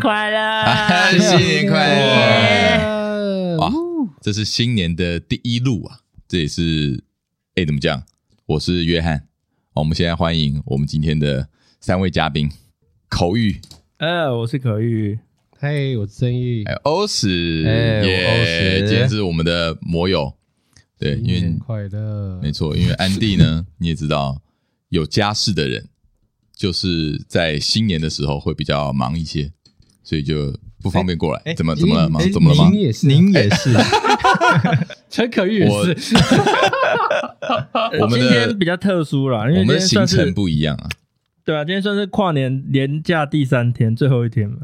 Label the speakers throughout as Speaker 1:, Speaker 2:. Speaker 1: 快
Speaker 2: 啊
Speaker 1: 乐！
Speaker 2: 新年快乐！
Speaker 3: 乐
Speaker 2: 哇这是新年的第一路啊，这也是哎怎么讲？我是约翰，哦我们现在欢迎我们今天的三位嘉宾，口语
Speaker 3: 呃，我是可玉，
Speaker 4: 嘿，我是正义
Speaker 2: 还，有欧史，
Speaker 3: 哎我
Speaker 2: 耶
Speaker 3: 欧史
Speaker 2: 今天是我们的摩友，对，
Speaker 4: 新
Speaker 2: 因为
Speaker 4: 年快乐，
Speaker 2: 没错，因为安迪呢，你也知道，有家室的人就是在新年的时候会比较忙一些，所以就不方便过来。
Speaker 3: 哎
Speaker 2: 怎么
Speaker 4: 您，
Speaker 2: 怎么了吗？
Speaker 4: 哎
Speaker 2: 怎么了吗？
Speaker 4: 您也是啊，
Speaker 3: 您也 是，陈可玉也
Speaker 2: 我
Speaker 3: 是。
Speaker 2: 我们
Speaker 1: 呃今天
Speaker 2: 的
Speaker 1: 比较特殊啦，因为
Speaker 2: 我
Speaker 1: 今
Speaker 2: 们的
Speaker 1: 天
Speaker 2: 行
Speaker 1: 算是
Speaker 2: 程不一样啊，
Speaker 1: 对啊，今天算是跨年连假第三天，最后一天嘛。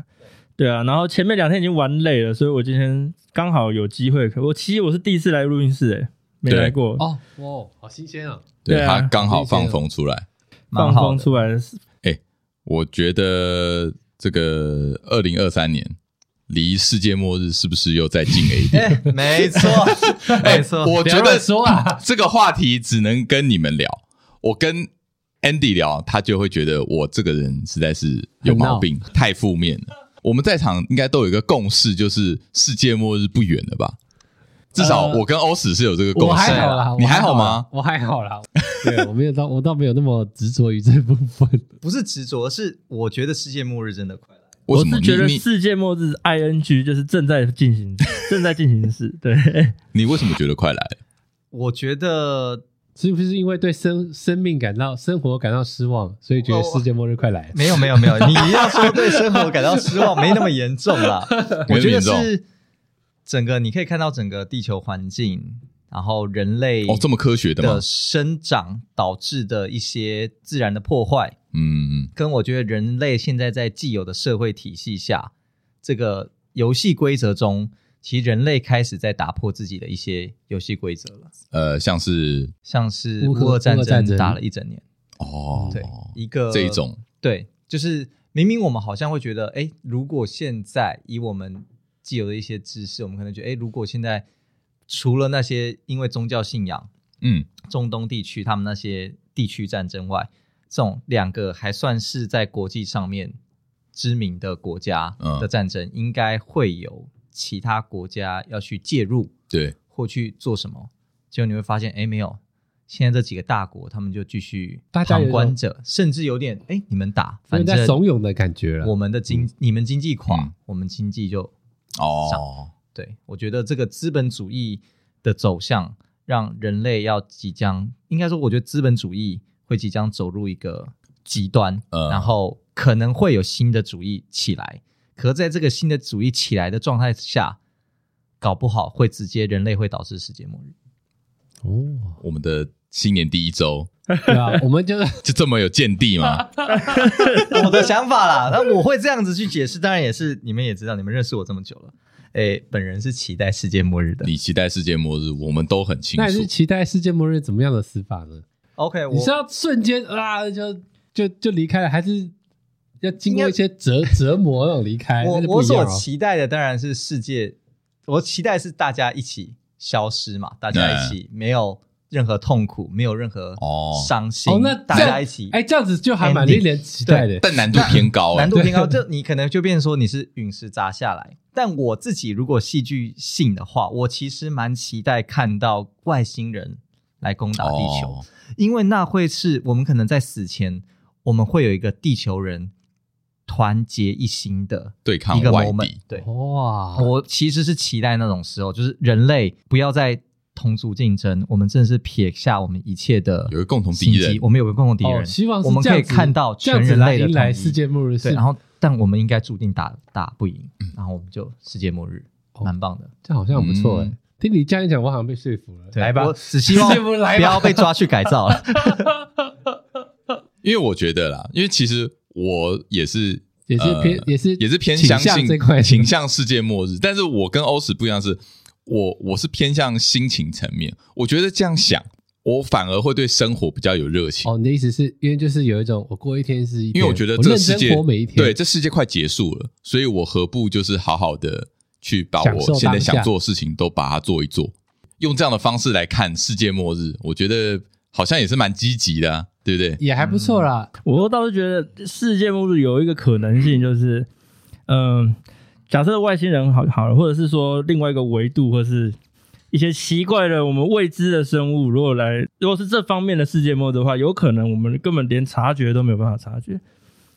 Speaker 1: 对啊，然后前面两天已经玩累了，所以我今天刚好有机会。可我其实我是第一次来录音室、欸，没来过，
Speaker 4: 哦，哇，好新鲜啊！
Speaker 2: 对
Speaker 1: 对啊
Speaker 2: 他刚好放风出来。
Speaker 1: 放
Speaker 3: 蛮好
Speaker 1: 风
Speaker 3: 的
Speaker 1: 出来的
Speaker 2: 我觉得这个二零二三年离世界末日是不是又再近了一点？
Speaker 3: 哎，没错，
Speaker 5: 哎
Speaker 3: 没错
Speaker 2: 我
Speaker 3: 不
Speaker 2: 觉
Speaker 3: 要
Speaker 2: 得
Speaker 3: 乱说
Speaker 4: 啊
Speaker 3: 啦，
Speaker 2: 这个话题只能跟你们聊，我跟 Andy 聊，他就会觉得我这个人实在是有毛病，太负面了。我们在场应该都有一个共识，就是世界末日不远了吧？至少
Speaker 3: 呃
Speaker 2: 我跟欧史是有这个
Speaker 4: 我
Speaker 2: 共识
Speaker 4: 还。好啦，
Speaker 2: 你
Speaker 4: 我啊
Speaker 2: 还好吗？
Speaker 3: 我还好 啦，
Speaker 4: 对我没有到，我倒没有那么执着于这部分。
Speaker 5: 不是执着，是我觉得世界末日真的快来。
Speaker 2: 为
Speaker 1: 我
Speaker 2: 什么
Speaker 1: 是觉得
Speaker 2: 你你
Speaker 1: 世界末日 I N G 就是正在 进行，正在进行时。对，
Speaker 2: 你为什么觉得快来了？
Speaker 5: 我觉得
Speaker 4: 是不是因为对生生命感到生活感到失望，所以觉得世界末日快来？
Speaker 5: 没有没有没有，你要说对生活感到失望，没那么严重啦。我觉得是整个你可以看到整个地球环境，然后人类
Speaker 2: 哦，这么科学的吗
Speaker 5: 的？生长导致的一些自然的破坏，
Speaker 2: 嗯，
Speaker 5: 跟我觉得人类现在在既有的社会体系下，这个游戏规则中，其实人类开始在打破自己的一些游戏规则了，
Speaker 2: 呃，像是
Speaker 5: 像是
Speaker 4: 乌
Speaker 5: 乌
Speaker 4: 克
Speaker 5: 俄战
Speaker 4: 乌克战
Speaker 5: 争
Speaker 4: 争
Speaker 5: 打了一整年。
Speaker 2: 哦，
Speaker 5: 对，一个
Speaker 2: 这一种，
Speaker 5: 对，就是明明我们好像会觉得，哎，如果现在以我们既有的一些知识，我们可能觉得，哎，如果现在除了那些因为宗教信仰、
Speaker 2: 嗯，
Speaker 5: 中东地区他们那些地区战争外，这种两个还算是在国际上面知名的国家
Speaker 2: 嗯
Speaker 5: 的战争，应该会有其他国家要去介入
Speaker 2: 对，
Speaker 5: 或去做什么，结果你会发现，哎，没有。现在这几个大国，他们就继续
Speaker 4: 大家有一种
Speaker 5: 旁观者，甚至有点哎，你们打，
Speaker 4: 有
Speaker 5: 反
Speaker 4: 点在
Speaker 5: 正
Speaker 4: 怂恿的感觉
Speaker 5: 我
Speaker 4: 了。
Speaker 5: 们的经、你们经济垮，
Speaker 2: 嗯
Speaker 5: 我们经济就
Speaker 2: 哦，
Speaker 5: 对我觉得这个资本主义的走向，让人类要即将应该说，我觉得资本主义会即将走入一个极端，
Speaker 2: 嗯
Speaker 5: 然后可能会有新的主义起来。可在这个新的主义起来的状态下，搞不好会直接人类会导致世界末日。
Speaker 4: 哦，
Speaker 2: 我们的新年第一周
Speaker 4: 对啊，我们就是
Speaker 2: 就这么有见地吗？
Speaker 5: 我的想法啦，那我会这样子去解释，当然也是你们也知道，你们认识我这么久了，哎，本人是期待世界末日的。
Speaker 2: 你期待世界末日，我们都很清
Speaker 4: 那你
Speaker 2: 楚
Speaker 4: 是。期待世界末日怎么样的死法呢？
Speaker 5: OK，我
Speaker 4: 你是要瞬间啊就就就离开了，还是要经过
Speaker 5: 应该
Speaker 4: 一些折折磨那种离开？
Speaker 5: 我
Speaker 4: 那就不
Speaker 5: 我
Speaker 4: 一样
Speaker 5: 所
Speaker 4: 哦
Speaker 5: 期待的当然是世界，我期待是大家一起消失嘛，大家一起没有任何痛苦，没有任何
Speaker 2: 哦
Speaker 5: 伤心，
Speaker 4: 哦那
Speaker 5: 大
Speaker 4: 这样
Speaker 5: 家一起
Speaker 4: 哎，这样哎哦子就还蛮
Speaker 5: Ending
Speaker 4: 令人期待的。
Speaker 2: 但难度偏高、欸，
Speaker 5: 难度偏高，这你可能就变成说你是陨石砸下来。但我自己如果戏剧性的话，我其实蛮期待看到外星人来攻打地球，
Speaker 2: 哦
Speaker 5: 因为那会是我们可能在死前，我们会有一个地球人团结一心的
Speaker 2: 对抗
Speaker 5: 一个
Speaker 2: 外
Speaker 5: moment，
Speaker 2: 敌。
Speaker 5: 对，
Speaker 4: 哇，
Speaker 5: 我其实是期待那种时候，就是人类不要再同族竞争，我们正是撇下我们一切的
Speaker 2: 有一个共同敌人
Speaker 5: 心机我们有个共同敌人，
Speaker 4: 哦，希望是
Speaker 5: 我们
Speaker 4: 这样
Speaker 5: 可以
Speaker 4: 子
Speaker 5: 看到
Speaker 4: 这样
Speaker 5: 全
Speaker 4: 子
Speaker 5: 人
Speaker 4: 来
Speaker 5: 类的
Speaker 4: 迎来
Speaker 5: 统一
Speaker 4: 世界末日是，
Speaker 5: 对，然后但我们应该注定打打不赢，
Speaker 2: 嗯
Speaker 5: 然后我们就世界末日，
Speaker 4: 哦
Speaker 5: 蛮棒的。
Speaker 4: 这样好像很不错哎
Speaker 2: 嗯。
Speaker 4: 听你这样一讲，我好像被说服了。
Speaker 5: 对
Speaker 4: 来吧
Speaker 5: 我，只希望
Speaker 4: 世界末日来吧
Speaker 5: 不要被抓去改造了。
Speaker 2: 因为我觉得啦，因为其实我也是
Speaker 4: 也是偏
Speaker 2: 呃
Speaker 4: 也是
Speaker 2: 也是偏
Speaker 4: 倾
Speaker 2: 相
Speaker 4: 向
Speaker 2: 信
Speaker 4: 这块的
Speaker 2: 倾向世界末日，但是我跟欧史不一样是，我我是偏向心情层面，我觉得这样想，我反而会对生活比较有热情。
Speaker 4: 哦，你的意思是因为就是有一种我过一天是一天，
Speaker 2: 因为我觉得这
Speaker 4: 认
Speaker 2: 个世界
Speaker 4: 真活每一天，
Speaker 2: 对，这世界快结束了，所以我何不就是好好的去把
Speaker 4: 享受
Speaker 2: 我现在
Speaker 4: 当下
Speaker 2: 想做的事情都把它做一做，用这样的方式来看世界末日，我觉得好像也是蛮积极的、啊，对不对？
Speaker 4: 也还不错啦。
Speaker 1: 我倒是觉得世界末日有一个可能性，就是嗯，假设外星人好好了，或者是说另外一个维度，或是一些奇怪的我们未知的生物，如果来，如果是这方面的世界末的话，有可能我们根本连察觉都没有办法察觉，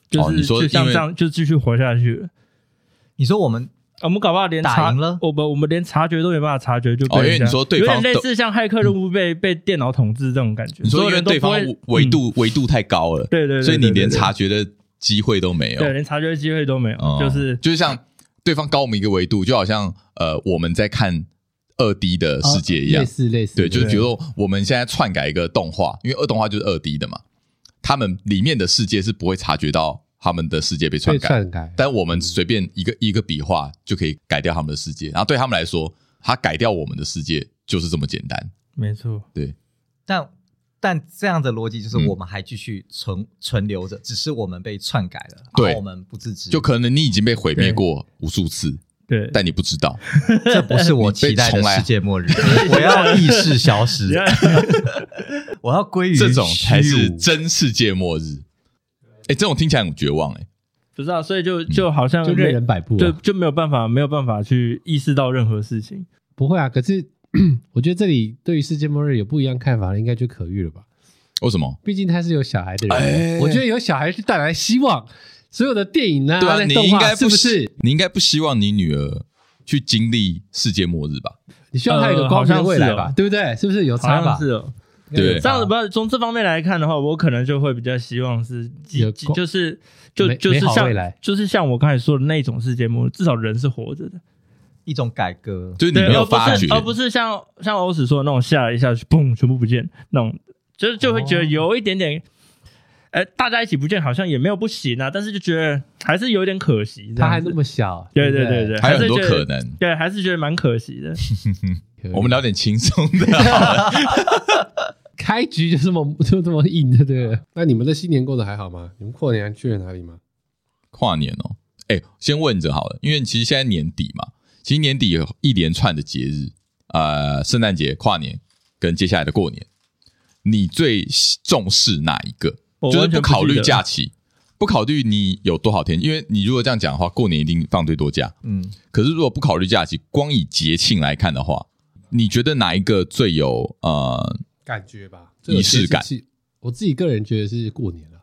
Speaker 1: 就是、
Speaker 2: 哦你说
Speaker 1: 就像
Speaker 2: 因为
Speaker 1: 这样就继续活下去了。啊
Speaker 5: 你说我们
Speaker 1: 我们搞不好连
Speaker 5: 打
Speaker 1: 察
Speaker 5: 赢了
Speaker 1: 我们我们连察觉都没办法察觉，就被
Speaker 2: 哦因为
Speaker 1: 人家
Speaker 2: 你说对方
Speaker 1: 有点类
Speaker 2: 都
Speaker 1: 似像骇客任务被、被电脑统治这种感觉。
Speaker 2: 你说因为对方
Speaker 1: 所有人都不会
Speaker 2: 维、
Speaker 1: 嗯
Speaker 2: 度维度太高了，
Speaker 1: 对对对
Speaker 2: 所以
Speaker 1: 对
Speaker 2: 你
Speaker 1: 对
Speaker 2: 连
Speaker 1: 对
Speaker 2: 察觉的机会都没有。
Speaker 1: 对连察觉的机会都没有，
Speaker 2: 哦
Speaker 1: 就是
Speaker 2: 就是像对方高我们一个维度，就好像呃我们在看二 D 的嗯世界一样
Speaker 4: 哦类，似类似，
Speaker 2: 对，就是
Speaker 1: 啊对
Speaker 2: 比如说我们现在篡改一个动画，因为二动画就是二 D 的嘛，他们里面的世界是不会察觉到他们的世界被篡
Speaker 4: 被
Speaker 2: 改，
Speaker 4: 篡改，
Speaker 2: 但我们随便一个一个笔画就可以改掉他们的世界，然后对他们来说，他改掉我们的世界就是这么简单。
Speaker 1: 没错，
Speaker 5: 但但这样的逻辑就是
Speaker 2: 嗯
Speaker 5: 我们还继续存、存留着，只是我们被篡改了，
Speaker 2: 对
Speaker 5: 然后我们不自知，
Speaker 2: 就可能你已经被毁灭
Speaker 1: 对
Speaker 2: 过无数次，
Speaker 1: 对。
Speaker 2: 但你不知道。
Speaker 5: 这不是我期待
Speaker 2: 你被重
Speaker 5: 的
Speaker 2: 来
Speaker 5: 世 界末日，我要意识消失，我要归于
Speaker 2: 这种才
Speaker 5: 虚
Speaker 2: 是
Speaker 5: 无
Speaker 2: 真世界末日。哎、这种听起来很绝望哎、
Speaker 1: 不知道，所以
Speaker 2: 嗯
Speaker 1: 就就好像
Speaker 4: 就任
Speaker 1: 没
Speaker 4: 人摆布、啊。
Speaker 1: 对，就没有办法，没有办法去意识到任何事情。
Speaker 4: 不会啊，可是 我觉得这里对于世界末日有不一样看法，应该就可遇了吧？
Speaker 2: 为什么？
Speaker 4: 毕竟他是有小孩的人，
Speaker 2: 哎
Speaker 4: 我觉得有小孩是带来希望。所有的电影啊，
Speaker 2: 对啊，
Speaker 4: 那
Speaker 2: 你
Speaker 4: 动
Speaker 2: 应
Speaker 4: 画
Speaker 2: 该
Speaker 4: 是
Speaker 2: 不
Speaker 4: 不
Speaker 2: 希
Speaker 4: 是？
Speaker 2: 你应该不希望你女儿去经历世界末日吧？
Speaker 4: 你希望他有个
Speaker 1: 呃
Speaker 4: 光明的
Speaker 1: 好像
Speaker 4: 未
Speaker 1: 是
Speaker 4: 来
Speaker 1: 哦
Speaker 2: 啊
Speaker 4: 吧？对不对？是不是有
Speaker 1: 好
Speaker 4: 差吧
Speaker 1: 像？是哦，
Speaker 4: 应该有
Speaker 2: 对
Speaker 1: 这
Speaker 4: 差
Speaker 1: 样子不要从这方面来看的话，我可能就会比较希望是，
Speaker 4: 有
Speaker 1: 就
Speaker 4: 光
Speaker 1: 就是就
Speaker 4: 美
Speaker 1: 就是
Speaker 4: 美好
Speaker 1: 像
Speaker 4: 未来
Speaker 1: 就是像我刚才说的那种世界末日，至少人是活着的，
Speaker 5: 一种改革，
Speaker 2: 就是你
Speaker 1: 对，
Speaker 2: 没有
Speaker 1: 而不
Speaker 2: 发觉
Speaker 1: 是，而不是像像欧史说的那种下来一下去，砰，全部不见那种，就是就会觉得有一点点，哎、大家一起不见好像也没有不行啊，但是就觉得还是有点可惜。这
Speaker 4: 他
Speaker 1: 样
Speaker 4: 还
Speaker 1: 子
Speaker 4: 那么小，
Speaker 1: 对
Speaker 4: 对
Speaker 1: 对
Speaker 4: 不
Speaker 1: 对对，
Speaker 2: 还有很多
Speaker 1: 是觉
Speaker 2: 可
Speaker 1: 得。
Speaker 2: 能。
Speaker 1: 对，还是觉得蛮可惜的。
Speaker 4: 可以
Speaker 2: 我们聊点轻松的 好了，
Speaker 4: 开局就这么就这么硬的，对了。那你们的新年过得还好吗？你们过年去了哪里吗？
Speaker 2: 跨年哦。哎、先问着好了，因为其实现在年底嘛，其实年底有一连串的节日，呃，圣诞节、跨年跟接下来的过年，你最重视哪一个？
Speaker 1: 我
Speaker 2: 就是
Speaker 1: 完全
Speaker 2: 不
Speaker 1: 不记
Speaker 2: 考虑
Speaker 1: 得
Speaker 2: 假期，不考虑你有多少天，因为你如果这样讲的话，过年一定放最多假。
Speaker 5: 嗯，
Speaker 2: 可是如果不考虑假期，光以节庆来看的话，你觉得哪一个最有呃
Speaker 4: 感觉吧，
Speaker 2: 仪式感。
Speaker 4: 我自己个人觉得是过年了，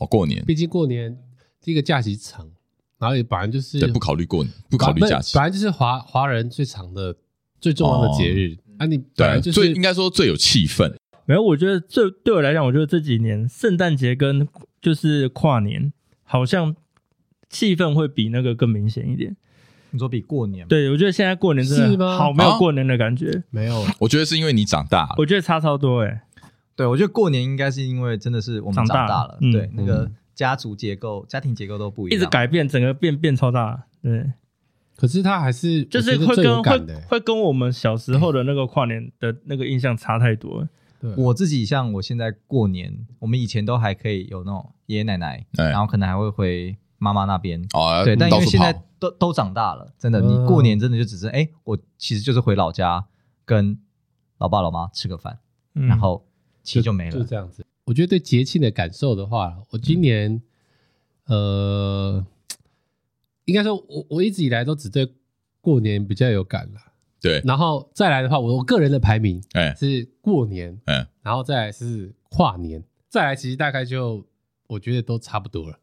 Speaker 2: 哦过年？
Speaker 4: 毕竟过年第一个假期长，然后也本来就是
Speaker 2: 对，不考虑过年，不考虑
Speaker 4: 本
Speaker 2: 假期
Speaker 4: 本，来就是华华人最长的最重要的节日啊。你本来
Speaker 2: 对，
Speaker 4: 就
Speaker 2: 所以
Speaker 4: 是
Speaker 2: 应该说最有气氛。
Speaker 1: 没有，我觉得这对我来讲，我觉得这几年圣诞节跟就是跨年，好像气氛会比那个更明显一点。
Speaker 5: 你说比过年，
Speaker 1: 对，我觉得现在过年
Speaker 4: 是
Speaker 1: 真的
Speaker 4: 吗
Speaker 1: 好没有
Speaker 2: 啊
Speaker 1: 过年的感觉，
Speaker 4: 没有
Speaker 2: 我觉得是因为你长大了，
Speaker 1: 我觉得差超多哎、欸。
Speaker 5: 对我觉得过年应该是因为真的是我们
Speaker 1: 长大
Speaker 5: 长
Speaker 1: 了
Speaker 5: 大了，
Speaker 1: 嗯
Speaker 5: 对那个家族结构、家庭结构都不一
Speaker 1: 一
Speaker 5: 样，
Speaker 1: 直改变，整个变变超大。对，
Speaker 4: 可是他还是
Speaker 1: 就是
Speaker 4: 我觉得
Speaker 1: 会
Speaker 4: 最有
Speaker 1: 跟会
Speaker 4: 感的。
Speaker 1: 会跟我们小时候的那个跨年的那个印象差太多了。
Speaker 4: 对
Speaker 5: 我自己像我现在过年，我们以前都还可以有那种爷爷奶奶，
Speaker 2: 哎
Speaker 5: 然，后可能还会回妈妈那边。
Speaker 2: 哦，
Speaker 5: 对，但因
Speaker 2: 到
Speaker 5: 为
Speaker 2: 处
Speaker 5: 现在
Speaker 2: 跑，
Speaker 5: 都都长大了，真的，
Speaker 4: 嗯
Speaker 5: 你过年真的就只是哎、我其实就是回老家跟老爸老妈吃个饭，
Speaker 1: 嗯
Speaker 5: 然后其实就没
Speaker 4: 就
Speaker 5: 了。
Speaker 4: 这样子。我觉得对节庆的感受的话，我今年、呃，应该说我我一直以来都只对过年比较有感啦。
Speaker 2: 对，
Speaker 4: 然后再来的话，我我个人的排名
Speaker 2: 哎，
Speaker 4: 是过年，
Speaker 2: 嗯，
Speaker 4: 然后再来是跨年，再来其实大概就我觉得都差不多了，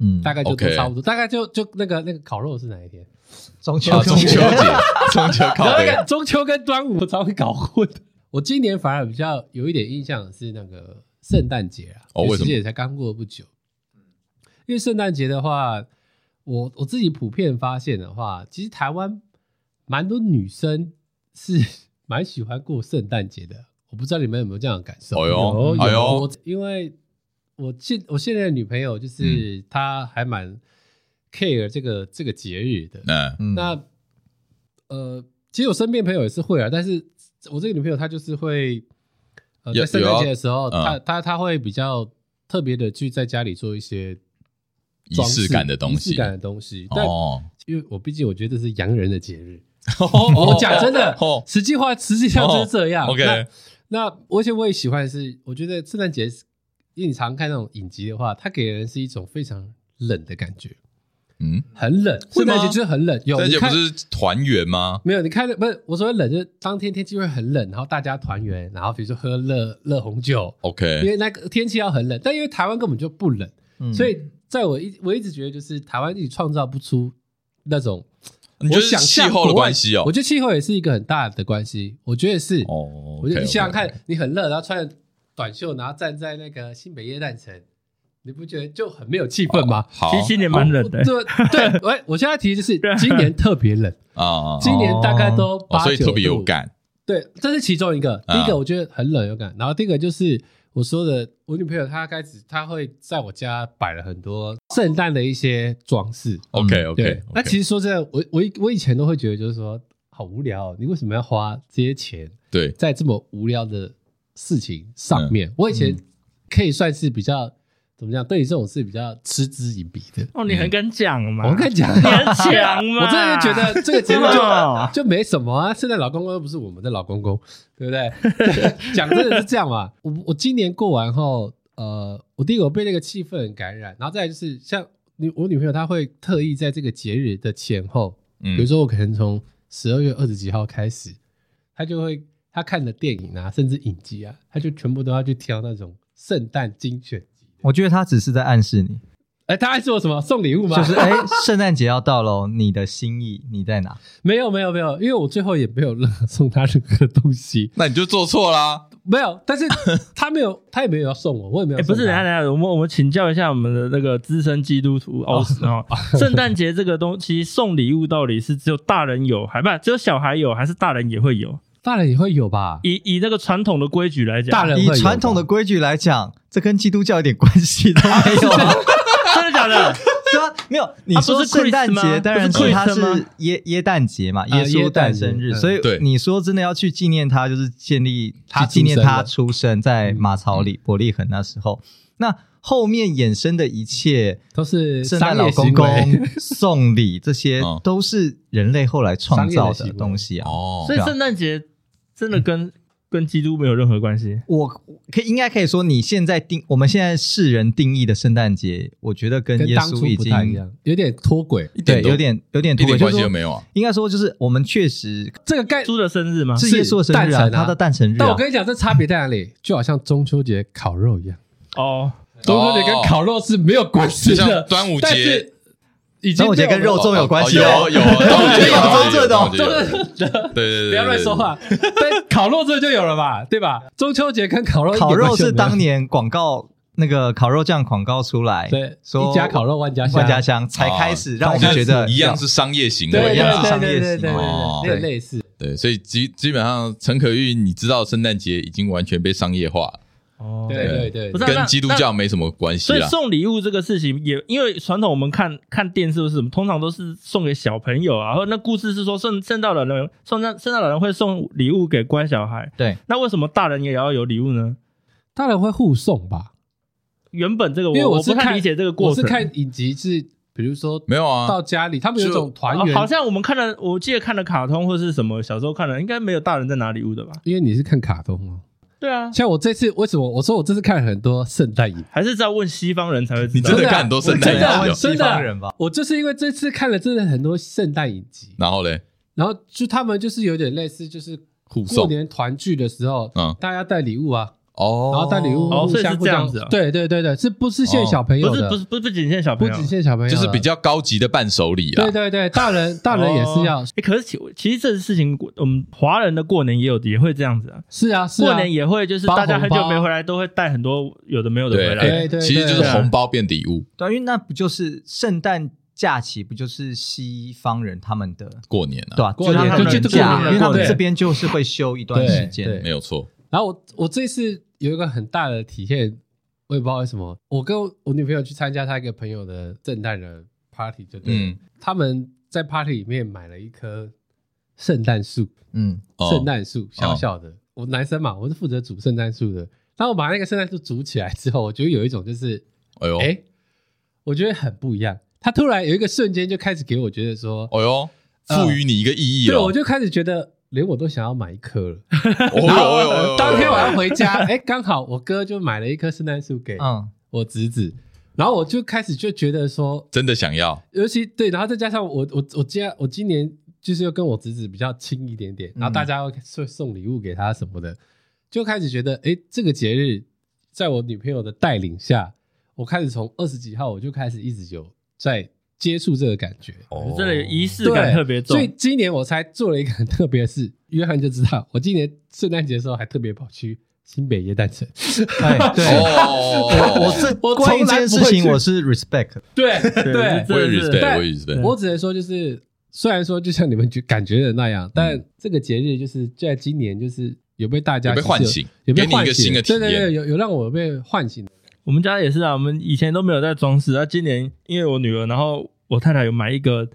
Speaker 5: 嗯，
Speaker 4: 大概就都
Speaker 2: OK
Speaker 4: 差不多，大概就就那个那个烤肉是哪一天？
Speaker 5: 中秋
Speaker 2: 啊，中秋节， 中秋
Speaker 4: 然
Speaker 2: 靠
Speaker 4: 后那
Speaker 2: 背
Speaker 4: 个中秋跟端午我常会搞混。我今年反而比较有一点印象的是那个圣诞节啊，
Speaker 2: 哦
Speaker 4: 因
Speaker 2: 为什么
Speaker 4: 其实也才刚过不久。因为圣诞节的话，我我自己普遍发现的话，其实台湾蛮多女生是蛮喜欢过圣诞节的。我不知道你们有没有这样的感受？
Speaker 2: 哎呦
Speaker 4: 有有
Speaker 2: 哎呦
Speaker 4: 我因为我现我现在的女朋友就是、
Speaker 2: 嗯
Speaker 4: 她还蛮 care 这个这个节日的，
Speaker 2: 嗯，
Speaker 5: 嗯
Speaker 4: 那呃，其实我身边朋友也是会啊，但是我这个女朋友她就是会，呃，
Speaker 2: 有啊嗯
Speaker 4: 在圣诞节的时候，
Speaker 2: 有要
Speaker 4: 她她她会比较特别的去在家里做一些
Speaker 2: 仪
Speaker 4: 装饰
Speaker 2: 式感的东
Speaker 4: 仪
Speaker 2: 西
Speaker 4: 式，感的东西。但
Speaker 2: 哦，
Speaker 4: 因为我毕竟我觉得这是洋人的节日，
Speaker 2: 我
Speaker 4: 我讲真的
Speaker 2: 哦，
Speaker 4: 实际话实际上就是这样。
Speaker 2: 哦，OK
Speaker 4: 那那我而且我也喜欢的是，我觉得圣诞节，因为你常看那种影集的话，它给人是一种非常冷的感觉。
Speaker 2: 嗯，
Speaker 4: 很冷，
Speaker 2: 会
Speaker 4: 圣
Speaker 2: 吗
Speaker 4: 诞节就是很冷。有
Speaker 2: 圣诞
Speaker 4: 你
Speaker 2: 节不
Speaker 4: 看
Speaker 2: 是团圆吗？
Speaker 4: 没有？你看不是我所谓冷，就是当天天气会很冷，然后大家团圆，然后比如说喝热热红酒，因
Speaker 2: OK，
Speaker 4: 为那个天气要很冷，但因为台湾根本就不冷，
Speaker 5: 嗯
Speaker 4: 所以在我一我一直觉得就是台湾一直创造不出那种
Speaker 2: 你
Speaker 4: 我
Speaker 2: 觉得是
Speaker 4: 想
Speaker 2: 气
Speaker 4: 象
Speaker 2: 候的
Speaker 4: 国外
Speaker 2: 关系哦
Speaker 4: 我觉得气候也是一个很大的关系，我觉得是。
Speaker 2: 哦
Speaker 4: 我觉得
Speaker 2: OK，OK，OK
Speaker 4: 你想想看，你很热，然后穿着短袖，然后站在那个新北耶诞城，你不觉得就很没有气氛吗？
Speaker 2: 好
Speaker 1: 其实今年蛮冷的、
Speaker 4: 哦对对，哦我我现在提的就是今年特别 冷，
Speaker 2: 啊啊，啊
Speaker 4: 今年大概都
Speaker 2: 哦
Speaker 4: 八
Speaker 2: 所以特别有。
Speaker 4: 九度
Speaker 2: 感。
Speaker 4: 对，这是其中一个。
Speaker 2: 啊
Speaker 4: 第一个我觉得很冷有感，然后第一个就是我说的，我女朋友她开始她会在我家摆了很多圣诞的一些装饰。
Speaker 2: OK 哦 OK，
Speaker 4: 对，那其
Speaker 2: 实
Speaker 4: 实说真的，我我以我以前都会觉得就是说好无聊哦，你为什么要花这些钱
Speaker 2: 对
Speaker 4: 在这么无聊的事情上面？
Speaker 2: 嗯
Speaker 4: 我以前可以算是比较怎么讲，对于这种事比较嗤之以鼻的。
Speaker 1: 哦，你很敢讲嘛？
Speaker 4: 我跟你讲，啊
Speaker 1: 你很强 嘛？
Speaker 4: 我真的觉得这个节目
Speaker 1: 真
Speaker 4: 就
Speaker 1: 的哦
Speaker 4: 就没什么啊，圣诞老公公又不是我们的老公公，对不对？ 讲真的是这样嘛。我我今年过完后，呃，我第一个我被那个气氛感染，然后再来就是像女我女朋友，她会特意在这个节日的前后，
Speaker 2: 嗯
Speaker 4: 比如说我可能从十二月二十几号开始，她就会她看的电影啊，甚至影集啊，她就全部都要去挑那种圣诞精选集。
Speaker 5: 我觉得他只是在暗示你，
Speaker 4: 哎，她还是我什么送礼物吗？
Speaker 5: 就是哎，圣诞节要到喽，你的心意你 在哪？
Speaker 4: 没有没有没有，因为我最后也没有任何送她任何东西。
Speaker 2: 那你就做错啦。
Speaker 4: 没有，但 是他没有，他也没有要送我，我也没有
Speaker 1: 哎、
Speaker 4: 要送
Speaker 1: 不
Speaker 4: 他、
Speaker 1: 是，等一下等一下，我们我们请教一下我们的那个资深基督徒 欧斯哦，圣诞节这个东西送礼物到底是只有大人有，还不只有小孩有，还是大人也会有？
Speaker 4: 大人也会有 吧？
Speaker 1: 以以那个传统的规矩来讲，
Speaker 4: 大人会
Speaker 5: 以
Speaker 4: 有吧
Speaker 5: 传统的规矩来讲，这跟基督教一点关系都没有 啊。
Speaker 1: 真的假的？
Speaker 5: 对啊，没有你
Speaker 1: 啊不
Speaker 5: 说
Speaker 1: 是 Christ
Speaker 5: 圣诞节，
Speaker 1: 吗
Speaker 5: 当然
Speaker 1: 不是 Christ
Speaker 5: 它是
Speaker 1: 吗
Speaker 5: 耶耶诞节嘛，耶稣诞生
Speaker 4: 啊耶诞
Speaker 5: 日，
Speaker 4: 节嗯
Speaker 5: 所以
Speaker 2: 对
Speaker 5: 你说真的要去纪念他，就是建立
Speaker 4: 他
Speaker 5: 去纪念
Speaker 4: 出生
Speaker 5: 他
Speaker 4: 的
Speaker 5: 出生在马槽里伯利恒那时候，
Speaker 4: 嗯
Speaker 5: 那后面衍生的一切。
Speaker 4: 都是
Speaker 5: 圣
Speaker 4: 商
Speaker 5: 诞
Speaker 4: 业
Speaker 5: 老公公
Speaker 4: 行为哦
Speaker 5: 送礼，这些
Speaker 2: 嗯
Speaker 5: 都是人类后来创造
Speaker 4: 商业的行
Speaker 5: 的
Speaker 4: 为
Speaker 5: 东西啊。
Speaker 2: 哦
Speaker 1: 所以圣诞节真的跟、跟基督没有任何关系。
Speaker 5: 我可以应该可以说，你现在定我们现在世人定义的圣诞节，我觉得跟
Speaker 4: 跟
Speaker 5: 耶
Speaker 4: 当初
Speaker 5: 稣已
Speaker 4: 不
Speaker 5: 经
Speaker 4: 太一样，有点脱轨。
Speaker 2: 一点
Speaker 5: 对
Speaker 2: 都
Speaker 5: 有点有点
Speaker 2: 一
Speaker 5: 脱
Speaker 2: 点
Speaker 5: 轨，
Speaker 2: 关
Speaker 5: 就是
Speaker 2: 系都
Speaker 5: 说
Speaker 2: 没有啊。
Speaker 5: 应该说就是我们确实
Speaker 4: 这个概，
Speaker 1: 猪的生日吗？
Speaker 5: 是耶稣的生
Speaker 4: 诞
Speaker 5: 日啊，
Speaker 4: 辰啊
Speaker 5: 他的诞辰日、
Speaker 4: 但我
Speaker 5: 啊。
Speaker 4: 跟你讲，这差别在哪里？就好像中秋节烤肉一样，
Speaker 1: 哦，
Speaker 4: 中秋节跟烤肉是没有关系
Speaker 2: 就
Speaker 4: 的。
Speaker 2: 像端午
Speaker 4: 但
Speaker 2: 节
Speaker 4: 是，已经
Speaker 5: 端午节跟肉粽有关系
Speaker 2: 哦
Speaker 5: 哦
Speaker 2: 有有，
Speaker 5: 端午节有
Speaker 2: 端午节有
Speaker 5: 端午
Speaker 2: 端午节
Speaker 4: 被我们
Speaker 2: 有
Speaker 4: 中秋节
Speaker 2: 对对对，
Speaker 4: 不要乱说。话。但烤肉这就有了吧，对吧？中秋节跟烤肉一点
Speaker 5: 烤肉
Speaker 4: 关系都
Speaker 5: 是
Speaker 4: 没有
Speaker 5: 当年广告那个烤肉酱广告出来，
Speaker 4: 对
Speaker 5: 说
Speaker 4: 一家烤肉万家哦香
Speaker 5: 万家香才开始让我们觉得
Speaker 2: 一样是商业行
Speaker 4: 对
Speaker 5: 对
Speaker 2: 为
Speaker 5: 一样
Speaker 2: 啦，
Speaker 5: 是商业
Speaker 4: 对对对对
Speaker 5: 行为
Speaker 2: 哦
Speaker 4: 对对对，类似。
Speaker 2: 对，所以基基本上陈可玉，你知道圣诞节已经完全被商业化了，
Speaker 1: 哦，
Speaker 4: 对啊对对，
Speaker 1: 不是啊那
Speaker 2: 跟基督教没什么关系
Speaker 1: 所以
Speaker 2: 啦。
Speaker 1: 送礼物这个事情也，因为传统我们看看电视或是什么，通常都是送给小朋友啊。或那故事是说圣圣诞老人送圣圣诞老人会送礼物给乖小孩，
Speaker 5: 对，
Speaker 1: 那为什么大人也要有礼物呢？
Speaker 4: 当然会互送吧。
Speaker 1: 原本这个我
Speaker 4: 因为
Speaker 1: 我
Speaker 4: 是
Speaker 1: 不
Speaker 4: 看
Speaker 1: 太理解这个过
Speaker 4: 我
Speaker 1: 程，嗯
Speaker 4: 是看影集是，比如说
Speaker 2: 没有啊
Speaker 4: 到家里他们有一种团
Speaker 1: 哦
Speaker 4: 圆，
Speaker 1: 好像我们看的，我记得看的卡通或是什么，小时候看的，应该没有大人在拿礼物的吧？
Speaker 4: 因为你是看卡通哦。
Speaker 1: 对啊，
Speaker 4: 像我这次为什么我说我这次看很多圣诞影，
Speaker 1: 还是在问西方人才会知
Speaker 2: 你
Speaker 1: 道。
Speaker 2: 真的
Speaker 4: 真的啊
Speaker 2: 看很多圣
Speaker 4: 对
Speaker 2: 诞
Speaker 4: 我
Speaker 2: 影集哦，
Speaker 4: 真的啊
Speaker 1: 哎
Speaker 5: 问西
Speaker 4: 真的啊
Speaker 5: 方人吧，
Speaker 4: 我就是因为这次看了真的很多圣诞影集，
Speaker 2: 然后嘞，
Speaker 4: 然后就他们就是有点类似就是
Speaker 2: 互
Speaker 4: 过
Speaker 2: 送
Speaker 4: 年团聚的时候，
Speaker 2: 嗯
Speaker 4: 大家带礼物啊，
Speaker 2: 哦，
Speaker 4: 然后带礼物
Speaker 1: 哦
Speaker 4: 互
Speaker 1: 所以
Speaker 4: 相
Speaker 1: 是
Speaker 4: 互
Speaker 1: 这样
Speaker 4: 相
Speaker 1: 子啊
Speaker 4: 对对对对，是不是限小朋友
Speaker 1: 哦不是
Speaker 4: 的？
Speaker 1: 不是不是不仅限小朋
Speaker 4: 不
Speaker 1: 友，
Speaker 4: 只限小朋友的，
Speaker 2: 就是比较高级的伴手礼啊啦。
Speaker 4: 对对对，大人大人也是要
Speaker 1: 哦诶可是其其实这个事情，我们华人的过年也有也会这样子啊。
Speaker 4: 是啊是啊，
Speaker 1: 过年也会，就是
Speaker 4: 包
Speaker 1: 大家
Speaker 4: 红
Speaker 1: 很久
Speaker 4: 包
Speaker 1: 没回来，都会带很多有的没有的回来。
Speaker 2: 哎
Speaker 4: 对对
Speaker 2: 其实就是
Speaker 1: 对
Speaker 2: 红包变礼物，
Speaker 5: 对啊，因为那不就是圣诞假期，不就是西方人他们的
Speaker 2: 过年啊，
Speaker 5: 对吧、
Speaker 4: 过
Speaker 5: 就是
Speaker 4: 年
Speaker 5: 他们
Speaker 1: 就
Speaker 5: 的
Speaker 1: 就过
Speaker 5: 假，
Speaker 1: 年
Speaker 5: 因为他们
Speaker 4: 对
Speaker 5: 这边就是会休一
Speaker 4: 对
Speaker 5: 段时间。
Speaker 4: 对
Speaker 2: 没有错。
Speaker 4: 然后我我这次有一个很大的体验，我也不知道为什么，我跟我女朋友去参加她一个朋友的圣诞人 party，就对了，
Speaker 2: 嗯
Speaker 4: 他们在 party 里面买了一棵圣诞树，
Speaker 5: 嗯，
Speaker 2: 哦
Speaker 4: 圣诞树小小的，我男生嘛，我是负责煮圣诞树的。当我把那个圣诞树煮起来之后，我觉得有一种就是，
Speaker 2: 哎呦，
Speaker 4: 哎、我觉得很不一样。他突然有一个瞬间就开始给我觉得说，
Speaker 2: 哎呦，赋予你一个意义
Speaker 4: 嗯对，
Speaker 2: 了。
Speaker 4: 我就开始觉得连我都想要买一棵了。
Speaker 2: 哦 呦哦呦哦呦，
Speaker 4: 哎
Speaker 2: 啊
Speaker 4: 当天晚上回家，哎，刚好我哥就买了一棵圣诞树给
Speaker 5: 嗯，
Speaker 4: 我侄子，然后我就开始就觉得说，
Speaker 2: 真的想要，
Speaker 4: 尤其对，然后再加上我我我今我今年就是又跟我侄子比较亲一点点，
Speaker 2: 嗯
Speaker 4: 然后大家会送送礼物给他什么的，就开始觉得，哎，这个节日，在我女朋友的带领下，我开始从二十几号我就开始一直有在接触这个感觉，
Speaker 2: 哦
Speaker 1: 真的有仪式
Speaker 4: 对，
Speaker 1: 感特别重
Speaker 4: 所以。今年我才做了一个很特别的事，约翰就知道，我今年圣诞节的时候还特别跑去新北耶诞城，
Speaker 5: 哎，对，我我
Speaker 2: 哦，
Speaker 5: 是
Speaker 4: 我
Speaker 5: 关于
Speaker 4: 从来
Speaker 5: 这件
Speaker 4: 不
Speaker 5: 事
Speaker 4: 会
Speaker 5: 情，
Speaker 4: 去
Speaker 5: 我是 respect 的。
Speaker 4: 对
Speaker 1: 对
Speaker 4: 对，
Speaker 2: 我
Speaker 1: 真
Speaker 2: 也
Speaker 1: 的是
Speaker 2: respect，我也 respect。
Speaker 4: 我只能说，就是虽然说就像你们觉感觉的那样，但
Speaker 1: 嗯
Speaker 4: 这个节日就是就在今年，就是有被大家
Speaker 2: 有被
Speaker 4: 其实
Speaker 2: 唤醒
Speaker 4: 有
Speaker 2: 给
Speaker 4: 被
Speaker 2: 你一个
Speaker 4: 唤醒
Speaker 2: 新的体验
Speaker 4: 对对对，有有让我被唤醒。
Speaker 1: 我们家也是啊，我们以前都没有在装饰，那、今年因为我女儿，然后我太太有买一个，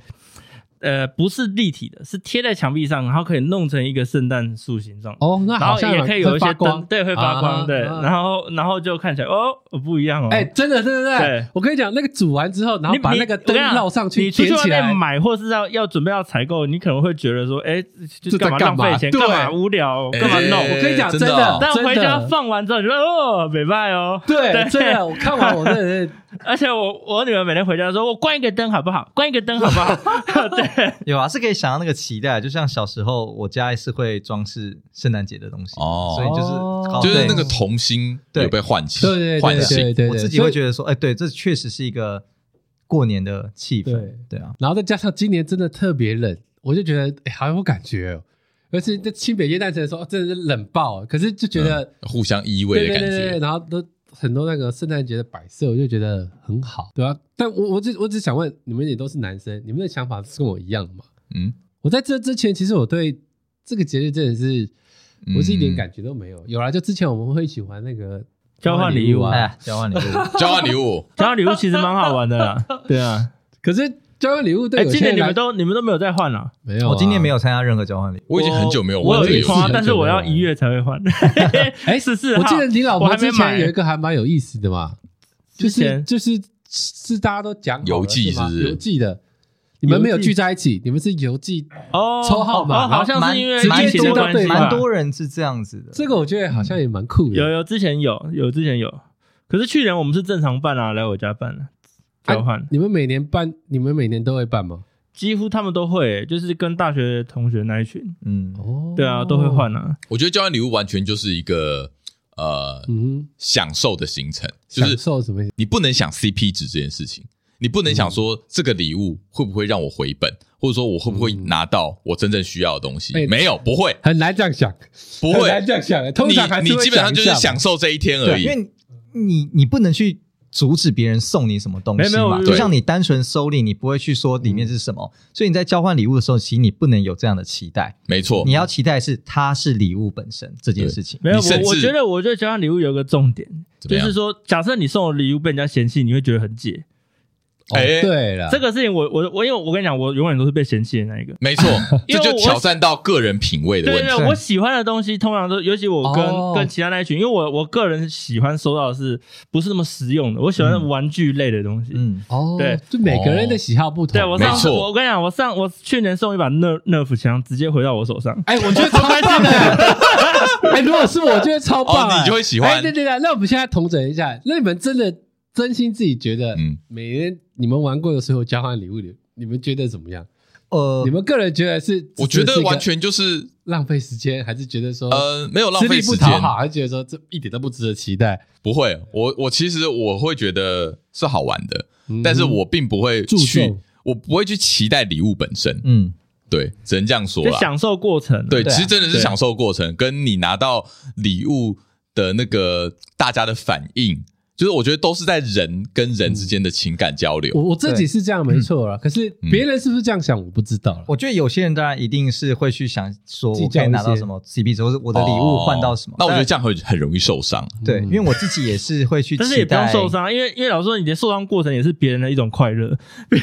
Speaker 1: 呃，不是立体的，是贴在墙壁上，然后可以弄成一个圣诞树形状。
Speaker 4: 哦，那
Speaker 1: 然
Speaker 4: 好
Speaker 1: 后
Speaker 4: 像
Speaker 1: 也可以有一
Speaker 4: 会
Speaker 1: 些
Speaker 4: 发
Speaker 1: 灯
Speaker 4: 光，，
Speaker 1: 对，会发光，
Speaker 4: 啊
Speaker 1: 对，
Speaker 4: 啊
Speaker 1: 然后然后就看起来哦，不一样哦。
Speaker 4: 哎，真的，对对
Speaker 1: 对
Speaker 4: 对，我跟你讲，那个煮完之后，然后
Speaker 1: 你
Speaker 4: 把那个
Speaker 1: 你我
Speaker 4: 灯
Speaker 1: 跟你讲
Speaker 4: 绕上去，
Speaker 1: 你出去
Speaker 4: 点
Speaker 1: 外
Speaker 4: 起来
Speaker 1: 面，买，或是要要准备要采购，你可能会觉得说，哎，就
Speaker 4: 这
Speaker 1: 干嘛
Speaker 4: 在
Speaker 1: 浪
Speaker 4: 干嘛
Speaker 1: 费钱，
Speaker 4: 对
Speaker 1: 干嘛无聊，干嘛
Speaker 2: 哎
Speaker 1: 弄？
Speaker 4: 我跟你讲，
Speaker 2: 真
Speaker 4: 真
Speaker 2: 的哦
Speaker 4: 的，
Speaker 1: 但
Speaker 4: 真
Speaker 1: 回
Speaker 4: 的
Speaker 1: 家放完之后，你觉得哦，美拜哦。
Speaker 4: 对，
Speaker 1: 对
Speaker 4: 真的，我看完我真 的是
Speaker 1: 而且我我女儿每天回家说，我关一个灯好不好？关一个灯好 不好？对，
Speaker 5: 有啊，是可以想到那个期待，就像小时候我家是会装饰圣诞节的东西，
Speaker 2: 哦
Speaker 5: 所以就是、
Speaker 4: 哦
Speaker 2: 就是那个
Speaker 5: 对
Speaker 2: 童心
Speaker 5: 对
Speaker 2: 有被唤起
Speaker 4: 对对对，
Speaker 2: 唤
Speaker 4: 对对
Speaker 2: 醒
Speaker 4: 对，对，
Speaker 5: 我自己
Speaker 4: 所
Speaker 5: 会
Speaker 4: 以
Speaker 5: 觉得说，哎，对，这确实是一个过年的气氛，
Speaker 4: 对
Speaker 5: 啊，
Speaker 4: 然后再加上今年真的特别冷，我就觉得哎、好有感觉哦。而且在清北夜诞城的时候，哦真的是冷爆，可是就觉得、
Speaker 5: 嗯
Speaker 2: 互相依偎的
Speaker 4: 对对
Speaker 2: 感
Speaker 4: 对对，
Speaker 2: 觉。
Speaker 4: 然后都很多那个圣诞节的摆设，我就觉得很好，对吧、但我我只我只想问，你们也都是男生，你们的想法是跟我一样吗？
Speaker 2: 嗯，
Speaker 4: 我在这之前，其实我对这个节日真的是，
Speaker 2: 嗯
Speaker 5: 嗯
Speaker 4: 我是一点感觉都没有。有啦，就之前我们会一起玩那个
Speaker 1: 交换礼物
Speaker 4: 啊，
Speaker 5: 哎，交换礼物，
Speaker 2: 交换礼物，
Speaker 1: 交换礼物其实蛮好玩的啦。对啊，
Speaker 4: 可是交换礼物 对
Speaker 1: 哎，
Speaker 4: 有些
Speaker 1: 今年
Speaker 4: 人
Speaker 1: 你
Speaker 4: 来
Speaker 1: 们都你们都没有再换了，
Speaker 4: 没有、
Speaker 2: 啊
Speaker 4: 啊
Speaker 2: 哦
Speaker 5: 我今年没。有参加任何交换礼物，
Speaker 2: 我已经很久没有
Speaker 1: 我
Speaker 2: 玩
Speaker 1: 有
Speaker 2: 这个
Speaker 1: 一
Speaker 2: 游戏
Speaker 1: 双啊，
Speaker 2: 了。
Speaker 1: 但是我要一月才会换。
Speaker 4: 哎
Speaker 1: 十四
Speaker 4: 我
Speaker 1: 号，
Speaker 4: 记得你老
Speaker 1: 我
Speaker 4: 婆
Speaker 1: 还没
Speaker 4: 之前有一
Speaker 1: 买。
Speaker 4: 个还蛮有意思的嘛，就
Speaker 1: 之
Speaker 4: 是
Speaker 1: 前
Speaker 4: 就是是大家都讲好了
Speaker 2: 邮寄
Speaker 4: 是吗
Speaker 2: 是不是
Speaker 4: 邮寄的，你们没有聚在一起，你们是邮寄。
Speaker 1: 哦，
Speaker 4: 抽号码
Speaker 1: 哦好像是因为
Speaker 5: 蛮
Speaker 1: 疫情的
Speaker 5: 蛮多
Speaker 1: 关系吧
Speaker 5: 蛮多人是这样子的，
Speaker 4: 这个我觉得好像也蛮
Speaker 2: 嗯
Speaker 4: 酷的。
Speaker 1: 有有，之前有有之前有，可是去年我们是正常办啊，来我家办啊，
Speaker 4: 啊
Speaker 1: 交换、
Speaker 4: 你们每年办，你们每年都会办吗？
Speaker 1: 几乎他们都会、就是跟大学同学那一群，
Speaker 5: 嗯，
Speaker 4: 哦，
Speaker 1: 对啊，都会。换啊。
Speaker 2: 我觉得交换礼物完全就是一个呃
Speaker 4: 嗯哼，
Speaker 2: 享受的行程，就是
Speaker 4: 享受什么意思？
Speaker 2: 你不能想 CP 值这件事情，你不能想说这个礼物会不会让我回本，或者说我会不会拿到我真正需要的东西
Speaker 4: 哎？
Speaker 2: 没有，不会，
Speaker 4: 很难这样想，
Speaker 2: 不
Speaker 4: 很
Speaker 2: 会。
Speaker 4: 难这样想。通常还
Speaker 2: 你
Speaker 4: 是
Speaker 2: 你
Speaker 4: 会
Speaker 2: 基本上就是
Speaker 4: 一下
Speaker 2: 享
Speaker 4: 嘛。
Speaker 2: 受这一天而
Speaker 5: 对，啊
Speaker 2: 已
Speaker 5: 因。为你你不能去阻止别人送你什么东西
Speaker 1: 没有没
Speaker 5: 嘛，
Speaker 1: 有
Speaker 5: 就像你单纯收礼，你不会去说里面是什么，所以你在交换礼物的时候，其实你不能有这样的期待，
Speaker 2: 没错
Speaker 5: 你，要期待是它是礼物本身这件事情。
Speaker 1: 没有，
Speaker 2: 你甚
Speaker 1: 我我
Speaker 2: 至
Speaker 1: 觉得，我觉得交换礼物有个重点，
Speaker 2: 怎么
Speaker 1: 就
Speaker 2: 样
Speaker 1: 是说，假设你送的礼物被人家嫌弃，你会觉得很解。
Speaker 4: 哦
Speaker 2: 哎
Speaker 4: 对了，
Speaker 1: 这个事情我，我我因为我跟你讲，我永远都是被嫌弃的那一个。
Speaker 2: 没错，
Speaker 1: 因
Speaker 2: 这就
Speaker 1: 为我
Speaker 2: 挑战到个人品味的
Speaker 1: 对啊
Speaker 2: 问题。
Speaker 1: 对，我喜欢的东西通常都，尤其我跟、
Speaker 4: 哦
Speaker 1: 跟其他那一群，因为我我个人喜欢收到的是不是那么实用的，我喜欢
Speaker 5: 嗯
Speaker 1: 玩具类的东西。
Speaker 5: 嗯，
Speaker 4: 哦，
Speaker 1: 对，
Speaker 4: 就每个人的喜好不同。
Speaker 1: 对我上次
Speaker 2: 哦没错
Speaker 1: 我跟你讲，我上我去年送一把 nerf nerf 枪，直接回到我手上。
Speaker 4: 哎，我觉得超棒的。哎，如果是我，我觉得超棒
Speaker 2: 哦
Speaker 4: 哎，
Speaker 2: 你就会喜欢
Speaker 4: 哎对对对，那我们现在统整一下，那你们真的真心自己觉得，
Speaker 2: 嗯
Speaker 4: 每年你们玩过的所有交换礼物里，你们觉得怎么样？
Speaker 5: 呃
Speaker 4: 你，们个人觉得是，
Speaker 2: 我觉
Speaker 4: 这是
Speaker 2: 得
Speaker 4: 一个
Speaker 2: 完全就是
Speaker 4: 浪费时间，还是觉得说
Speaker 2: 呃，没有浪
Speaker 4: 吃
Speaker 2: 费
Speaker 4: 力不
Speaker 2: 时间
Speaker 4: 讨，好，还是觉得说这一点都不值得期待？
Speaker 2: 不会。我我其实我会觉得是好玩的，
Speaker 4: 嗯
Speaker 2: 但是我并不会
Speaker 4: 注
Speaker 2: 去
Speaker 4: 重，
Speaker 2: 我不会去期待礼物本身。
Speaker 5: 嗯，
Speaker 2: 对，只能这样说
Speaker 1: 就
Speaker 2: 啦。
Speaker 1: 享受过程。
Speaker 2: 对，
Speaker 5: 对啊
Speaker 2: 其实真的是
Speaker 1: 对
Speaker 2: 享受过程，跟你拿到礼物的那个大家的反应，就是我觉得都是在人跟人之间的情感交流。
Speaker 4: 我我自己是这样
Speaker 2: 嗯
Speaker 4: 没错了，可是别人是不是这样想，我不知道了。
Speaker 5: 我觉得有些人当然一定是会去想说，
Speaker 4: 计
Speaker 5: 我
Speaker 4: 较
Speaker 5: 可以拿到
Speaker 4: 一些
Speaker 5: 什么 CP 值，或者我的礼物换到什么
Speaker 2: 哦。那我觉得嗯
Speaker 5: 但
Speaker 2: 这样会很容易受伤。
Speaker 5: 对，因为我自己也是会去期 待，
Speaker 1: 但是也不用受 伤，因为因为老实说，你的受伤过程也是别人的一种快乐。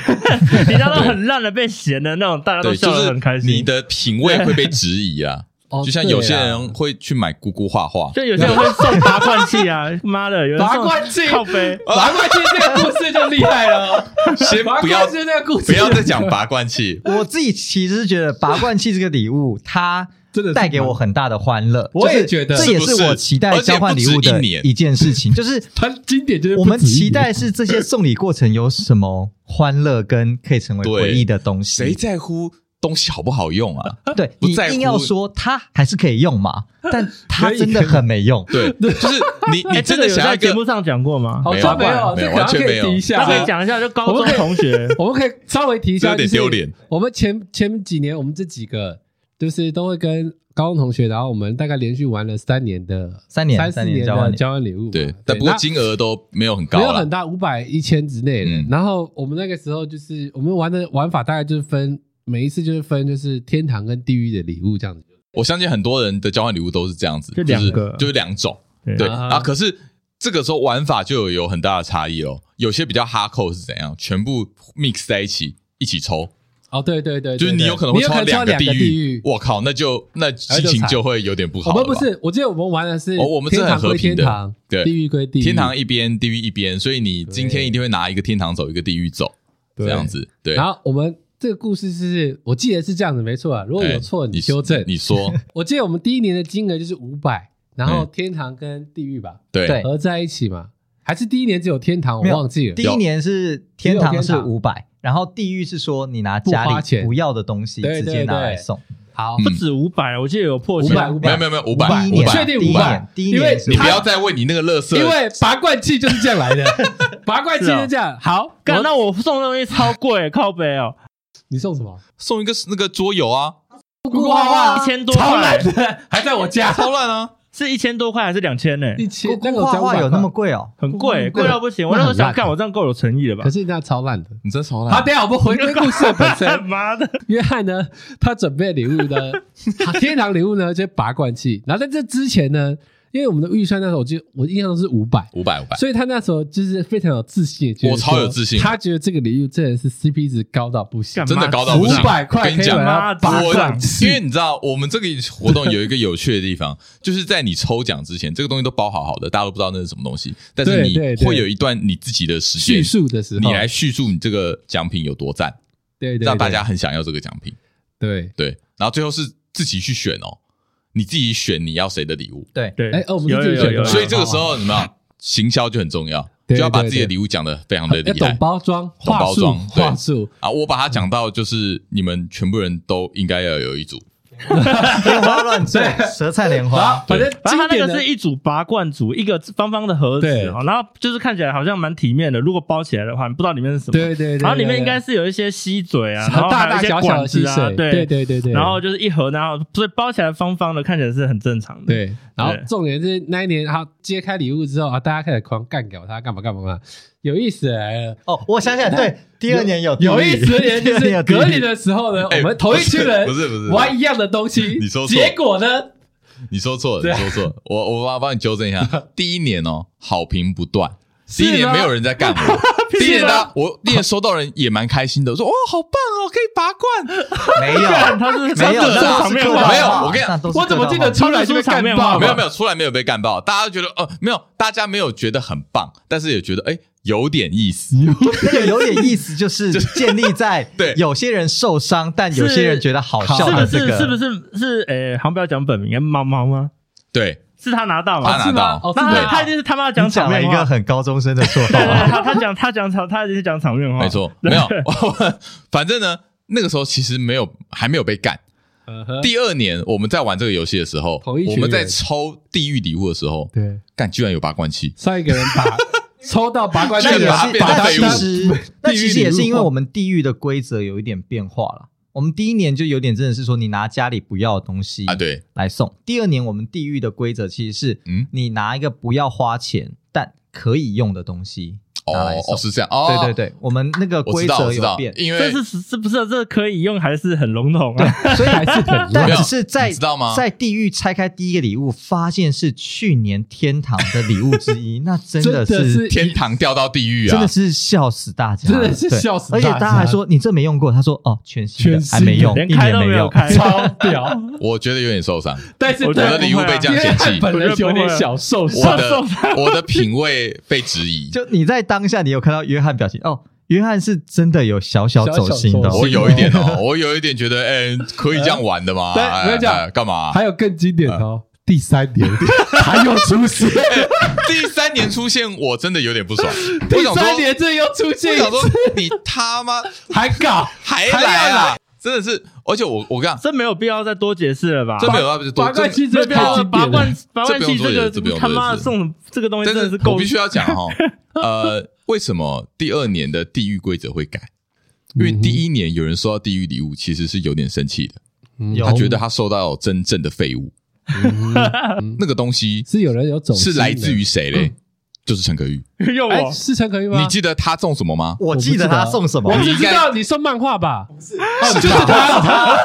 Speaker 1: 你拿到很烂的、被嫌的那种，大家都
Speaker 2: 对，
Speaker 1: 笑
Speaker 2: 就
Speaker 1: 得
Speaker 2: 是
Speaker 1: 很开心。
Speaker 2: 你的品味会被质疑 啊。
Speaker 4: 哦
Speaker 2: 就像有些
Speaker 4: 对啦
Speaker 2: 人会去买姑姑画画，
Speaker 1: 就
Speaker 5: 啊，
Speaker 1: 有些人会送拔罐器啊， 妈的，有人送
Speaker 4: 拔罐器
Speaker 1: 靠背，
Speaker 4: 拔罐器这个故事就厉害了哦，
Speaker 2: 先
Speaker 4: 拔
Speaker 2: 不 要
Speaker 4: 罐器这个故事
Speaker 2: 不要再讲拔罐器
Speaker 5: 我自己其实是觉得拔罐器这个礼物，它
Speaker 4: 真的是
Speaker 5: 带给我很大的欢乐。
Speaker 4: 我也
Speaker 5: 就是
Speaker 4: 觉得
Speaker 5: 这也
Speaker 2: 是不是
Speaker 5: 我期待
Speaker 2: 而且
Speaker 5: 交换
Speaker 2: 不
Speaker 5: 礼
Speaker 2: 止
Speaker 5: 物的
Speaker 2: 一年
Speaker 5: 一件事 情，就是
Speaker 4: 它经典就是不
Speaker 5: 我们
Speaker 4: 止一
Speaker 5: 期
Speaker 4: 年
Speaker 5: 待是这些送礼过程有什么欢乐跟可以成为
Speaker 2: 对
Speaker 5: 回忆的东
Speaker 2: 谁
Speaker 5: 西。
Speaker 2: 在乎东西好不好用啊？
Speaker 5: 对，
Speaker 2: 不
Speaker 5: 你
Speaker 2: 在乎
Speaker 5: 硬要说它还是可以用嘛， 但它
Speaker 4: 可以
Speaker 5: 真的很没用。
Speaker 2: 对，就是你你
Speaker 1: 哎这
Speaker 2: 真
Speaker 1: 个
Speaker 2: 的
Speaker 1: 有
Speaker 2: 想要
Speaker 1: 在
Speaker 2: 一
Speaker 1: 节目
Speaker 2: 个，
Speaker 1: 上讲过吗？
Speaker 4: 好
Speaker 2: 没有啊
Speaker 4: 像没有，
Speaker 2: 没
Speaker 4: 这
Speaker 2: 有
Speaker 4: 可能
Speaker 2: 完全
Speaker 4: 可
Speaker 2: 没
Speaker 4: 以
Speaker 2: 有
Speaker 4: 提一下
Speaker 1: 那
Speaker 4: 吧，
Speaker 1: 可以
Speaker 2: 啊
Speaker 1: 讲一下，就高中同学
Speaker 4: 我们可以稍微提一
Speaker 2: 这
Speaker 4: 下，
Speaker 2: 有点
Speaker 4: 就是
Speaker 2: 丢脸。
Speaker 4: 我们前前几年，我们这几个就是都会跟高中同学，然后我们大概连续玩了三年的
Speaker 5: 三年
Speaker 4: 三
Speaker 5: 三
Speaker 4: 四
Speaker 5: 年
Speaker 4: 年
Speaker 5: 交换
Speaker 4: 的
Speaker 5: 礼物
Speaker 4: 交换礼物嘛，
Speaker 2: 对，但不过
Speaker 4: 那
Speaker 2: 金额都没有很高
Speaker 4: 没有
Speaker 2: 了
Speaker 4: 很。大，五百一千之内的。
Speaker 2: 嗯
Speaker 4: 然后我们那个时候就是我们玩的玩法大概就是分每一次就是分就是天堂跟地狱的礼物这样子。
Speaker 2: 我相信很多人的交换礼物都是这样子，
Speaker 1: 就两
Speaker 2: 是
Speaker 1: 个
Speaker 2: 就是两种。
Speaker 1: 对
Speaker 2: 对
Speaker 4: 啊
Speaker 2: 啊，可是这个时候玩法就有有很大的差异哦。有些比较哈扣是怎样，全部 mix 在一起一起抽，
Speaker 4: 哦，对对对，对
Speaker 2: 就是你有可能
Speaker 4: 对
Speaker 2: 会
Speaker 4: 你有
Speaker 2: 抽
Speaker 4: 可
Speaker 2: 到
Speaker 4: 能抽到
Speaker 2: 个
Speaker 4: 两个
Speaker 2: 狱
Speaker 4: 狱。。
Speaker 2: 我靠，那就那心情就会有点不好
Speaker 4: 我
Speaker 2: 了吧。
Speaker 4: 们哦不是，我记得我们玩的是
Speaker 2: 哦我们是
Speaker 4: 天
Speaker 2: 很
Speaker 4: 堂
Speaker 2: 和
Speaker 4: 归
Speaker 2: 平
Speaker 4: 天
Speaker 2: 的
Speaker 4: 堂，
Speaker 2: 对
Speaker 4: 地狱归地狱，
Speaker 2: 天堂一边，地狱一边，所以你今天一定会拿一个天堂走，一个地狱走，
Speaker 1: 对
Speaker 2: 这样子。对，
Speaker 4: 然后我们这个故事是，我记得是这样子，没错啊。如果
Speaker 2: 哎
Speaker 4: 有错，
Speaker 2: 你
Speaker 4: 修正。
Speaker 2: 你说
Speaker 4: 我记得我们第一年的金额就是五百，然后
Speaker 2: 嗯
Speaker 4: 天堂跟地狱吧
Speaker 2: 对
Speaker 5: 对
Speaker 4: 合在一起嘛，还是第一年只有天堂，我
Speaker 5: 没有
Speaker 4: 忘记了
Speaker 5: 第。一年是天堂
Speaker 4: 只
Speaker 5: 是
Speaker 4: 有
Speaker 5: 五
Speaker 4: 天
Speaker 5: 百，然后地狱是说你拿家
Speaker 4: 不花
Speaker 5: 里
Speaker 4: 钱
Speaker 5: 不要的东西
Speaker 4: 对
Speaker 5: 直接拿
Speaker 4: 对对
Speaker 5: 来送。
Speaker 4: 好，
Speaker 5: 嗯
Speaker 1: 不止五百，我记得有破
Speaker 4: 五
Speaker 1: 千
Speaker 4: 百五
Speaker 2: 没有
Speaker 4: 百
Speaker 2: 没，有没有嗯五
Speaker 5: 第
Speaker 2: 百
Speaker 5: 一
Speaker 2: 五
Speaker 5: 年
Speaker 4: 确
Speaker 2: 百，
Speaker 4: 定
Speaker 5: 第一
Speaker 4: 五百
Speaker 5: 年第一
Speaker 4: 因为
Speaker 5: 年是
Speaker 2: 你不要再问你那个乐色，
Speaker 4: 因为拔罐器就是这样来的， 拔罐器
Speaker 1: 是哦
Speaker 4: 就是这
Speaker 2: 啊
Speaker 4: 样。好，
Speaker 1: 干，
Speaker 4: 我
Speaker 1: 那我送的东西超贵，靠北哦，
Speaker 4: 你送什么？
Speaker 2: 送一个那个桌游啊，
Speaker 4: 咕咕娃娃
Speaker 1: 一千多
Speaker 4: 超
Speaker 1: 块
Speaker 4: 烂，的，还在我家。
Speaker 2: 超烂啊！
Speaker 1: 是一千多块还是两千呢？
Speaker 4: 一千
Speaker 5: 咕
Speaker 4: 那个
Speaker 5: 咕
Speaker 4: 我才
Speaker 5: 画画有
Speaker 4: 500
Speaker 5: 那么
Speaker 4: 块，
Speaker 5: 贵哦？
Speaker 1: 很贵，
Speaker 4: 不不不
Speaker 1: 贵到不行。
Speaker 4: 那
Speaker 1: 我那时候
Speaker 4: 很
Speaker 1: 想，
Speaker 4: 烂啊
Speaker 1: 干我这样够有诚意了吧
Speaker 4: 可？是那超烂的。
Speaker 2: 你真超烂。
Speaker 4: 好，等一下我们回归故事的本身。
Speaker 1: 妈的，
Speaker 4: 约翰呢，他准备礼物呢， 他天堂礼物呢，就是拔罐器。然后在这之前呢，因为我们的预算那时候，我记得我印象中是五百，
Speaker 2: 五百五百，
Speaker 4: 所以他那时候就是非常有自信，觉得
Speaker 2: 我超有自信
Speaker 4: 说他觉得这个礼物真的是 CP 值高到不行
Speaker 1: 干，
Speaker 2: 真的高到
Speaker 4: 五
Speaker 2: 不行。
Speaker 4: 百块
Speaker 2: 我跟
Speaker 4: 可
Speaker 2: 你
Speaker 4: 以
Speaker 2: 讲
Speaker 4: 买，到
Speaker 1: 妈的
Speaker 4: 拔
Speaker 2: 我
Speaker 4: 罐
Speaker 2: 因为
Speaker 4: 器。
Speaker 2: 你知道，我们这个活动有一个有趣的地 方，就是在你抽奖之前，这个东西都包好好的，大家都不知道那是什么东西，但是
Speaker 4: 对
Speaker 2: 你
Speaker 4: 对对
Speaker 2: 会有一段你自己的时
Speaker 4: 叙
Speaker 2: 间，
Speaker 4: 述的时候，
Speaker 2: 你来叙述你这个奖品有多赞，
Speaker 4: 对对对
Speaker 2: 让大家很想要这个奖品。
Speaker 4: 对。
Speaker 2: 对，然后最后是自己去选哦，你自己选你要谁的礼物，
Speaker 5: 对，
Speaker 1: 对，
Speaker 4: 哎哦我们是
Speaker 1: 有
Speaker 4: 自己
Speaker 1: 有
Speaker 4: 选
Speaker 1: 有
Speaker 4: 的
Speaker 1: 有有
Speaker 2: 所以这个时候你们要行销就很重要，就
Speaker 4: 对
Speaker 2: 要把
Speaker 4: 对
Speaker 2: 自己的
Speaker 4: 对
Speaker 2: 礼物讲的非常的
Speaker 4: 要
Speaker 2: 厉害
Speaker 4: 懂。包装、
Speaker 2: 懂
Speaker 4: 话
Speaker 2: 包
Speaker 4: 术、
Speaker 2: 装对
Speaker 4: 话术，
Speaker 2: 啊，我把它讲到就是你们全部人都应该要有一组，
Speaker 5: 天花乱坠，舌灿莲花。
Speaker 4: 反正
Speaker 1: 反正
Speaker 4: 经
Speaker 1: 它那
Speaker 4: 典
Speaker 1: 个
Speaker 4: 的
Speaker 1: 是一组拔罐组，一个方方的盒子
Speaker 4: 对
Speaker 1: 哦，然后就是看起来好像蛮体面的。如果包起来的话，你不知道里面是什么。
Speaker 4: 对对对，
Speaker 1: 然后里面应该
Speaker 4: 是
Speaker 1: 是有一些吸嘴啊，然后
Speaker 4: 大
Speaker 1: 还有
Speaker 4: 大
Speaker 1: 一些
Speaker 4: 小小
Speaker 1: 管
Speaker 4: 的吸
Speaker 1: 子啊，
Speaker 4: 水，对对对对，
Speaker 1: 然后就是一盒，然后所以包起来方方的，看起来是很正常的。，
Speaker 4: 对，然后
Speaker 1: 对
Speaker 4: 重点是那一年，他揭开礼物之后啊，大家开始狂干掉他干嘛干嘛干嘛，有意思来了。
Speaker 5: 哦，我想起来，对，第二年有地狱
Speaker 4: 有意思的人
Speaker 5: 第
Speaker 4: 就
Speaker 5: 二年
Speaker 4: 是
Speaker 5: 有地狱
Speaker 4: 隔离的时候呢，
Speaker 2: 哎
Speaker 4: 我们同一群人
Speaker 2: 不是不是不是
Speaker 4: 玩一样的东西，
Speaker 2: 你说错
Speaker 4: 结果呢？
Speaker 2: 你说错
Speaker 4: 对啊
Speaker 2: 了，你说错了，我我帮帮你纠正一 下。第一年哦，好评不断，第一年
Speaker 4: 吗
Speaker 2: 没有人在干 我，第一年呢，我第一年收到人也蛮开心的，说哇好棒哦，可以拔
Speaker 4: 啊
Speaker 2: 罐，
Speaker 5: 没 有，
Speaker 1: 它是
Speaker 5: 没有，
Speaker 1: 真的是
Speaker 5: 那都
Speaker 1: 场
Speaker 5: 是
Speaker 1: 面
Speaker 5: 客
Speaker 1: 话
Speaker 5: 套
Speaker 2: 没有
Speaker 5: 话
Speaker 2: 我跟你讲
Speaker 5: 那都是
Speaker 4: 我怎么
Speaker 5: 客套
Speaker 4: 记得
Speaker 5: 话
Speaker 4: 出来就被干爆？
Speaker 2: 啊没有没有，出来没有被干爆，大家觉得呃没有，大家没有觉得很棒，但是也觉得哎有点意思，
Speaker 5: 那个有点意思， 就是建立在
Speaker 2: 对
Speaker 5: 有些人受伤，但有些人觉得好笑
Speaker 1: 是不
Speaker 5: 的这
Speaker 1: 是
Speaker 5: 个，
Speaker 1: 是不是是哎诶，好像不要讲本名，猫猫吗？
Speaker 2: 对，
Speaker 1: 是他拿到
Speaker 2: 他
Speaker 1: 吗？
Speaker 2: 拿
Speaker 4: 是吗？
Speaker 2: 到
Speaker 4: 哦，是
Speaker 1: 那他
Speaker 4: 吗
Speaker 1: 他一定是他妈
Speaker 5: 你
Speaker 1: 讲
Speaker 5: 讲
Speaker 1: 场
Speaker 5: 了
Speaker 1: 面
Speaker 5: 一
Speaker 1: 话
Speaker 4: 啊
Speaker 5: 个。很高中生的绰
Speaker 1: 对对，对
Speaker 5: 号。啊
Speaker 1: 他他讲他讲场，他已经讲场
Speaker 4: 啊
Speaker 1: 面话，
Speaker 2: 没错，没 有，反正呢，那个时候其实没有还没有被干。
Speaker 4: 嗯哼
Speaker 2: 第二年我们在玩这个游戏的时候，
Speaker 4: 同一群
Speaker 2: 我们在
Speaker 4: 人
Speaker 2: 抽地狱礼物的时候，
Speaker 4: 对，
Speaker 2: 干居然有拔罐器，
Speaker 4: 上一个人把抽到拔罐器
Speaker 5: 那 也
Speaker 4: 的
Speaker 2: 把它
Speaker 5: 是，
Speaker 2: 变成
Speaker 5: 那
Speaker 2: 废
Speaker 5: 其
Speaker 2: 物
Speaker 5: 实那其实也是因为
Speaker 4: 物
Speaker 5: 我们地域的规则有一点变化了。我们第一年就有点真的是说，你拿家里不要的东西
Speaker 2: 啊，对，
Speaker 5: 来送。第二年我们地域的规则其实是，
Speaker 2: 嗯
Speaker 5: 你拿一个不要花钱但可以用的东西拿来
Speaker 2: 哦
Speaker 5: 送
Speaker 2: 哦。是这样，哦，
Speaker 5: 对对对，我们那个
Speaker 2: 我
Speaker 5: 规
Speaker 2: 知道
Speaker 5: 则
Speaker 2: 我知
Speaker 5: 有
Speaker 2: 道
Speaker 5: 变，，
Speaker 2: 因
Speaker 1: 这
Speaker 2: 为
Speaker 1: 是这不是啊这可以用还是很笼统啊？
Speaker 5: 所以还是很但
Speaker 2: 没有
Speaker 5: 只是在
Speaker 2: 你知道吗
Speaker 5: 在地狱拆开第一个礼物，发现是去年天堂的礼物之一，那真的
Speaker 4: 真的
Speaker 5: 是
Speaker 4: 是
Speaker 2: 天堂掉到地狱啊，
Speaker 5: 真的是笑死大家，
Speaker 4: 真的是
Speaker 5: 对
Speaker 4: 笑死
Speaker 5: 而且
Speaker 4: 大
Speaker 5: 大
Speaker 4: 家
Speaker 5: 家还说你这没用过，他说哦，全新的
Speaker 4: 全新的
Speaker 5: 还没用，
Speaker 1: 连
Speaker 5: 一
Speaker 1: 开都
Speaker 5: 年
Speaker 1: 没有
Speaker 5: 用。
Speaker 1: 开，
Speaker 4: 超 屌，
Speaker 2: 我觉得有点受伤，
Speaker 4: 但是
Speaker 1: 我觉
Speaker 2: 我的
Speaker 1: 不会
Speaker 2: 礼物
Speaker 1: 啊
Speaker 2: 被这
Speaker 4: 因
Speaker 2: 样
Speaker 4: 为
Speaker 2: 嫌
Speaker 4: 他
Speaker 2: 弃，
Speaker 4: 本
Speaker 1: 我
Speaker 4: 人
Speaker 1: 觉得
Speaker 4: 有
Speaker 1: 不会
Speaker 4: 点
Speaker 1: 啊
Speaker 4: 小受伤
Speaker 2: 我，的我的品味被质疑，
Speaker 5: 就你在当下，你有看到约翰表情哦，约翰是真的有小小走心的哦，
Speaker 2: 我有一点哦，我有一点觉得，哎，可以这样玩的吗？
Speaker 4: 对
Speaker 2: 哎
Speaker 4: 我跟你讲
Speaker 2: 哎干嘛？
Speaker 4: 还有更经
Speaker 2: 嗯
Speaker 4: 典的哦，第三 年还有出现，
Speaker 2: 第三年出现，我真的有点不爽。我
Speaker 4: 第
Speaker 2: 想
Speaker 4: 三
Speaker 2: 说，
Speaker 4: 年这又出
Speaker 2: 我
Speaker 4: 现
Speaker 2: 想
Speaker 4: 一
Speaker 2: 说
Speaker 4: 次，，
Speaker 2: 你他妈
Speaker 4: 还搞
Speaker 2: 还
Speaker 4: 还要
Speaker 2: 来啊！真的是，而且我我跟你讲，
Speaker 1: 这没有必要再多解释了吧？
Speaker 2: 这没有啊，不是多
Speaker 4: 拔
Speaker 2: 这
Speaker 4: 罐器
Speaker 1: 这
Speaker 4: 这
Speaker 1: 不
Speaker 4: 太
Speaker 1: 要
Speaker 4: 经
Speaker 1: 拔
Speaker 4: 典了
Speaker 1: 罐。拔罐器这
Speaker 2: 这不用多
Speaker 1: 个
Speaker 2: 解释
Speaker 1: 他妈的
Speaker 2: 这不
Speaker 1: 送这个东西真的是
Speaker 2: 我
Speaker 1: 够
Speaker 2: 必须要讲哈，呃，为什么第二年的地狱规则会改？因为第一年有人收到地狱礼物，其实是有点生气的，嗯
Speaker 5: 有
Speaker 2: 他觉得他收到真正的废物， 那个东西
Speaker 4: 嗯是有人有走心
Speaker 2: 是
Speaker 4: 的
Speaker 2: 来自于谁嘞？就是陈可玉，
Speaker 1: 用
Speaker 4: 哎
Speaker 1: 我，
Speaker 4: 是陈可玉吗？
Speaker 2: 你记得他中什么吗？
Speaker 5: 我记得他送什么
Speaker 4: 我，
Speaker 2: 你
Speaker 4: 只
Speaker 2: 应
Speaker 4: 知
Speaker 2: 该
Speaker 4: 道你送漫画吧？
Speaker 2: 哦，就是他，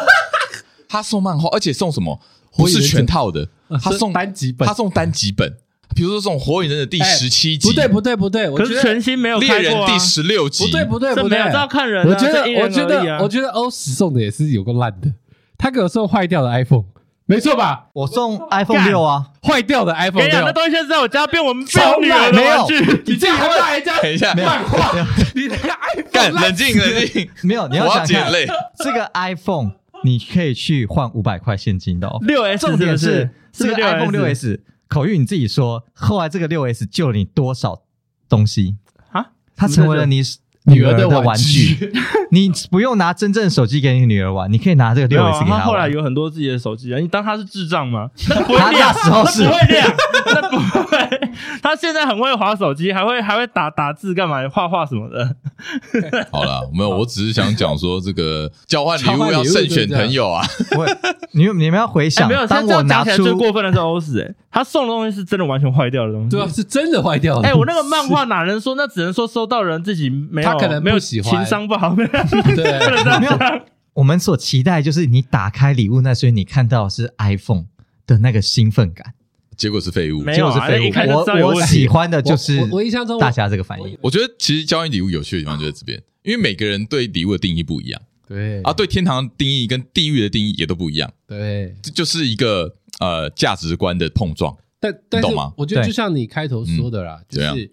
Speaker 2: 他送漫画，而且送什么？不是全套的，他送
Speaker 4: 啊单集本
Speaker 2: 他送单集本，比如说送《火影忍者》第
Speaker 4: 哎
Speaker 2: 十七集，
Speaker 4: 不对，不对，不对，我
Speaker 1: 可
Speaker 4: 觉
Speaker 1: 是
Speaker 4: 得
Speaker 1: 全新没有
Speaker 2: 猎
Speaker 1: 开过
Speaker 2: 人
Speaker 1: 啊
Speaker 2: 第。十六集，
Speaker 4: 不对，不对，
Speaker 1: 这
Speaker 4: 不
Speaker 1: 没
Speaker 4: 对
Speaker 1: 有，这要看人啊，
Speaker 4: 我觉得
Speaker 1: 这因，人
Speaker 4: 我觉
Speaker 1: 而异
Speaker 4: 得，
Speaker 1: 啊
Speaker 4: 我觉得欧史送的也是有个烂的，他给我送坏掉的 iPhone，没错吧？
Speaker 5: 我送 iPhone 六啊，
Speaker 4: 坏掉的 iPhone
Speaker 1: 跟你讲，
Speaker 4: 六
Speaker 1: 哎那，东西现在在我家变我们变我女儿的
Speaker 5: 没有
Speaker 1: 玩具，
Speaker 4: 你这还骂人家
Speaker 2: 等一下，
Speaker 4: 漫画， 你那个 iPhone
Speaker 2: 干，
Speaker 4: 烂
Speaker 2: 冷静冷静，
Speaker 5: 没有，你
Speaker 2: 我
Speaker 5: 要
Speaker 2: 要
Speaker 5: 想
Speaker 2: 眼
Speaker 5: 看
Speaker 2: 泪。
Speaker 5: 这个 iPhone，你可以去换五百块现金的哦。
Speaker 1: 六 S
Speaker 5: 重点
Speaker 1: 是
Speaker 5: 是这个 iPhone 六 S，口玉你自己说，后来这个六 S 救了你多少东西？
Speaker 1: 啊？
Speaker 5: 它成为了你
Speaker 4: 女
Speaker 5: 儿
Speaker 4: 儿的
Speaker 5: 的
Speaker 4: 玩
Speaker 5: 具，
Speaker 4: 具，
Speaker 5: 你不用拿真正手机给你女儿玩，你可以拿这个
Speaker 1: 没
Speaker 5: 六
Speaker 1: 有啊
Speaker 5: S 给
Speaker 1: 他
Speaker 5: 她
Speaker 1: 后来
Speaker 5: 玩。
Speaker 1: 有很多自己的手机啊，你当他是智障吗？那个不会
Speaker 5: 他
Speaker 1: 这样，
Speaker 5: 那时候
Speaker 1: 那
Speaker 5: 是
Speaker 1: 不会这样，那不会。 他现在很会划手机，还会还会打打字干嘛，画画什么的。
Speaker 2: 好了，没有，我只是想讲说，这 个交换礼物要慎选朋友啊。
Speaker 5: 我你你们要回
Speaker 1: 哎，
Speaker 5: 想
Speaker 1: 没有，，现在
Speaker 5: 当
Speaker 1: 这
Speaker 5: 我
Speaker 1: 样
Speaker 5: 拿
Speaker 1: 讲起来最
Speaker 5: 出
Speaker 1: 过分的是欧史，哎，他送的东西是真的完全坏掉的东西。
Speaker 4: 对啊，是真的坏掉了。
Speaker 1: 哎、我那个漫画哪能说？那只能说收到人自己没有，
Speaker 4: 他可能不
Speaker 1: 没有
Speaker 4: 喜欢
Speaker 1: 情商不 好。
Speaker 4: 对，
Speaker 5: 没有，我们所期待就是你打开礼物那瞬间，你看到的是 iPhone 的那个兴奋感。
Speaker 2: 结果是废物。
Speaker 1: 没
Speaker 5: 结
Speaker 1: 有
Speaker 5: 果
Speaker 1: 啊
Speaker 5: 是废
Speaker 1: 一
Speaker 5: 物
Speaker 1: 看就知道。有
Speaker 5: 我我
Speaker 1: 问题
Speaker 5: 喜欢的就是
Speaker 4: 我我我印象中我
Speaker 5: 大侠这个反应。
Speaker 2: 我觉得其实交换礼物有趣的地方就在这边，因为每个人对礼物的定义不一样
Speaker 4: 对
Speaker 2: 啊，对天堂的定义跟地狱的定义也都不一样，
Speaker 4: 对，
Speaker 2: 这就是一个呃价值观的碰撞。
Speaker 4: 但但是
Speaker 2: 懂吗嗯
Speaker 4: 我觉得
Speaker 5: 对
Speaker 4: 就像你开头说的啦，就
Speaker 2: 怎样
Speaker 4: 是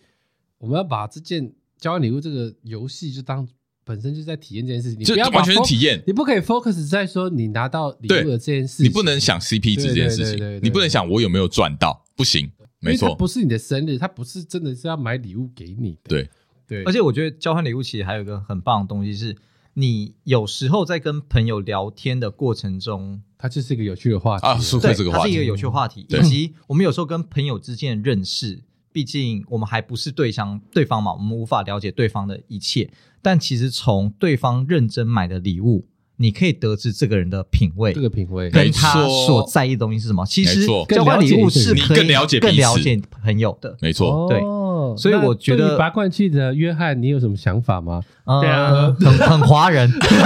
Speaker 4: 我们要把
Speaker 2: 啊
Speaker 4: 这件交换礼物这个游戏就当本身就在体验这件事情，你
Speaker 2: 这
Speaker 4: 不要
Speaker 2: 这完全是
Speaker 4: 把 fo-
Speaker 2: 体验
Speaker 4: 你不可以 focus 在说你拿到礼
Speaker 2: 对
Speaker 4: 物的这件事情，
Speaker 2: 你不能想 CP 值这件事
Speaker 4: 对对对
Speaker 2: 情
Speaker 4: 对，对
Speaker 2: 你不能想我有没有赚到，不行，
Speaker 4: 因
Speaker 2: 没
Speaker 4: 为它
Speaker 2: 错，
Speaker 4: 不是你的生日，它不是真的是要买礼物给你的。
Speaker 2: 对
Speaker 4: 对，
Speaker 6: 而且我觉得交换礼物其实还有一个很棒的东西是，你有时候在跟朋友聊天的过程中，
Speaker 4: 它就是一个有趣的话题
Speaker 2: 啊是
Speaker 6: 对，
Speaker 2: 这个
Speaker 6: 它
Speaker 2: 话
Speaker 6: 是
Speaker 2: 题
Speaker 6: 一
Speaker 2: 嗯
Speaker 6: 个有趣的话题，
Speaker 2: 对
Speaker 6: 以及我们有时候跟朋友之间的认识，毕竟我们还不是对象对方嘛，我们无法了解对方的一切。但其实从对方认真买的礼物，你可以得知这个人的品味
Speaker 4: 这。个品味，
Speaker 2: 对
Speaker 6: 跟他
Speaker 2: 没错
Speaker 6: 所在意的东西是什么？其实
Speaker 2: 没错
Speaker 6: 交换礼物是
Speaker 2: 你
Speaker 6: 可以
Speaker 2: 更了解彼
Speaker 6: 更
Speaker 2: 此
Speaker 6: 了解朋友的。
Speaker 2: 没错。
Speaker 6: 对
Speaker 4: 哦
Speaker 6: 所以我觉得
Speaker 4: 那对于拔罐器的约翰，你有什么想法吗？
Speaker 5: 嗯
Speaker 1: 对啊
Speaker 5: 很很 华人。
Speaker 2: 什么东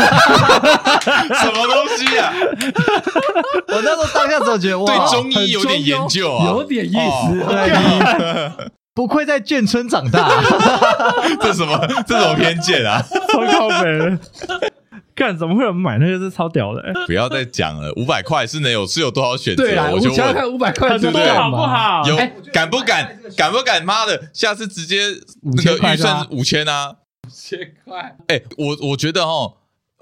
Speaker 2: 西 啊？
Speaker 5: 我那时候当下只有觉得哇
Speaker 2: 对，中医有点研究啊，
Speaker 4: 有点意思
Speaker 2: 哦
Speaker 5: 对，不愧在眷村长大。
Speaker 2: 这什么这什么偏见啊？
Speaker 1: 超靠北的。干，怎么会有人买那个是超屌的、欸？
Speaker 2: 不要再讲了，五百块是能有是有多少选择
Speaker 4: 对啦，？
Speaker 2: 啊我
Speaker 4: 我
Speaker 2: 就
Speaker 4: 想想
Speaker 2: 问，
Speaker 4: 看五百块
Speaker 1: 很
Speaker 4: 是
Speaker 1: 多
Speaker 2: 对对
Speaker 1: 好不好？
Speaker 2: 有
Speaker 4: 哎
Speaker 2: 敢不敢？敢不敢？妈的，下次直接那个
Speaker 5: 5000块
Speaker 2: 预
Speaker 5: 是吧
Speaker 2: 算五千啊！
Speaker 4: 千块，
Speaker 2: 哎，我我觉得哈，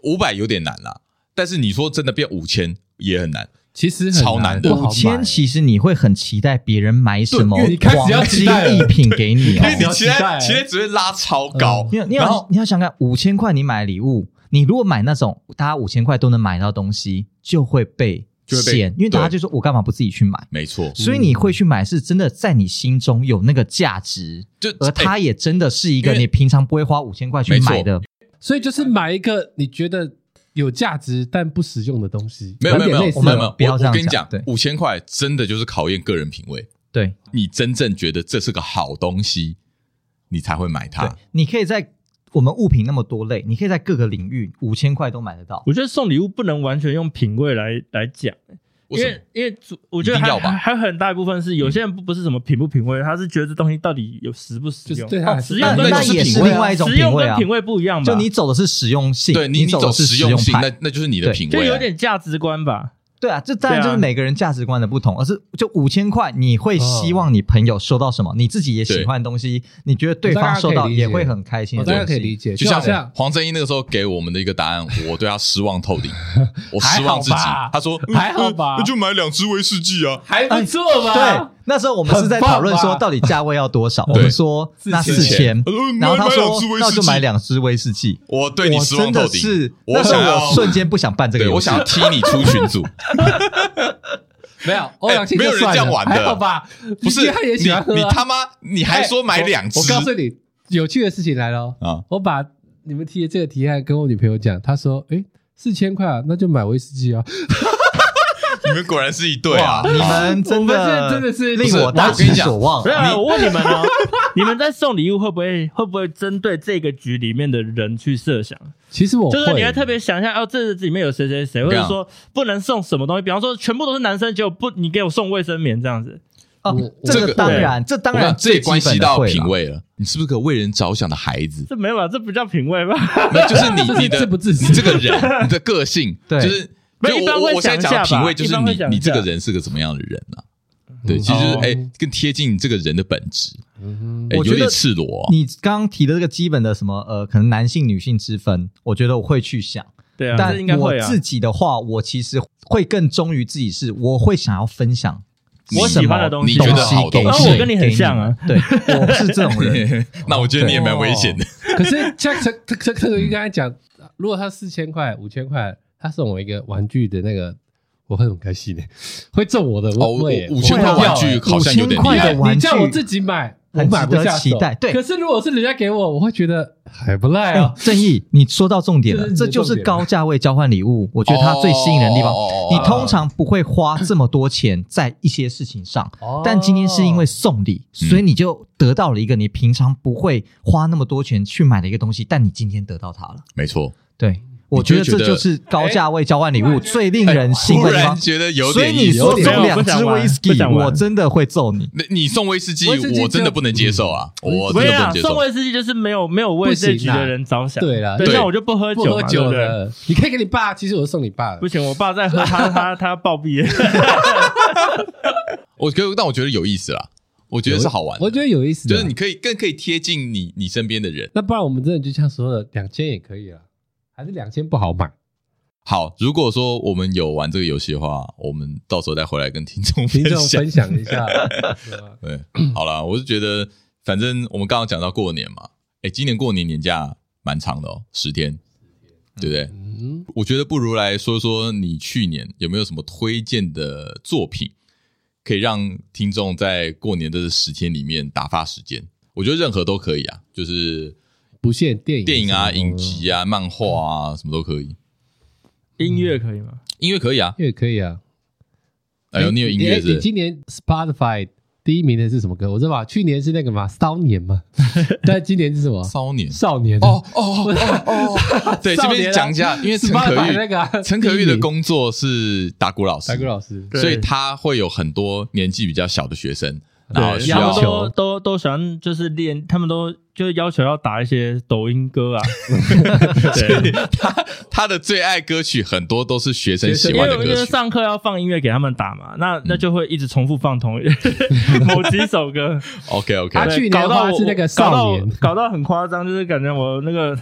Speaker 2: 五百有点难啦，但是你说真的变五千也很难。
Speaker 4: 其实
Speaker 2: 超难的
Speaker 4: 不好
Speaker 5: 五
Speaker 4: 买
Speaker 5: 千，其实你会很期待别人买什么
Speaker 4: 对因为你开始要
Speaker 5: 黄
Speaker 4: 期
Speaker 5: 金
Speaker 4: 待了
Speaker 5: 艺品给你
Speaker 2: 因为你
Speaker 5: 哦。
Speaker 2: 期
Speaker 4: 期待
Speaker 2: 待
Speaker 4: 欸
Speaker 2: 期待只会拉超高，
Speaker 5: 你有你
Speaker 2: 然后
Speaker 5: 要你要想看五千块你买礼物，你如果买那种大家五千块都能买到东西，就会被
Speaker 2: 就会被
Speaker 5: 嫌，因为大家
Speaker 2: 对
Speaker 5: 就说我干嘛不自己去买？
Speaker 2: 没错，
Speaker 5: 所以你会去买，是真的在你心中有那个价值，
Speaker 2: 就
Speaker 5: 而它
Speaker 2: 哎
Speaker 5: 也真的是一个
Speaker 2: 因为
Speaker 5: 你平常不会花五千块去
Speaker 2: 没错
Speaker 5: 买的。
Speaker 4: 所以就是买一个你觉得有价值但不实用的东西，
Speaker 2: 没有没有
Speaker 4: 点
Speaker 2: 没
Speaker 4: 类
Speaker 2: 有，
Speaker 4: 似
Speaker 2: 我们
Speaker 5: 没有
Speaker 2: 我
Speaker 5: 不要
Speaker 2: 我
Speaker 5: 这样
Speaker 2: 跟你
Speaker 5: 讲
Speaker 2: 讲
Speaker 5: 对，
Speaker 2: 五千块真的就是考验个人品味。
Speaker 5: 对
Speaker 2: 你真正觉得这是个好东西，你才会买它
Speaker 5: 对。，你可以在我们物品那么多类，你可以在各个领域五千块都买得到。
Speaker 1: 我觉得送礼物不能完全用品味来来讲，
Speaker 2: 为
Speaker 1: 因
Speaker 2: 什么
Speaker 1: 为？因为主我觉得
Speaker 2: 一定
Speaker 1: 还
Speaker 2: 要吧
Speaker 1: 还还有很大一部分是有些人不不是什么品不品味，他是觉得这东西到底有实不实
Speaker 4: 就是
Speaker 1: 用，
Speaker 4: 对他来
Speaker 1: 哦
Speaker 4: 说
Speaker 1: 实用
Speaker 5: 那
Speaker 1: 跟
Speaker 5: 那
Speaker 1: 实
Speaker 5: 也是
Speaker 1: 品味啊
Speaker 5: 另外一种
Speaker 1: 实
Speaker 5: 品
Speaker 1: 用
Speaker 5: 味
Speaker 1: 跟
Speaker 5: 啊
Speaker 1: 品味不一样吧？
Speaker 5: 就你走的是实用性，
Speaker 2: 对你
Speaker 5: 走的是
Speaker 2: 实
Speaker 5: 用
Speaker 2: 性，
Speaker 5: 派
Speaker 2: 那那就是你的品
Speaker 1: 就
Speaker 2: 味啊，
Speaker 1: 有点价值观吧。
Speaker 5: 对啊，这当然
Speaker 1: 对啊
Speaker 5: 就是每个人价值观的不同，而是就五千块，你会
Speaker 4: 嗯
Speaker 5: 希望你朋友收到什么，你自己也喜欢的东西，你觉得对方收到也会很开心
Speaker 4: 我
Speaker 5: 的
Speaker 4: 大
Speaker 5: 东
Speaker 4: 家
Speaker 5: 西，
Speaker 4: 可以理解，
Speaker 2: 就
Speaker 4: 就好
Speaker 2: 像
Speaker 4: 像
Speaker 2: 黄正英那个时候给我们的一个答 案，我对他失望透顶，我失望自己
Speaker 4: 还好吧。
Speaker 2: 他说嗯
Speaker 4: 还好
Speaker 2: 嗯
Speaker 4: 吧
Speaker 2: 那就买两支威士忌啊。
Speaker 4: 还不错
Speaker 2: 哎
Speaker 5: 对
Speaker 4: 吧？，
Speaker 5: 那时候我们是在讨论说到底价位要多少，我们说那四千
Speaker 2: 他，说嗯
Speaker 5: 然
Speaker 2: 买
Speaker 5: 后他
Speaker 2: 买两
Speaker 5: 说
Speaker 2: 支威
Speaker 5: 那
Speaker 2: 士
Speaker 5: 就
Speaker 2: 忌，
Speaker 5: 买两支威士忌。
Speaker 2: 我对你
Speaker 5: 我
Speaker 2: 失望
Speaker 5: 真
Speaker 2: 透
Speaker 5: 的
Speaker 2: 顶，
Speaker 5: 是，
Speaker 2: 我
Speaker 5: 那时
Speaker 2: 想
Speaker 5: 候
Speaker 2: 要
Speaker 5: 我瞬间不想办这个
Speaker 2: 对
Speaker 5: 游
Speaker 2: 我
Speaker 5: 戏
Speaker 2: 想要踢你出群 组，
Speaker 4: 没有欧阳庆
Speaker 2: 哎没有
Speaker 4: 就
Speaker 2: 人
Speaker 4: 算了
Speaker 2: 这样玩的
Speaker 4: 还好吧？
Speaker 2: 不是
Speaker 4: 毕竟他也
Speaker 2: 你
Speaker 4: 喜欢喝啊哎
Speaker 2: 你他妈你还说买两支
Speaker 4: 我告诉你，有趣的事情来了哦。
Speaker 2: 啊？
Speaker 4: 我把你们提的这个提案跟我女朋友讲，她说：“哎，四千块啊，那就买威士忌啊。
Speaker 2: 你们果然是一对啊！
Speaker 5: 你们真
Speaker 4: 我们
Speaker 5: 的
Speaker 4: 是真的是
Speaker 5: 令我
Speaker 2: 不是
Speaker 5: 大
Speaker 2: 我跟
Speaker 5: 失
Speaker 2: 你讲
Speaker 5: 所望
Speaker 1: 不。是啊，我问你们哦， 你们在送礼物会不会会不会针对这个局里面的人去设想？”
Speaker 4: 其实我
Speaker 1: 就是你会
Speaker 4: 会
Speaker 1: 特别想一下，哦，这里面有谁谁谁，或
Speaker 2: 这
Speaker 1: 者
Speaker 2: 样
Speaker 1: 说不能送什么东西，比方说全部都是男生，结果不，你给我送卫生棉这样子，
Speaker 5: 哦
Speaker 4: 我，
Speaker 5: 这
Speaker 2: 这
Speaker 5: 个
Speaker 2: 个
Speaker 5: 当然，这当
Speaker 2: 我想
Speaker 5: 然
Speaker 2: 这也关系到品
Speaker 5: 味。
Speaker 2: 味了。你是不是个为人着想的孩 子？
Speaker 1: 这没有吧？啊这不叫品味吧？
Speaker 2: 没有，就是你你的
Speaker 4: 自不自 私
Speaker 2: 你这个人，你的个性，
Speaker 5: 对
Speaker 2: 就是
Speaker 1: 没
Speaker 2: 就
Speaker 1: 有一般
Speaker 2: 我
Speaker 1: 会
Speaker 2: 我我现在
Speaker 1: 想
Speaker 2: 讲
Speaker 1: 一下
Speaker 2: 的品
Speaker 1: 吧
Speaker 2: 味，就是
Speaker 1: 一般会
Speaker 2: 你
Speaker 1: 想一
Speaker 2: 你这个
Speaker 1: 下
Speaker 2: 人是个什么样的人啊？对，其实就是
Speaker 1: 哦
Speaker 2: 哎，更贴近你这个人的本质，哎
Speaker 5: 我
Speaker 2: 有
Speaker 5: 觉得
Speaker 2: 点赤裸哦。
Speaker 5: 你刚刚提的这个基本的什么呃，可能男性女性之分，我觉得我会去想，
Speaker 1: 对啊，
Speaker 5: 但
Speaker 1: 这应该
Speaker 5: 我
Speaker 1: 会啊。
Speaker 5: 自己的话，我其实会更忠于自己是，我会想要分享
Speaker 1: 我
Speaker 5: 什
Speaker 1: 喜欢
Speaker 5: 么
Speaker 1: 的东西
Speaker 2: 你觉得
Speaker 5: 西
Speaker 2: 好
Speaker 5: 给
Speaker 2: 东
Speaker 5: 你。
Speaker 2: 西
Speaker 1: 那我跟你很像啊
Speaker 5: 给你们，对，我是这种 人。
Speaker 2: 那我觉得你也蛮危险的。
Speaker 4: 哎可是像这这这这个应该讲，如果他四千块、五千块，他送我一个玩具的那个，我会很开心的，会中我的，
Speaker 2: 哦，
Speaker 4: 我
Speaker 2: 五
Speaker 4: 会耶
Speaker 2: 五千块
Speaker 4: 我会掉
Speaker 2: 玩具
Speaker 4: 耶
Speaker 2: 好像有点
Speaker 5: 5000块
Speaker 2: 厉害
Speaker 5: 的。玩具
Speaker 4: 你叫我 自己买，我
Speaker 5: 很值
Speaker 4: 买不
Speaker 5: 得
Speaker 4: 下手
Speaker 5: 期待，对
Speaker 4: 可是如果是人家给我，我会觉得还不赖
Speaker 5: 哎
Speaker 4: 啊。
Speaker 5: 正义，你说到重点了，
Speaker 4: 这是你的
Speaker 5: 这就是
Speaker 4: 重
Speaker 1: 啊
Speaker 4: 点
Speaker 5: 高价位交换礼物，我觉得它最吸引人的地方
Speaker 2: 哦哦哦哦。
Speaker 5: 你通常不会花这么多钱在一些事情上，
Speaker 4: 哦
Speaker 5: 哎但今天是因为送礼，
Speaker 2: 嗯
Speaker 5: 所以你就得到了一个你平常不会花那么多钱去买的一个东西，但你今天得到它了。
Speaker 2: 没错，
Speaker 5: 对，我觉得
Speaker 2: 觉
Speaker 5: 这
Speaker 2: 得
Speaker 5: 就是高价位交换礼物最令人兴
Speaker 2: 突
Speaker 5: 奋的地
Speaker 2: 然
Speaker 5: 方。
Speaker 2: 觉得有
Speaker 5: 所以
Speaker 2: 点
Speaker 5: 你
Speaker 2: 意思。
Speaker 5: 说
Speaker 1: 哎有点意思
Speaker 5: 送两支威士
Speaker 1: 不
Speaker 5: 忌，
Speaker 1: 想玩
Speaker 5: 我真的会揍你。
Speaker 2: 那你送威士忌，
Speaker 4: 威士忌就
Speaker 2: 我真的不能接受啊！
Speaker 5: 嗯
Speaker 2: 我
Speaker 1: 我
Speaker 2: 真的
Speaker 1: 跟你
Speaker 2: 不能
Speaker 1: 讲，
Speaker 2: 接受
Speaker 1: 送。卫士忌就是没有没有为这局的人着想。
Speaker 4: 不行啊对啦
Speaker 1: 对，
Speaker 2: 对
Speaker 1: 像我就不喝
Speaker 4: 不
Speaker 1: 酒
Speaker 4: 喝
Speaker 1: 嘛，对
Speaker 4: 酒
Speaker 1: 不对？
Speaker 4: 的，你可以给你爸，其实我送你爸的
Speaker 1: 不。行，我爸在喝， 他他他暴毙。
Speaker 2: 我觉得，但我觉得有意思啦，我觉得是好玩的。
Speaker 4: 我觉得有意思的，
Speaker 2: 就是你可以更可以贴近你你身边的人。
Speaker 4: 那不然我们真的就像说的，两千也可以了，还是两千不好买？
Speaker 2: 好，如果说我们有玩这个游戏的话，我们到时候再回来跟听众
Speaker 4: 听
Speaker 2: 分
Speaker 4: 众
Speaker 2: 享。
Speaker 4: 分享一下，对吧
Speaker 2: 对，好啦，我是觉得，反正我们刚刚讲到过年嘛，哎，今年过年年假蛮长的哦，十天，对不对？
Speaker 4: 嗯，
Speaker 2: 我觉得不如来说说你去年有没有什么推荐的作品，可以让听众在过年的十天里面打发时间。我觉得任何都可以啊，就是
Speaker 4: 不限电影、哦
Speaker 2: 电影啊、
Speaker 4: 什么
Speaker 2: 影，集啊、漫画啊，什么都可以。
Speaker 1: 音乐可以吗？
Speaker 2: 音乐可以啊，
Speaker 4: 也可以啊。
Speaker 2: 哎呦，你有音乐
Speaker 4: 哎你
Speaker 2: 是不是？
Speaker 4: 今年 Spotify 第一名的是什么歌？我知道吧，去年是那个嘛，骚 年嘛，但今年是什么？
Speaker 2: 少年
Speaker 4: 少年
Speaker 2: 哦哦哦哦， 对，这
Speaker 4: 少年
Speaker 2: 边
Speaker 4: 啊
Speaker 2: 讲一下，因为陈可
Speaker 4: Spotify 那
Speaker 2: 玉，
Speaker 4: 个啊
Speaker 2: 陈可玉的，
Speaker 4: 第
Speaker 2: 工作是打鼓老
Speaker 4: 一名
Speaker 2: 师
Speaker 4: 白，骨老师，
Speaker 1: 对
Speaker 2: 所以他会有很多年纪比较小的学生，然后
Speaker 1: 对，
Speaker 2: 需
Speaker 1: 他
Speaker 2: 要
Speaker 1: 们都都都喜欢，就是练，他们都就是要求要打一些抖音歌 啊。 对，
Speaker 2: 他他的最爱歌曲很多都是学生喜
Speaker 1: 因
Speaker 2: 欢
Speaker 1: 为
Speaker 2: 的
Speaker 1: 我觉
Speaker 2: 歌
Speaker 1: 得
Speaker 2: 曲。嗯
Speaker 1: 上课要放音乐给他们打嘛，那那就会一直重复放 同一某几首歌。
Speaker 2: OK
Speaker 4: 他
Speaker 2: OK，
Speaker 1: 对
Speaker 4: 去年
Speaker 1: 搞
Speaker 4: 的
Speaker 1: 到
Speaker 4: 话
Speaker 1: 我
Speaker 4: 是那个
Speaker 1: 搞到
Speaker 4: 少年，啊
Speaker 1: 搞到很夸张，就是感觉我那个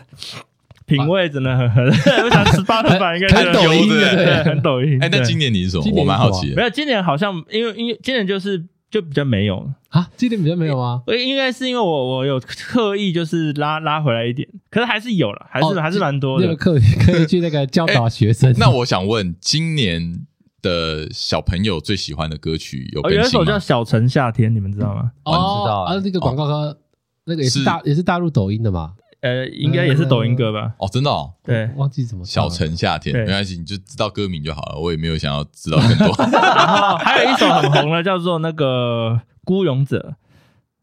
Speaker 1: 品味真的很很，我想十八的版应该
Speaker 2: 很
Speaker 1: 是
Speaker 2: 抖音的
Speaker 1: 对，很抖音。
Speaker 2: 哎，那
Speaker 1: 对
Speaker 2: 今年你是什么
Speaker 4: 今？年
Speaker 2: 我蛮好奇
Speaker 1: 没
Speaker 2: 的。
Speaker 1: 有今年好像因为因为今年就是就比较没有，
Speaker 4: 啊，今年比较没有吗？
Speaker 1: 我应该是因为我我有刻意就是拉拉回来一点，可是还是有了，还是、
Speaker 4: 哦
Speaker 1: 还是蛮多
Speaker 4: 那个
Speaker 1: 的。
Speaker 4: 课可以去那个教导学生。
Speaker 2: 哎那我想问，今年的小朋友最喜欢的歌曲有
Speaker 1: 哦，
Speaker 2: 更
Speaker 1: 有一首
Speaker 2: 新
Speaker 1: 叫
Speaker 2: 吗
Speaker 1: 《小城夏天》，你们知道吗？
Speaker 4: 哦
Speaker 5: 我知道
Speaker 4: 啊，那个广告歌，那个也是
Speaker 2: 哦是
Speaker 4: 大也是大陆抖音的嘛，
Speaker 1: 呃，应该也是抖音歌吧？
Speaker 2: 哦，真的哦，
Speaker 4: 嗯
Speaker 1: 对，
Speaker 4: 忘记怎么唱
Speaker 2: 小
Speaker 4: 了
Speaker 2: 城夏天，
Speaker 1: 对
Speaker 2: 没关系，你就知道歌名就好了。我也没有想要知道更 多。
Speaker 1: 然后还有一首很红的叫做那个《孤勇者》，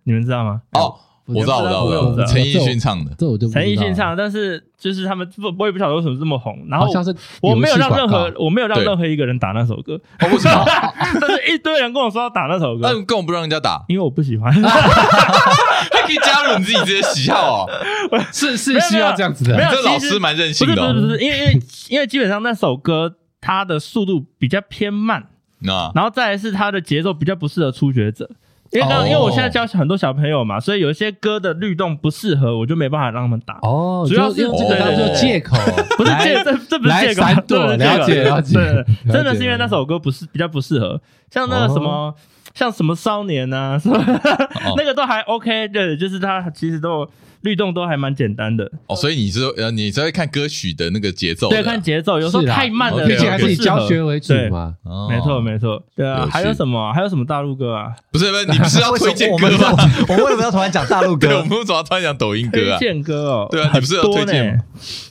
Speaker 1: 你们知道吗？
Speaker 2: 哦，我知道，我知道，我知道，陈奕迅唱的。
Speaker 4: 这我就不知道
Speaker 1: 陈奕迅唱，但是就是他们不，我也不晓得为什么这么红。然后
Speaker 4: 好像是
Speaker 1: 我没有让
Speaker 4: 游戏
Speaker 1: 任
Speaker 4: 广告
Speaker 1: 何我没有让
Speaker 2: 对
Speaker 1: 任何一个人打那首歌，
Speaker 2: 哦，为什么？
Speaker 1: 但是一堆人跟我说要打那首
Speaker 2: 那
Speaker 4: 嗯
Speaker 1: 歌，
Speaker 2: 你根本不让人家打，
Speaker 1: 因为我不喜欢。
Speaker 2: 还可以加入你自己这些喜好哦。
Speaker 4: 是是需要这样子的
Speaker 1: 没有
Speaker 2: 这老
Speaker 1: 其实
Speaker 2: 师蛮任
Speaker 1: 不
Speaker 2: 性
Speaker 1: 是
Speaker 2: 的
Speaker 1: 不
Speaker 2: 哦
Speaker 1: 是。不是，因为因为因为基本上那首歌。它的速度比较偏慢，
Speaker 2: 那
Speaker 1: 然后再来是它的节奏比较不适合初学者。因为刚、
Speaker 2: 哦
Speaker 1: 因为我现在教很多小朋友嘛，所以有一些歌的律动不适合，我就没办法让他们打。
Speaker 4: 哦，
Speaker 1: 主要是
Speaker 4: 就用这
Speaker 2: 哦
Speaker 4: 个当做借口，
Speaker 1: 不是
Speaker 4: 来
Speaker 1: 借这这不是
Speaker 4: 来
Speaker 1: 借口，啊
Speaker 4: 闪
Speaker 1: 这不
Speaker 4: 躲
Speaker 1: 是借口
Speaker 4: 了解了解
Speaker 1: 对对
Speaker 4: 了解哦
Speaker 1: 真的是因为那首歌不是比较不适合，像那个什么。像什么少年啊，什么 那个都还 OK，对，就是它其实都有律动都还蛮简单的，
Speaker 2: 哦，所以你是呃，你是会看歌曲的那个节奏的，
Speaker 1: 对，看节奏，有时候
Speaker 4: 是啦
Speaker 1: 太慢了，
Speaker 2: OK，OK
Speaker 4: 毕竟还
Speaker 1: 不
Speaker 4: 是以
Speaker 1: 适合
Speaker 4: 教学为主
Speaker 1: 对
Speaker 4: 嘛。
Speaker 2: 哦
Speaker 1: 没错，没错，对
Speaker 2: 有
Speaker 1: 啊，
Speaker 2: 趣
Speaker 1: 还有什么啊？还有什么大陆歌啊？
Speaker 2: 不是不是，你不是要
Speaker 5: 为什
Speaker 2: 推
Speaker 5: 么
Speaker 2: 荐
Speaker 5: 我
Speaker 2: 歌
Speaker 5: 们
Speaker 2: 吗？
Speaker 5: 我们为什么要突然讲大陆
Speaker 2: 对，我
Speaker 5: 歌？
Speaker 2: 们为什么要突然讲抖音歌
Speaker 1: 推
Speaker 2: 啊？
Speaker 1: 荐歌哦，
Speaker 2: 对啊你不是有
Speaker 1: 很多
Speaker 2: 推荐
Speaker 1: 呢？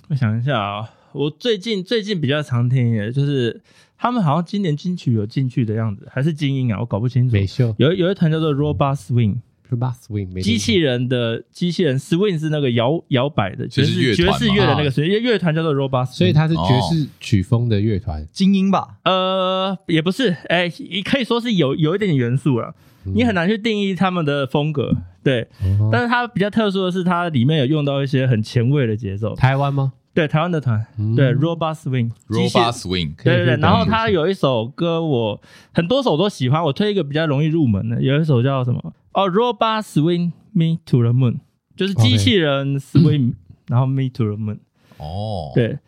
Speaker 1: 我想一下啊，我最近最近比较常听的就是他们好像今年金曲有进去的样子，还是精英啊？我搞不清楚。
Speaker 4: 美秀
Speaker 1: 有有一团叫做 Robot Swing，
Speaker 4: Robot Swing 没
Speaker 1: 机器人的机器人 Swing 是那个摇摇摆的爵
Speaker 2: 就是乐
Speaker 1: 士爵
Speaker 2: 团
Speaker 1: 士
Speaker 2: 嘛
Speaker 1: 乐的那个，所以乐团叫做 Robot Swing，
Speaker 4: 啊所以它是爵士曲风的乐
Speaker 1: 哦
Speaker 4: 团。
Speaker 5: 精英吧，
Speaker 1: 呃也不是，哎、也可以说是有有一点元素了，
Speaker 4: 嗯
Speaker 1: 你很难去定义他们的风格，对，
Speaker 4: 哦
Speaker 1: 但是它比较特殊的是，它里面有用到一些很前卫的节奏，
Speaker 4: 台湾吗？
Speaker 1: 对，台湾的团，
Speaker 4: 嗯
Speaker 1: 对 Robot Swing，机械
Speaker 2: Robot Swing，
Speaker 1: 对对对，
Speaker 4: 可以
Speaker 1: 然后
Speaker 4: 当
Speaker 1: 他有一首歌我，很多首都喜欢，我推一个比较容易入门的，有一首叫什么？哦，Robot Swing Me to the Moon，就是机器人 Swing，、然 后 Me to the Moon，
Speaker 2: 哦，
Speaker 1: 对。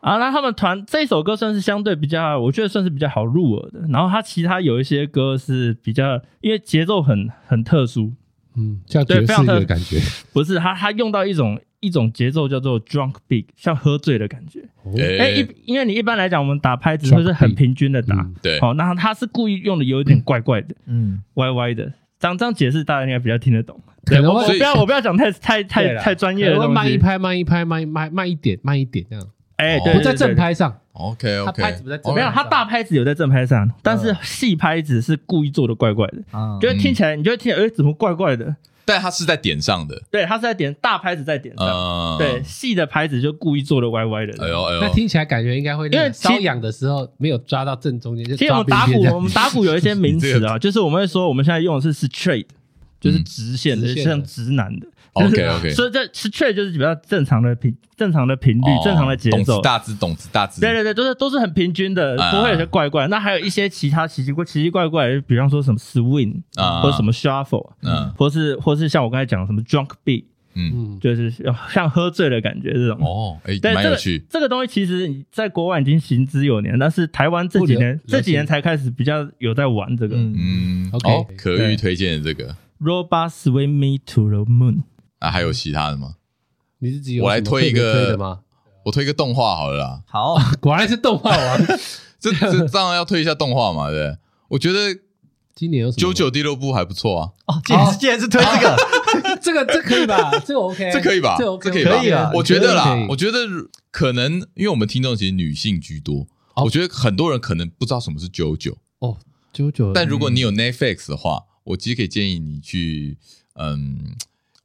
Speaker 1: 啊，那他们团这首歌算是相对比较，我觉得算是比较好入耳的。然后他其他有一些歌是比较，因为节奏很很特殊，
Speaker 4: 嗯，叫爵
Speaker 1: 对
Speaker 4: 士
Speaker 1: 非常特
Speaker 4: 的感觉。
Speaker 1: 不是他他用到一种一种节奏叫做 drunk beat，像喝醉的感觉。哎、
Speaker 2: 哎
Speaker 1: 一因为你一般来讲，我们打拍子会是很平均的打，
Speaker 4: 嗯
Speaker 2: 对
Speaker 1: 好、那他是故意用的有一点怪怪的、
Speaker 5: 嗯，
Speaker 1: 歪歪的，这样这样解释大家应该比较听得懂。
Speaker 4: 可能
Speaker 1: 我我
Speaker 2: 所以
Speaker 1: 不要我不要讲太太
Speaker 4: 嗯对
Speaker 1: 太
Speaker 4: 啦
Speaker 1: 太专业
Speaker 4: 可
Speaker 1: 的
Speaker 4: 能会
Speaker 1: 东
Speaker 4: 慢一
Speaker 1: 西，
Speaker 4: 拍，慢一拍，慢一慢慢一点，慢一点这样，
Speaker 1: 哎、
Speaker 2: 哦
Speaker 1: 对，
Speaker 4: 不
Speaker 1: 对
Speaker 4: 在正。
Speaker 1: 对对
Speaker 4: 拍上。
Speaker 2: ，OK
Speaker 4: 他
Speaker 2: OK，
Speaker 4: 拍子不在这
Speaker 1: 没
Speaker 2: 哦
Speaker 1: 有，他大拍子有在正拍
Speaker 4: 嗯
Speaker 1: 上，但是细拍子是故意做的怪怪的，
Speaker 5: 啊
Speaker 1: 就会听起来你就会听，哎，怎么怪怪的？
Speaker 2: 但他是在点上的，
Speaker 1: 对，他是在点大拍子在点上，
Speaker 2: 嗯，
Speaker 1: 对，，细的拍子就故意做的歪歪的。
Speaker 2: 哎呦哎
Speaker 4: 那
Speaker 2: 呦，
Speaker 4: 听起来感觉应该会那个
Speaker 1: 因为其
Speaker 4: 瘙痒的时候没有抓到正中间，就
Speaker 1: 其实我
Speaker 4: 抓
Speaker 1: 们
Speaker 4: 边边
Speaker 1: 打鼓
Speaker 4: 这，
Speaker 1: 我
Speaker 4: 样。
Speaker 1: 们打鼓有一些名 词啊，就是我们会说我们现在用的是 straight，就是直线的，
Speaker 4: 直线的
Speaker 1: 像直男 的。
Speaker 2: OK OK，
Speaker 1: 所以这 straight 就是比较正常的频、正常的频率、正常的节
Speaker 2: 哦懂
Speaker 1: 奏
Speaker 2: 词。大字，懂词大字，
Speaker 1: 对对对，都是都是很平均的，
Speaker 2: 啊
Speaker 1: 不会有些怪怪。那还有一些其他奇奇怪奇奇怪怪的，比方说什么 swing
Speaker 2: 啊
Speaker 1: 或者什么 shuffle，
Speaker 2: 嗯
Speaker 1: 或是或是像我刚才讲的什么 drunk beat，
Speaker 2: 嗯，
Speaker 4: 嗯，
Speaker 1: 就是像喝醉的感觉这种。
Speaker 2: 哦，哎，
Speaker 1: 对，
Speaker 2: 蛮
Speaker 1: 这
Speaker 2: 有
Speaker 1: 个
Speaker 2: 趣，
Speaker 1: 这个东西其实你在国外已经行之有年，但是台湾这几年
Speaker 4: 不了
Speaker 1: 这几年才开始比较有在玩这个、
Speaker 5: 嗯
Speaker 2: 嗯
Speaker 4: OK
Speaker 2: 哦可遇
Speaker 1: 对
Speaker 2: 推荐的这个
Speaker 1: Robot Swim Me to the Moon。
Speaker 2: 啊，还有其他的吗？
Speaker 4: 你是只有
Speaker 2: 我来
Speaker 4: 什么
Speaker 2: 推一个
Speaker 4: 特别推的 吗？
Speaker 2: 我推一个动画好了啦，
Speaker 5: 好，
Speaker 4: 果然是啊动画王，
Speaker 2: 这这当然要推一下动画嘛，对不对，我觉得《
Speaker 4: 今年有什么？
Speaker 2: 九九第六部》还不错啊，
Speaker 5: 哦，竟然是竟然是推这 个，
Speaker 4: 这个这可以 吧？这个 OK，
Speaker 2: 这可以吧？
Speaker 4: 这 OK，
Speaker 2: 这可以吧？
Speaker 5: 可以啊
Speaker 2: 我觉得啦，我
Speaker 4: 觉
Speaker 2: 觉得可能因为我们听众其实女性居多，
Speaker 4: 哦
Speaker 2: 我觉得很多人可能不知道什么是九九，
Speaker 4: 哦，九九，嗯
Speaker 2: 但如果你有 Netflix 的话，我其实可以建议你去，嗯，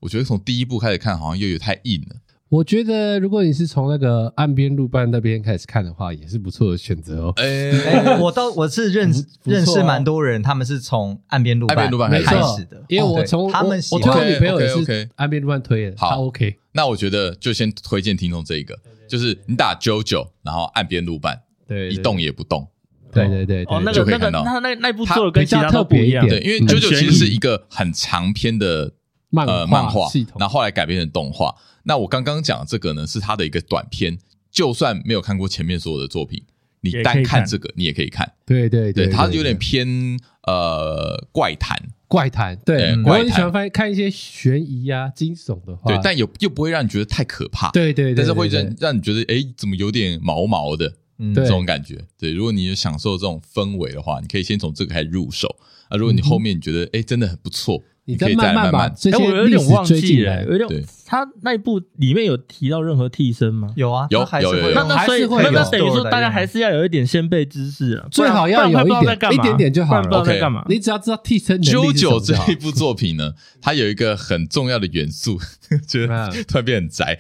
Speaker 2: 我觉得从第一部开始看好像又有太硬了。
Speaker 4: 我觉得如果你是从那个岸边路伴那边开始看的话，也是不错的选择哦。
Speaker 2: 哎，
Speaker 5: 哎，我倒我是认识
Speaker 4: 不错哦
Speaker 5: 认识蛮多人，他们是从岸边路
Speaker 2: 岸边路伴
Speaker 5: 开
Speaker 2: 开
Speaker 5: 始
Speaker 4: 始
Speaker 5: 的，哦
Speaker 4: 因为我
Speaker 5: 对
Speaker 4: 从
Speaker 5: 他们
Speaker 4: 我
Speaker 5: 喜
Speaker 4: 我推
Speaker 5: 欢
Speaker 4: 我
Speaker 2: OK，
Speaker 4: 女朋友也
Speaker 2: OK，OK
Speaker 4: 是岸边路伴推的，
Speaker 2: 好
Speaker 4: 她 OK，
Speaker 2: 那我觉得就先推荐听众这一个，就是你打九九，然后岸边路伴，
Speaker 4: 对，对
Speaker 2: 一动，也不动。
Speaker 4: 对对对对，
Speaker 1: 哦，那
Speaker 2: 就
Speaker 1: 个
Speaker 2: 可以
Speaker 1: 那个
Speaker 2: 看到
Speaker 1: 那那那部
Speaker 2: 它
Speaker 1: 做的跟
Speaker 4: 比
Speaker 1: 其
Speaker 4: 较
Speaker 1: 他都
Speaker 4: 特
Speaker 1: 不
Speaker 4: 别
Speaker 1: 一样哎
Speaker 4: 一。
Speaker 2: 对，
Speaker 4: 点
Speaker 2: 因为
Speaker 4: 嗯
Speaker 2: 九九
Speaker 1: 很
Speaker 2: 其
Speaker 1: 悬疑
Speaker 2: 实是一个很长篇的
Speaker 4: 漫
Speaker 2: 呃漫画
Speaker 4: 系统
Speaker 2: 然，后后来改编成动画。那我刚刚讲的这个呢，是它的一个短片，就算没有看过前面所有的作品，你
Speaker 1: 也可以
Speaker 2: 单看
Speaker 1: 看
Speaker 2: 这个你也可以看。
Speaker 4: 对对
Speaker 2: 对，它
Speaker 4: 对
Speaker 2: 有点
Speaker 4: 对
Speaker 2: 偏呃怪谈，
Speaker 4: 怪谈，对
Speaker 2: 哎，
Speaker 4: 我
Speaker 2: 怪
Speaker 4: 很喜
Speaker 2: 谈
Speaker 4: 欢翻看一些悬疑啊、惊悚的话，
Speaker 2: 对，但有又不会让你觉得太可怕，，
Speaker 4: 对对对，
Speaker 2: 但是会
Speaker 4: 对
Speaker 2: 让让你觉得哎，怎么有点毛毛的
Speaker 5: 嗯
Speaker 4: 对
Speaker 2: 这种感觉。对，如果你有享受这种氛围的话，你可以先从这个开始入手。啊，如果你后面觉得哎真的很不错，
Speaker 4: 你
Speaker 2: 可
Speaker 4: 再
Speaker 2: 以再慢
Speaker 4: 慢把这
Speaker 1: 哎，我
Speaker 4: 些
Speaker 1: 有
Speaker 4: 历
Speaker 1: 点忘
Speaker 4: 史追
Speaker 1: 记
Speaker 4: 进
Speaker 1: 了，
Speaker 4: 来。
Speaker 1: 有
Speaker 2: 对
Speaker 1: 点他那一部里面有提到任何替身吗？
Speaker 5: 有啊，
Speaker 2: 有
Speaker 5: 他还 是
Speaker 2: 有有
Speaker 5: 会
Speaker 2: 有
Speaker 1: 那
Speaker 5: 用
Speaker 1: 那所
Speaker 4: 还
Speaker 1: 以
Speaker 4: 是会
Speaker 1: 那那
Speaker 4: 有
Speaker 1: 等于说
Speaker 5: store
Speaker 1: 大家
Speaker 5: 的
Speaker 1: 还是要有一点先辈知识啊，
Speaker 4: 最好要
Speaker 1: 不然不然
Speaker 4: 有一
Speaker 1: 不然不
Speaker 4: 点
Speaker 1: 知道在干嘛
Speaker 4: 一点点就好了
Speaker 1: 不然不知道在干嘛？
Speaker 4: 你只要知道替身能
Speaker 2: 九
Speaker 4: 力是什
Speaker 2: 九
Speaker 4: 么
Speaker 2: 这
Speaker 4: 就好
Speaker 2: 一部作品呢，它有一个很重要的元素， 觉得
Speaker 4: 嗯
Speaker 2: 突然变很宅，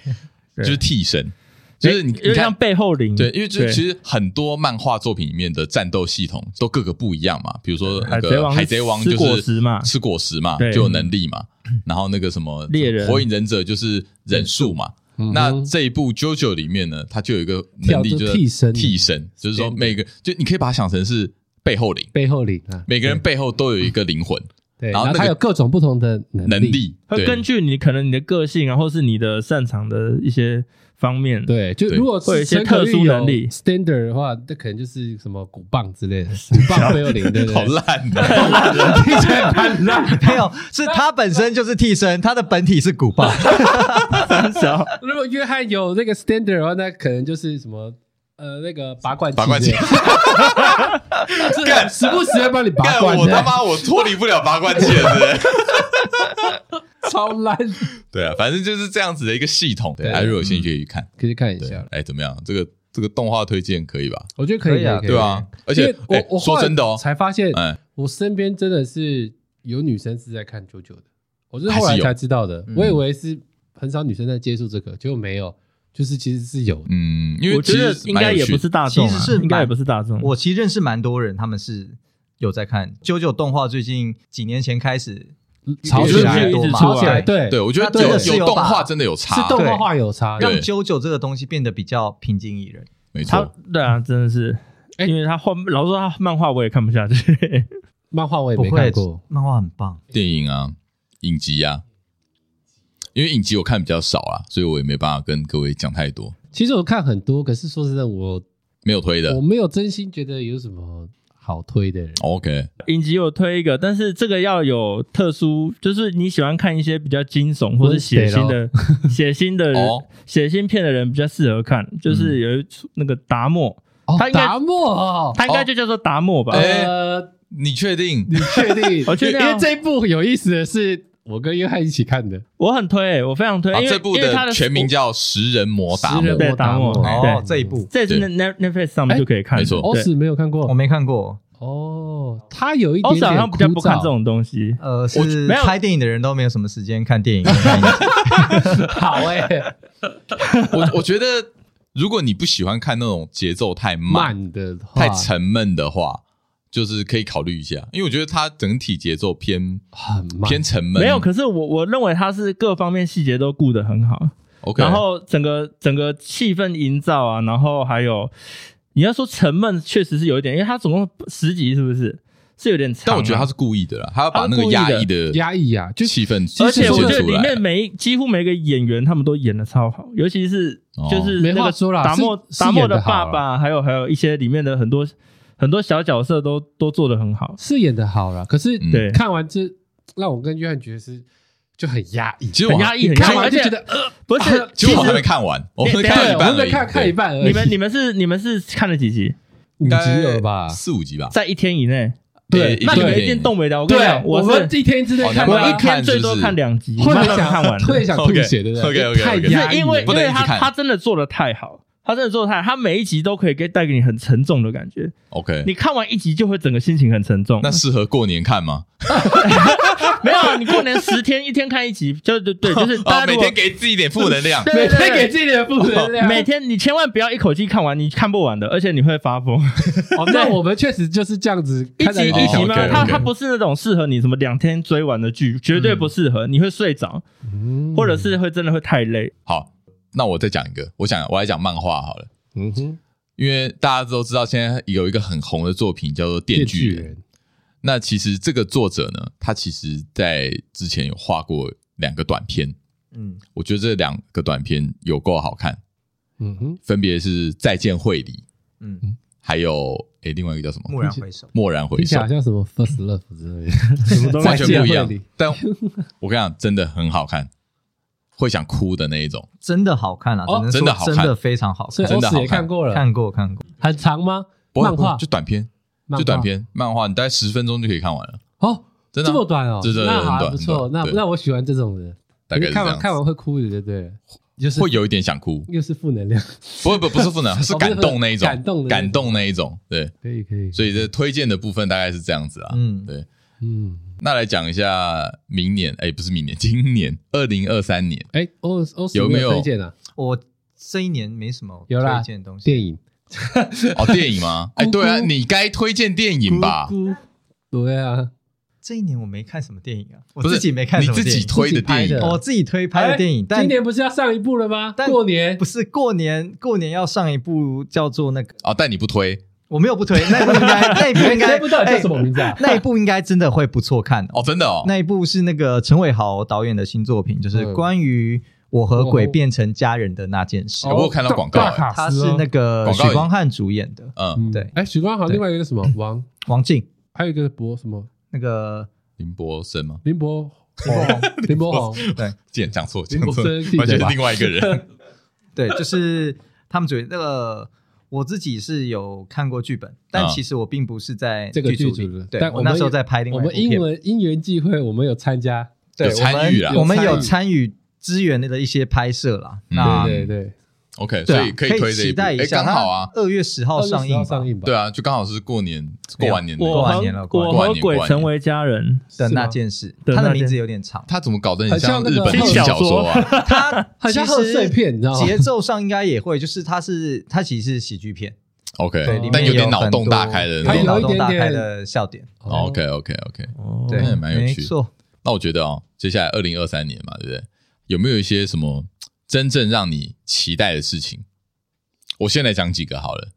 Speaker 2: 就是替身，就是你
Speaker 1: 有
Speaker 2: 你
Speaker 1: 点像
Speaker 2: 看。
Speaker 1: 背后灵，
Speaker 2: 对，因为就
Speaker 1: 对
Speaker 2: 其实很多漫画作品里面的战斗系统都各个不一样嘛，比如说那
Speaker 1: 海贼
Speaker 2: 个
Speaker 1: 王
Speaker 2: 海贼王就是
Speaker 1: 吃果实嘛
Speaker 2: 吃果实嘛
Speaker 1: 对
Speaker 2: 就有能力嘛，然后那个什么
Speaker 1: 猎人
Speaker 2: 火影忍者就是忍术嘛，
Speaker 4: 嗯
Speaker 2: 那
Speaker 4: 哼
Speaker 2: 这一部《JoJo》里面呢，它就有一个能力，
Speaker 4: 跳
Speaker 2: 就
Speaker 4: 着
Speaker 2: 是
Speaker 4: 替身
Speaker 2: 替身就是说每个就你可以把它想成是背后灵，
Speaker 4: 背后领啊，
Speaker 2: 每个人背后都有一个灵魂
Speaker 4: 对，
Speaker 2: 然后
Speaker 4: 然
Speaker 2: 那
Speaker 4: 后他
Speaker 2: 个
Speaker 4: 有各种不同的
Speaker 2: 能
Speaker 4: 能力，
Speaker 2: 力，
Speaker 1: 会
Speaker 2: 对，
Speaker 1: 根据你可能你的个性啊，或是你的擅长的一些方面，，
Speaker 4: 对，就
Speaker 2: 对
Speaker 4: 如果
Speaker 1: 会有一
Speaker 4: 是
Speaker 1: 些
Speaker 4: 陈可
Speaker 1: 特殊
Speaker 4: 玉有
Speaker 1: 能力
Speaker 4: standard 的话，那可能就是什么鼓棒之 类的，鼓棒背后领，对不
Speaker 2: 好
Speaker 4: 对？
Speaker 2: 烂啊的，
Speaker 4: 听起来蛮烂的。
Speaker 7: 没有，是他本身就是替身，他的本体是古巴。
Speaker 1: 小
Speaker 4: 如果约翰有那个 standard 的话，那可能就是什么呃那个拔罐器
Speaker 2: 拔罐器
Speaker 4: 之类的，这个时不时会帮你 拔
Speaker 2: 干
Speaker 4: 罐，
Speaker 2: 我他妈我脱离不了拔罐器了，对不对？
Speaker 4: 超烂，
Speaker 2: 对啊，反正就是这样子的一个系统，对，
Speaker 4: 对
Speaker 2: 大家如果有兴趣可以去看，
Speaker 4: 可以去看一
Speaker 2: 对
Speaker 4: 下，，
Speaker 2: 哎，怎么样？这个这个动画推荐可以吧？
Speaker 4: 我觉得可以
Speaker 5: 可以啊
Speaker 4: 可以
Speaker 2: 对啊，而且
Speaker 4: 因为我、
Speaker 2: 哎
Speaker 4: 我后
Speaker 2: 说
Speaker 4: 来
Speaker 2: 真的哦，
Speaker 4: 才发现
Speaker 2: 哎，
Speaker 4: 我身边真的是有女生是在看九九的，我是后
Speaker 2: 还
Speaker 4: 来
Speaker 2: 是有嗯
Speaker 4: 才知道的，我以为是很少女生在接触这个，结果没有，就是其实是有的。
Speaker 2: 嗯，因为
Speaker 1: 我觉得
Speaker 2: 其实
Speaker 1: 应
Speaker 2: 蛮
Speaker 1: 该
Speaker 2: 有
Speaker 1: 也
Speaker 2: 趣
Speaker 1: 不是大众啊，
Speaker 5: 其实是蛮
Speaker 1: 应该也不是大众。
Speaker 5: 我其实认识蛮多人，他们是有在看九九动画，最近几年前开始
Speaker 2: 嗯
Speaker 4: 吵
Speaker 1: 起来
Speaker 5: 多嘛，
Speaker 1: 吵起来
Speaker 4: 对
Speaker 2: 对，我觉
Speaker 5: 那
Speaker 2: 得
Speaker 5: 真
Speaker 2: 有
Speaker 5: 的是
Speaker 2: 有
Speaker 5: 有
Speaker 2: 动
Speaker 5: 把
Speaker 2: 画真的有差，
Speaker 4: 是动画化有差的，
Speaker 2: 对
Speaker 5: 让九九这个东西变得比较平静宜人。
Speaker 2: 没
Speaker 1: 他
Speaker 2: 错，
Speaker 1: 对啊，真的是，
Speaker 4: 哎
Speaker 1: 因为他画，老实说他漫画我也看不下去。
Speaker 4: 漫画我也
Speaker 5: 不
Speaker 4: 没
Speaker 5: 会
Speaker 4: 看过，，
Speaker 5: 漫画很棒。
Speaker 2: 电影啊，影集啊，因为影集我看比较少啊，所以我也没办法跟各位讲太多，
Speaker 4: 其实我看很多，可是说真的，我
Speaker 2: 没有推
Speaker 4: 我
Speaker 2: 的。
Speaker 4: 没有真心觉得有什么好推的人。
Speaker 2: OK，
Speaker 1: 影集有推一个，但是这个要有特殊，就是你喜欢看一些比较惊悚或是血腥的、 血腥的人、
Speaker 2: 哦嗯
Speaker 1: 血腥片的人比较适合看，就是有一出那个达莫，
Speaker 4: 哦
Speaker 1: 他应该
Speaker 4: 达莫哦，
Speaker 1: 他应该就叫做达莫吧？？
Speaker 2: 哎
Speaker 4: 呃，
Speaker 2: 你确定？
Speaker 4: 你确定
Speaker 1: 我确定啊
Speaker 4: 因为这一部有意思的是，我跟约翰一起看的，
Speaker 1: 我很推、我非常推，
Speaker 2: 啊，
Speaker 1: 因为
Speaker 2: 这部
Speaker 1: 因为他
Speaker 2: 的全名叫《食人魔达
Speaker 4: 食
Speaker 2: 摩
Speaker 4: 人》，
Speaker 1: 对
Speaker 4: 魔
Speaker 1: 达
Speaker 4: 摩
Speaker 1: 摩
Speaker 2: 哦
Speaker 1: 对
Speaker 5: 这一部
Speaker 1: 这也是
Speaker 2: 对
Speaker 1: Net Netflix 上面就可以看的，
Speaker 2: 没错
Speaker 4: 欧
Speaker 1: 对
Speaker 4: 史没有看
Speaker 5: 我
Speaker 4: 过
Speaker 5: 没看过，
Speaker 4: 哦，他有一
Speaker 1: 欧
Speaker 4: 点
Speaker 1: 史
Speaker 4: 点
Speaker 1: 好像比较
Speaker 4: 枯
Speaker 1: 不看
Speaker 4: 燥
Speaker 1: 这种东西。
Speaker 5: 呃，
Speaker 2: 我
Speaker 5: 是
Speaker 1: 没有
Speaker 5: 拍电影的人都没有什么时间 看电影。
Speaker 4: 好哎、
Speaker 2: 我我觉得，如果你不喜欢看那种节奏太慢、
Speaker 4: 慢的话
Speaker 2: 太沉闷的话，就是可以考虑一下，因为我觉得它整体节奏偏
Speaker 4: 很慢，
Speaker 2: 偏沉闷。
Speaker 1: 没有，可是我我认为他是各方面细节都顾得很好，
Speaker 2: OK，
Speaker 1: 然后整个整个气氛营造啊，然后还有你要说沉闷，确实是有一点，因为它总共十集是不是是有点长啊、
Speaker 2: 但我觉得他是故意的啦，他要把那
Speaker 1: 他是
Speaker 2: 个
Speaker 1: 故意的
Speaker 2: 压抑的
Speaker 4: 压抑啊，就
Speaker 2: 气氛
Speaker 1: 而且
Speaker 2: 呈
Speaker 1: 我
Speaker 2: 现
Speaker 1: 觉得
Speaker 2: 出
Speaker 1: 里
Speaker 2: 来
Speaker 1: 面每一几乎每个演员他们都演的超好，尤其是
Speaker 2: 哦
Speaker 1: 就是
Speaker 4: 没
Speaker 1: 那
Speaker 4: 话
Speaker 1: 个
Speaker 4: 说啦
Speaker 1: 达
Speaker 4: 是
Speaker 1: 莫
Speaker 4: 是
Speaker 1: 达莫
Speaker 4: 演得
Speaker 1: 的
Speaker 4: 好
Speaker 1: 爸
Speaker 4: 啊
Speaker 1: 爸，还有还有一些里面的很多很多小角色都都做得很好。
Speaker 4: 是演的好了，可是
Speaker 2: 嗯
Speaker 1: 对
Speaker 4: 看完这让我跟约翰觉得是就很压抑，
Speaker 2: 其实我
Speaker 1: 很
Speaker 2: 还
Speaker 1: 压抑很压抑
Speaker 4: 看完就觉得呃，
Speaker 1: 不是，
Speaker 2: 其啊实我还没看完，我们
Speaker 1: 对
Speaker 2: 看到
Speaker 4: 对，
Speaker 2: 一
Speaker 4: 我
Speaker 2: 半而
Speaker 4: 们在
Speaker 2: 已，
Speaker 4: 看看一半而已，
Speaker 1: 你们你们是你们是看了几集？
Speaker 4: 五
Speaker 2: 应该
Speaker 4: 集有了吧？
Speaker 2: 四五集吧。
Speaker 1: 在一天以内？
Speaker 4: 对
Speaker 2: 诶
Speaker 1: 那你
Speaker 2: 部
Speaker 1: 们
Speaker 2: 电
Speaker 1: 一定
Speaker 2: 影
Speaker 1: 动没了。我跟你
Speaker 4: 对啊
Speaker 1: 讲，，
Speaker 4: 我
Speaker 1: 是
Speaker 4: 们一天之内
Speaker 2: 哦
Speaker 4: 看
Speaker 2: 你们
Speaker 1: 我
Speaker 4: 完
Speaker 1: 一
Speaker 2: 一
Speaker 4: 啊，
Speaker 1: 天最多
Speaker 2: 是不是
Speaker 1: 看两集，
Speaker 4: 会
Speaker 1: 慢慢
Speaker 4: 想
Speaker 1: 看完了。
Speaker 4: 会想吐
Speaker 2: OK，
Speaker 4: 血，对不对啊
Speaker 2: OK，OK，OK
Speaker 4: 太
Speaker 1: 不
Speaker 4: 压抑
Speaker 1: 是
Speaker 4: 了，
Speaker 1: 因为
Speaker 2: 不
Speaker 1: 因
Speaker 2: 能
Speaker 1: 为
Speaker 2: 一直
Speaker 1: 他
Speaker 2: 看
Speaker 1: 他真的做的太好，他真的做的太好，他每一集都可以给带给你很沉重的感觉。
Speaker 2: OK，
Speaker 1: 你看完一集就会整个心情很沉重。
Speaker 2: 那适合过年看 吗？
Speaker 1: 没有啊，你过年十天一天看一集，就对对，就是大
Speaker 2: 哦，
Speaker 1: 家
Speaker 2: 每
Speaker 1: 如果
Speaker 2: 天给自己一点负能量。
Speaker 1: 对
Speaker 4: 每
Speaker 1: 对对哦
Speaker 4: 天给自己的负能量，
Speaker 1: 每天你千万不要一口气看完，你看不完的，而且你会发疯。
Speaker 4: 哦，那我们确实就是这样子，
Speaker 1: 一
Speaker 4: 看了
Speaker 1: 集
Speaker 4: 个
Speaker 1: 一
Speaker 4: 小
Speaker 1: 集
Speaker 2: 嘛
Speaker 1: 吗？
Speaker 2: OK，OK
Speaker 1: 它它不是那种适合你什么两天追完的剧，绝对不适合，你会睡着，
Speaker 4: 嗯
Speaker 1: 或者是会真的会太累。
Speaker 2: 好，那我再讲一个，我讲我来讲漫画好了，
Speaker 4: 嗯哼，
Speaker 2: 因为大家都知道现在有一个很红的作品叫做《电
Speaker 4: 电
Speaker 2: 锯
Speaker 4: 锯
Speaker 2: 人》。
Speaker 4: 人，
Speaker 2: 那其实这个作者呢，他其实在之前有画过两个短片，
Speaker 5: 嗯，
Speaker 2: 我觉得这两个短片有够好看，
Speaker 4: 嗯哼，
Speaker 2: 分别是《再见惠理》，
Speaker 5: 嗯
Speaker 2: 嗯，还有诶、另外一个叫什么
Speaker 5: 蓦然回首
Speaker 2: 《蓦然回
Speaker 4: 听起
Speaker 2: 首
Speaker 4: 来好》，像什么 first love 之类的，什么
Speaker 2: 完全不一样。但我跟你讲，真的很好看，会想哭的那一种。
Speaker 5: 真的好看啊，
Speaker 4: 哦
Speaker 5: 只能说
Speaker 2: 真的好看
Speaker 5: 真的非常好
Speaker 4: 所
Speaker 5: 看
Speaker 2: 真
Speaker 4: 以。欧
Speaker 2: 的
Speaker 4: 史
Speaker 2: 好
Speaker 4: 也
Speaker 2: 看
Speaker 4: 看过了，
Speaker 5: 看过看过，
Speaker 4: 很长吗？
Speaker 2: 不会
Speaker 4: 漫
Speaker 2: 不会
Speaker 4: 画
Speaker 2: 就短片，
Speaker 4: 漫
Speaker 2: 就短
Speaker 4: 画
Speaker 2: 片漫画，你大概十分钟就可以看完了，
Speaker 4: 哦，
Speaker 2: 真的啊
Speaker 4: 这么短哦，
Speaker 2: 这这
Speaker 4: 那
Speaker 2: 很
Speaker 4: 还
Speaker 2: 短很
Speaker 4: 不错，那
Speaker 2: 短对
Speaker 4: 那我喜欢这种的，
Speaker 2: 大概是这
Speaker 4: 看完
Speaker 2: 样
Speaker 4: 看
Speaker 2: 子。
Speaker 4: 完会哭的，对不对？就是
Speaker 2: 会有一点想哭，
Speaker 4: 又是负能 量，
Speaker 2: 不不不是 负能，是
Speaker 4: 哦
Speaker 2: 感动那一种，
Speaker 4: 不是不是感动的那一种
Speaker 2: 感动那一种，对，
Speaker 4: 可以可以，
Speaker 2: 所以这推荐的部分大概是这样子啊。
Speaker 5: 嗯，
Speaker 2: 对
Speaker 4: 嗯，
Speaker 2: 那来讲一下明年，哎，不是明年， 今年二零二三年，
Speaker 4: 哎，欧欧史
Speaker 2: 有没
Speaker 4: 没
Speaker 2: 有
Speaker 4: 推荐啊？
Speaker 5: 我这一年没什么
Speaker 4: 有啦
Speaker 5: 推荐的东西。
Speaker 4: 电影
Speaker 2: 哦，电影吗？哎，对啊，你该推荐电影吧？
Speaker 4: 对啊，
Speaker 5: 这一年我没看什么电影啊，我
Speaker 2: 不是
Speaker 5: 自己没看
Speaker 2: 你
Speaker 5: 什么
Speaker 2: 自
Speaker 5: 电
Speaker 2: 己
Speaker 5: 影，
Speaker 2: 推的电
Speaker 4: 自己拍
Speaker 2: 影哦
Speaker 4: 的，
Speaker 5: 我自己推拍的电影，
Speaker 4: 哎
Speaker 5: 但
Speaker 4: 今年不是要上一部了吗？
Speaker 5: 但
Speaker 4: 过年
Speaker 5: 不是过年，过年要上一部叫做那个，
Speaker 2: 哦，但你不推
Speaker 5: 我没有不推，那部应该那部 应
Speaker 4: 这
Speaker 5: 该
Speaker 4: 部到底叫什么
Speaker 5: 哎
Speaker 4: 名字啊？
Speaker 5: 那一部应该真的会不错看
Speaker 2: 哦，真的哦，
Speaker 5: 那一部是那个陈伟豪导演的新作品，就是
Speaker 4: 嗯
Speaker 5: 关于我和鬼变成家人的那件事。
Speaker 2: 哦我有看到广告
Speaker 4: 大大哦卡
Speaker 5: 他
Speaker 4: 斯哦
Speaker 5: 是那个
Speaker 2: 广告
Speaker 5: 许光汉主演的，
Speaker 2: 嗯，
Speaker 4: 嗯
Speaker 5: 对
Speaker 4: 哎，许光汉
Speaker 5: 对
Speaker 4: 另外一个叫什么王，
Speaker 5: 王静
Speaker 4: 还有一个博什么
Speaker 5: 那个
Speaker 2: 林柏森吗？
Speaker 4: 林博宏，林博 宏，
Speaker 2: 见讲错，讲
Speaker 4: 林柏
Speaker 2: 错，
Speaker 4: 森记者
Speaker 2: 完全是
Speaker 4: 吧
Speaker 2: 另外一个 人。
Speaker 5: 对，就是他们主演那个。我自己是有看过剧本，但
Speaker 2: 嗯
Speaker 5: 其实我并不是在
Speaker 4: 这个
Speaker 5: 剧
Speaker 4: 剧组
Speaker 5: 里
Speaker 4: 的，
Speaker 5: 对
Speaker 4: 但
Speaker 5: 我
Speaker 4: 我
Speaker 5: 那
Speaker 4: 们
Speaker 5: 时候
Speaker 4: 也
Speaker 5: 在拍 另
Speaker 4: 我
Speaker 5: 外一部
Speaker 4: 们因
Speaker 5: 片，
Speaker 4: 为因缘际会，我们有参加，
Speaker 5: 对，
Speaker 2: 有参与啦
Speaker 5: 我们我们
Speaker 4: 有参与
Speaker 5: 有参与支援那个一些拍摄啦。
Speaker 2: 嗯
Speaker 5: 那
Speaker 4: 对对对，
Speaker 2: OK，所
Speaker 5: 对啊
Speaker 2: 以可
Speaker 5: 可
Speaker 2: 以推这
Speaker 5: 期
Speaker 2: 一部，
Speaker 5: 待一
Speaker 2: 哎，
Speaker 5: 下，
Speaker 2: 刚好啊，
Speaker 5: 它二月十号上映吧，
Speaker 4: 20上映吧，
Speaker 2: 对啊，就刚好是过年过
Speaker 5: 没有
Speaker 2: 完年的，
Speaker 1: 我
Speaker 5: 过完
Speaker 1: 和
Speaker 5: 年了过
Speaker 2: 完
Speaker 1: 我和
Speaker 2: 年过
Speaker 1: 鬼
Speaker 2: 完
Speaker 1: 成
Speaker 2: 年
Speaker 1: 为家人，
Speaker 5: 的
Speaker 4: 是吗
Speaker 5: 那件事，
Speaker 1: 的
Speaker 5: 它的
Speaker 1: 那
Speaker 5: 名
Speaker 1: 件
Speaker 5: 字有点长，
Speaker 2: 他怎么搞得很
Speaker 4: 很像
Speaker 2: 像
Speaker 4: 那
Speaker 2: 日
Speaker 4: 个
Speaker 2: 本
Speaker 4: 轻
Speaker 2: 轻
Speaker 1: 小
Speaker 2: 小
Speaker 1: 说
Speaker 2: 说啊？
Speaker 5: 它
Speaker 4: 很像
Speaker 5: 其
Speaker 4: 贺
Speaker 5: 实
Speaker 4: 岁片，你知道吗？
Speaker 5: 节奏上应该也会，就是它是它其实是喜剧片，
Speaker 2: OK，
Speaker 5: 对，里面
Speaker 2: 但有点
Speaker 5: 很
Speaker 2: 脑洞
Speaker 5: 多
Speaker 2: 大开的
Speaker 5: 有
Speaker 2: 那
Speaker 5: 点
Speaker 2: 种。
Speaker 5: 脑
Speaker 4: 它有一
Speaker 5: 洞
Speaker 4: 点
Speaker 5: 大开
Speaker 4: 点
Speaker 5: 的笑点，
Speaker 4: 哦
Speaker 2: OK OK OK，
Speaker 1: 哦
Speaker 5: 对，
Speaker 2: 那也蛮有
Speaker 5: 没
Speaker 2: 趣的
Speaker 5: 错，
Speaker 2: 那我觉得哦，接下来二零二三年嘛，对不对？有没有一些什么真正让你期待的事情？我先来讲几个好了。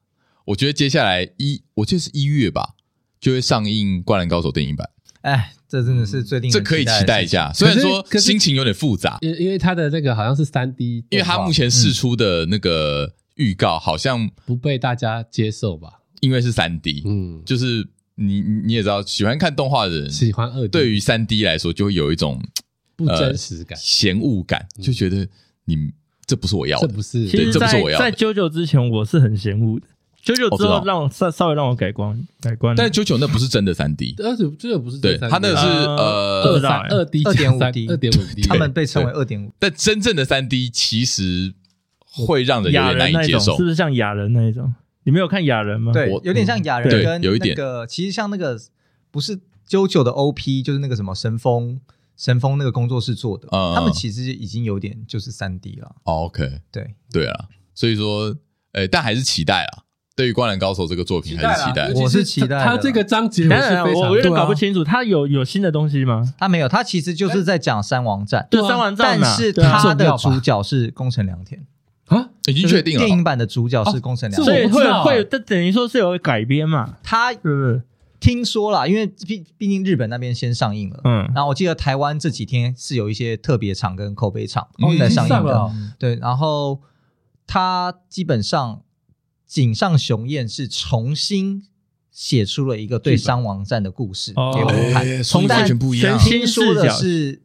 Speaker 2: 我觉得接下来一，我记得是一月吧，就会上映《灌篮高手》电影版，
Speaker 5: 哎，这真的是最令人
Speaker 2: 这可以
Speaker 5: 的
Speaker 2: 期待一
Speaker 5: 事情。
Speaker 2: 下。虽然
Speaker 4: 可是
Speaker 2: 说
Speaker 4: 可是
Speaker 2: 心情有点复杂，
Speaker 4: 因因为他的那个好像是三 D，
Speaker 2: 因为他目前试出的那个预告好像
Speaker 4: 不被大家接受吧，
Speaker 2: 因为是三 D，、
Speaker 4: 嗯，
Speaker 2: 就是你你你也知道，喜欢看动画的人，
Speaker 4: 喜欢二 D，
Speaker 2: 对于三 D 来说就会有一种
Speaker 4: 不真实感，
Speaker 2: 嫌恶感，就觉得你这不是我要
Speaker 4: 这
Speaker 2: 呃的
Speaker 4: 不。是
Speaker 2: 对
Speaker 1: 其实
Speaker 2: 这不
Speaker 1: 在，
Speaker 2: 是
Speaker 1: 在
Speaker 2: 我要的
Speaker 1: 九九之前，我是很嫌恶的。九九
Speaker 2: 我知
Speaker 1: 之
Speaker 2: 道
Speaker 1: 后让我稍稍微让我改观改观了，
Speaker 2: 但九九那不是真的三 D，
Speaker 4: 而且这个不是
Speaker 2: 对，
Speaker 4: 真
Speaker 2: 他那个是
Speaker 1: 呃
Speaker 2: 呃
Speaker 1: 不
Speaker 4: 二
Speaker 1: 知道
Speaker 4: 三
Speaker 1: 欸
Speaker 4: 二 D
Speaker 5: 2.5D
Speaker 4: 二点五 D，
Speaker 5: 他们被称为二点五，
Speaker 2: 但真正的三 D 其实会让人有
Speaker 1: 雅
Speaker 2: 点
Speaker 1: 人
Speaker 2: 难
Speaker 1: 那
Speaker 2: 以
Speaker 1: 一
Speaker 2: 接
Speaker 1: 种
Speaker 2: 受
Speaker 1: 是不。是像雅人那一种？你没有看雅人吗？
Speaker 5: 对
Speaker 2: 我，嗯
Speaker 5: 有点像雅人
Speaker 2: 对
Speaker 5: 跟
Speaker 2: 有一点
Speaker 5: 那个，其实像那个不是九九的 OP，就是那个什么神风。神风那个工作室做的，
Speaker 2: 嗯嗯
Speaker 5: 他们其实已经有点就是三 D 了，
Speaker 2: 哦 OK，
Speaker 5: 对，
Speaker 2: 对啊，所以说，呃，但还是期待啊。对于《灌篮高手》这个作品，还是期待
Speaker 5: 尤。其我是期待的啦
Speaker 4: 他这个章节
Speaker 1: 当
Speaker 4: 我是
Speaker 1: 然，
Speaker 4: 非
Speaker 1: 我
Speaker 4: 常
Speaker 1: 我有点
Speaker 4: 对啊
Speaker 1: 搞不清楚，他有有新的东西吗？
Speaker 5: 他没有，他其实就是在讲三王战，
Speaker 2: 啊
Speaker 1: 对，三王战
Speaker 5: 但
Speaker 1: 呐
Speaker 5: 是
Speaker 1: 对啊
Speaker 5: 他
Speaker 4: 重
Speaker 5: 的
Speaker 4: 要吧
Speaker 5: 主角是宫城良田，
Speaker 4: 啊，
Speaker 2: 已经确定
Speaker 5: 就是电影
Speaker 2: 了，
Speaker 5: 版的主角是宫城良
Speaker 2: 哦
Speaker 4: 这
Speaker 1: 所
Speaker 5: 田。
Speaker 4: 我
Speaker 1: 以
Speaker 4: 不
Speaker 1: 会
Speaker 4: 知道
Speaker 1: 会，这等于说是有改编嘛，
Speaker 5: 他
Speaker 1: 是不是？
Speaker 5: 听说啦，因为毕毕竟日本那边先上映了，
Speaker 1: 嗯
Speaker 5: 然后我记得台湾这几天是有一些特别场跟口碑场
Speaker 2: 哦
Speaker 5: 在
Speaker 2: 已经
Speaker 5: 嗯上
Speaker 4: 上
Speaker 5: 映的，
Speaker 4: 了嗯
Speaker 5: 对，然后他基本上井上雄彦是重新写出了一个对三王战的故事给
Speaker 1: 哦
Speaker 5: 我们看，
Speaker 2: 哎所以
Speaker 5: 但
Speaker 2: 完全不一样
Speaker 1: 全。新
Speaker 5: 听说
Speaker 1: 视
Speaker 5: 的
Speaker 1: 角
Speaker 5: 是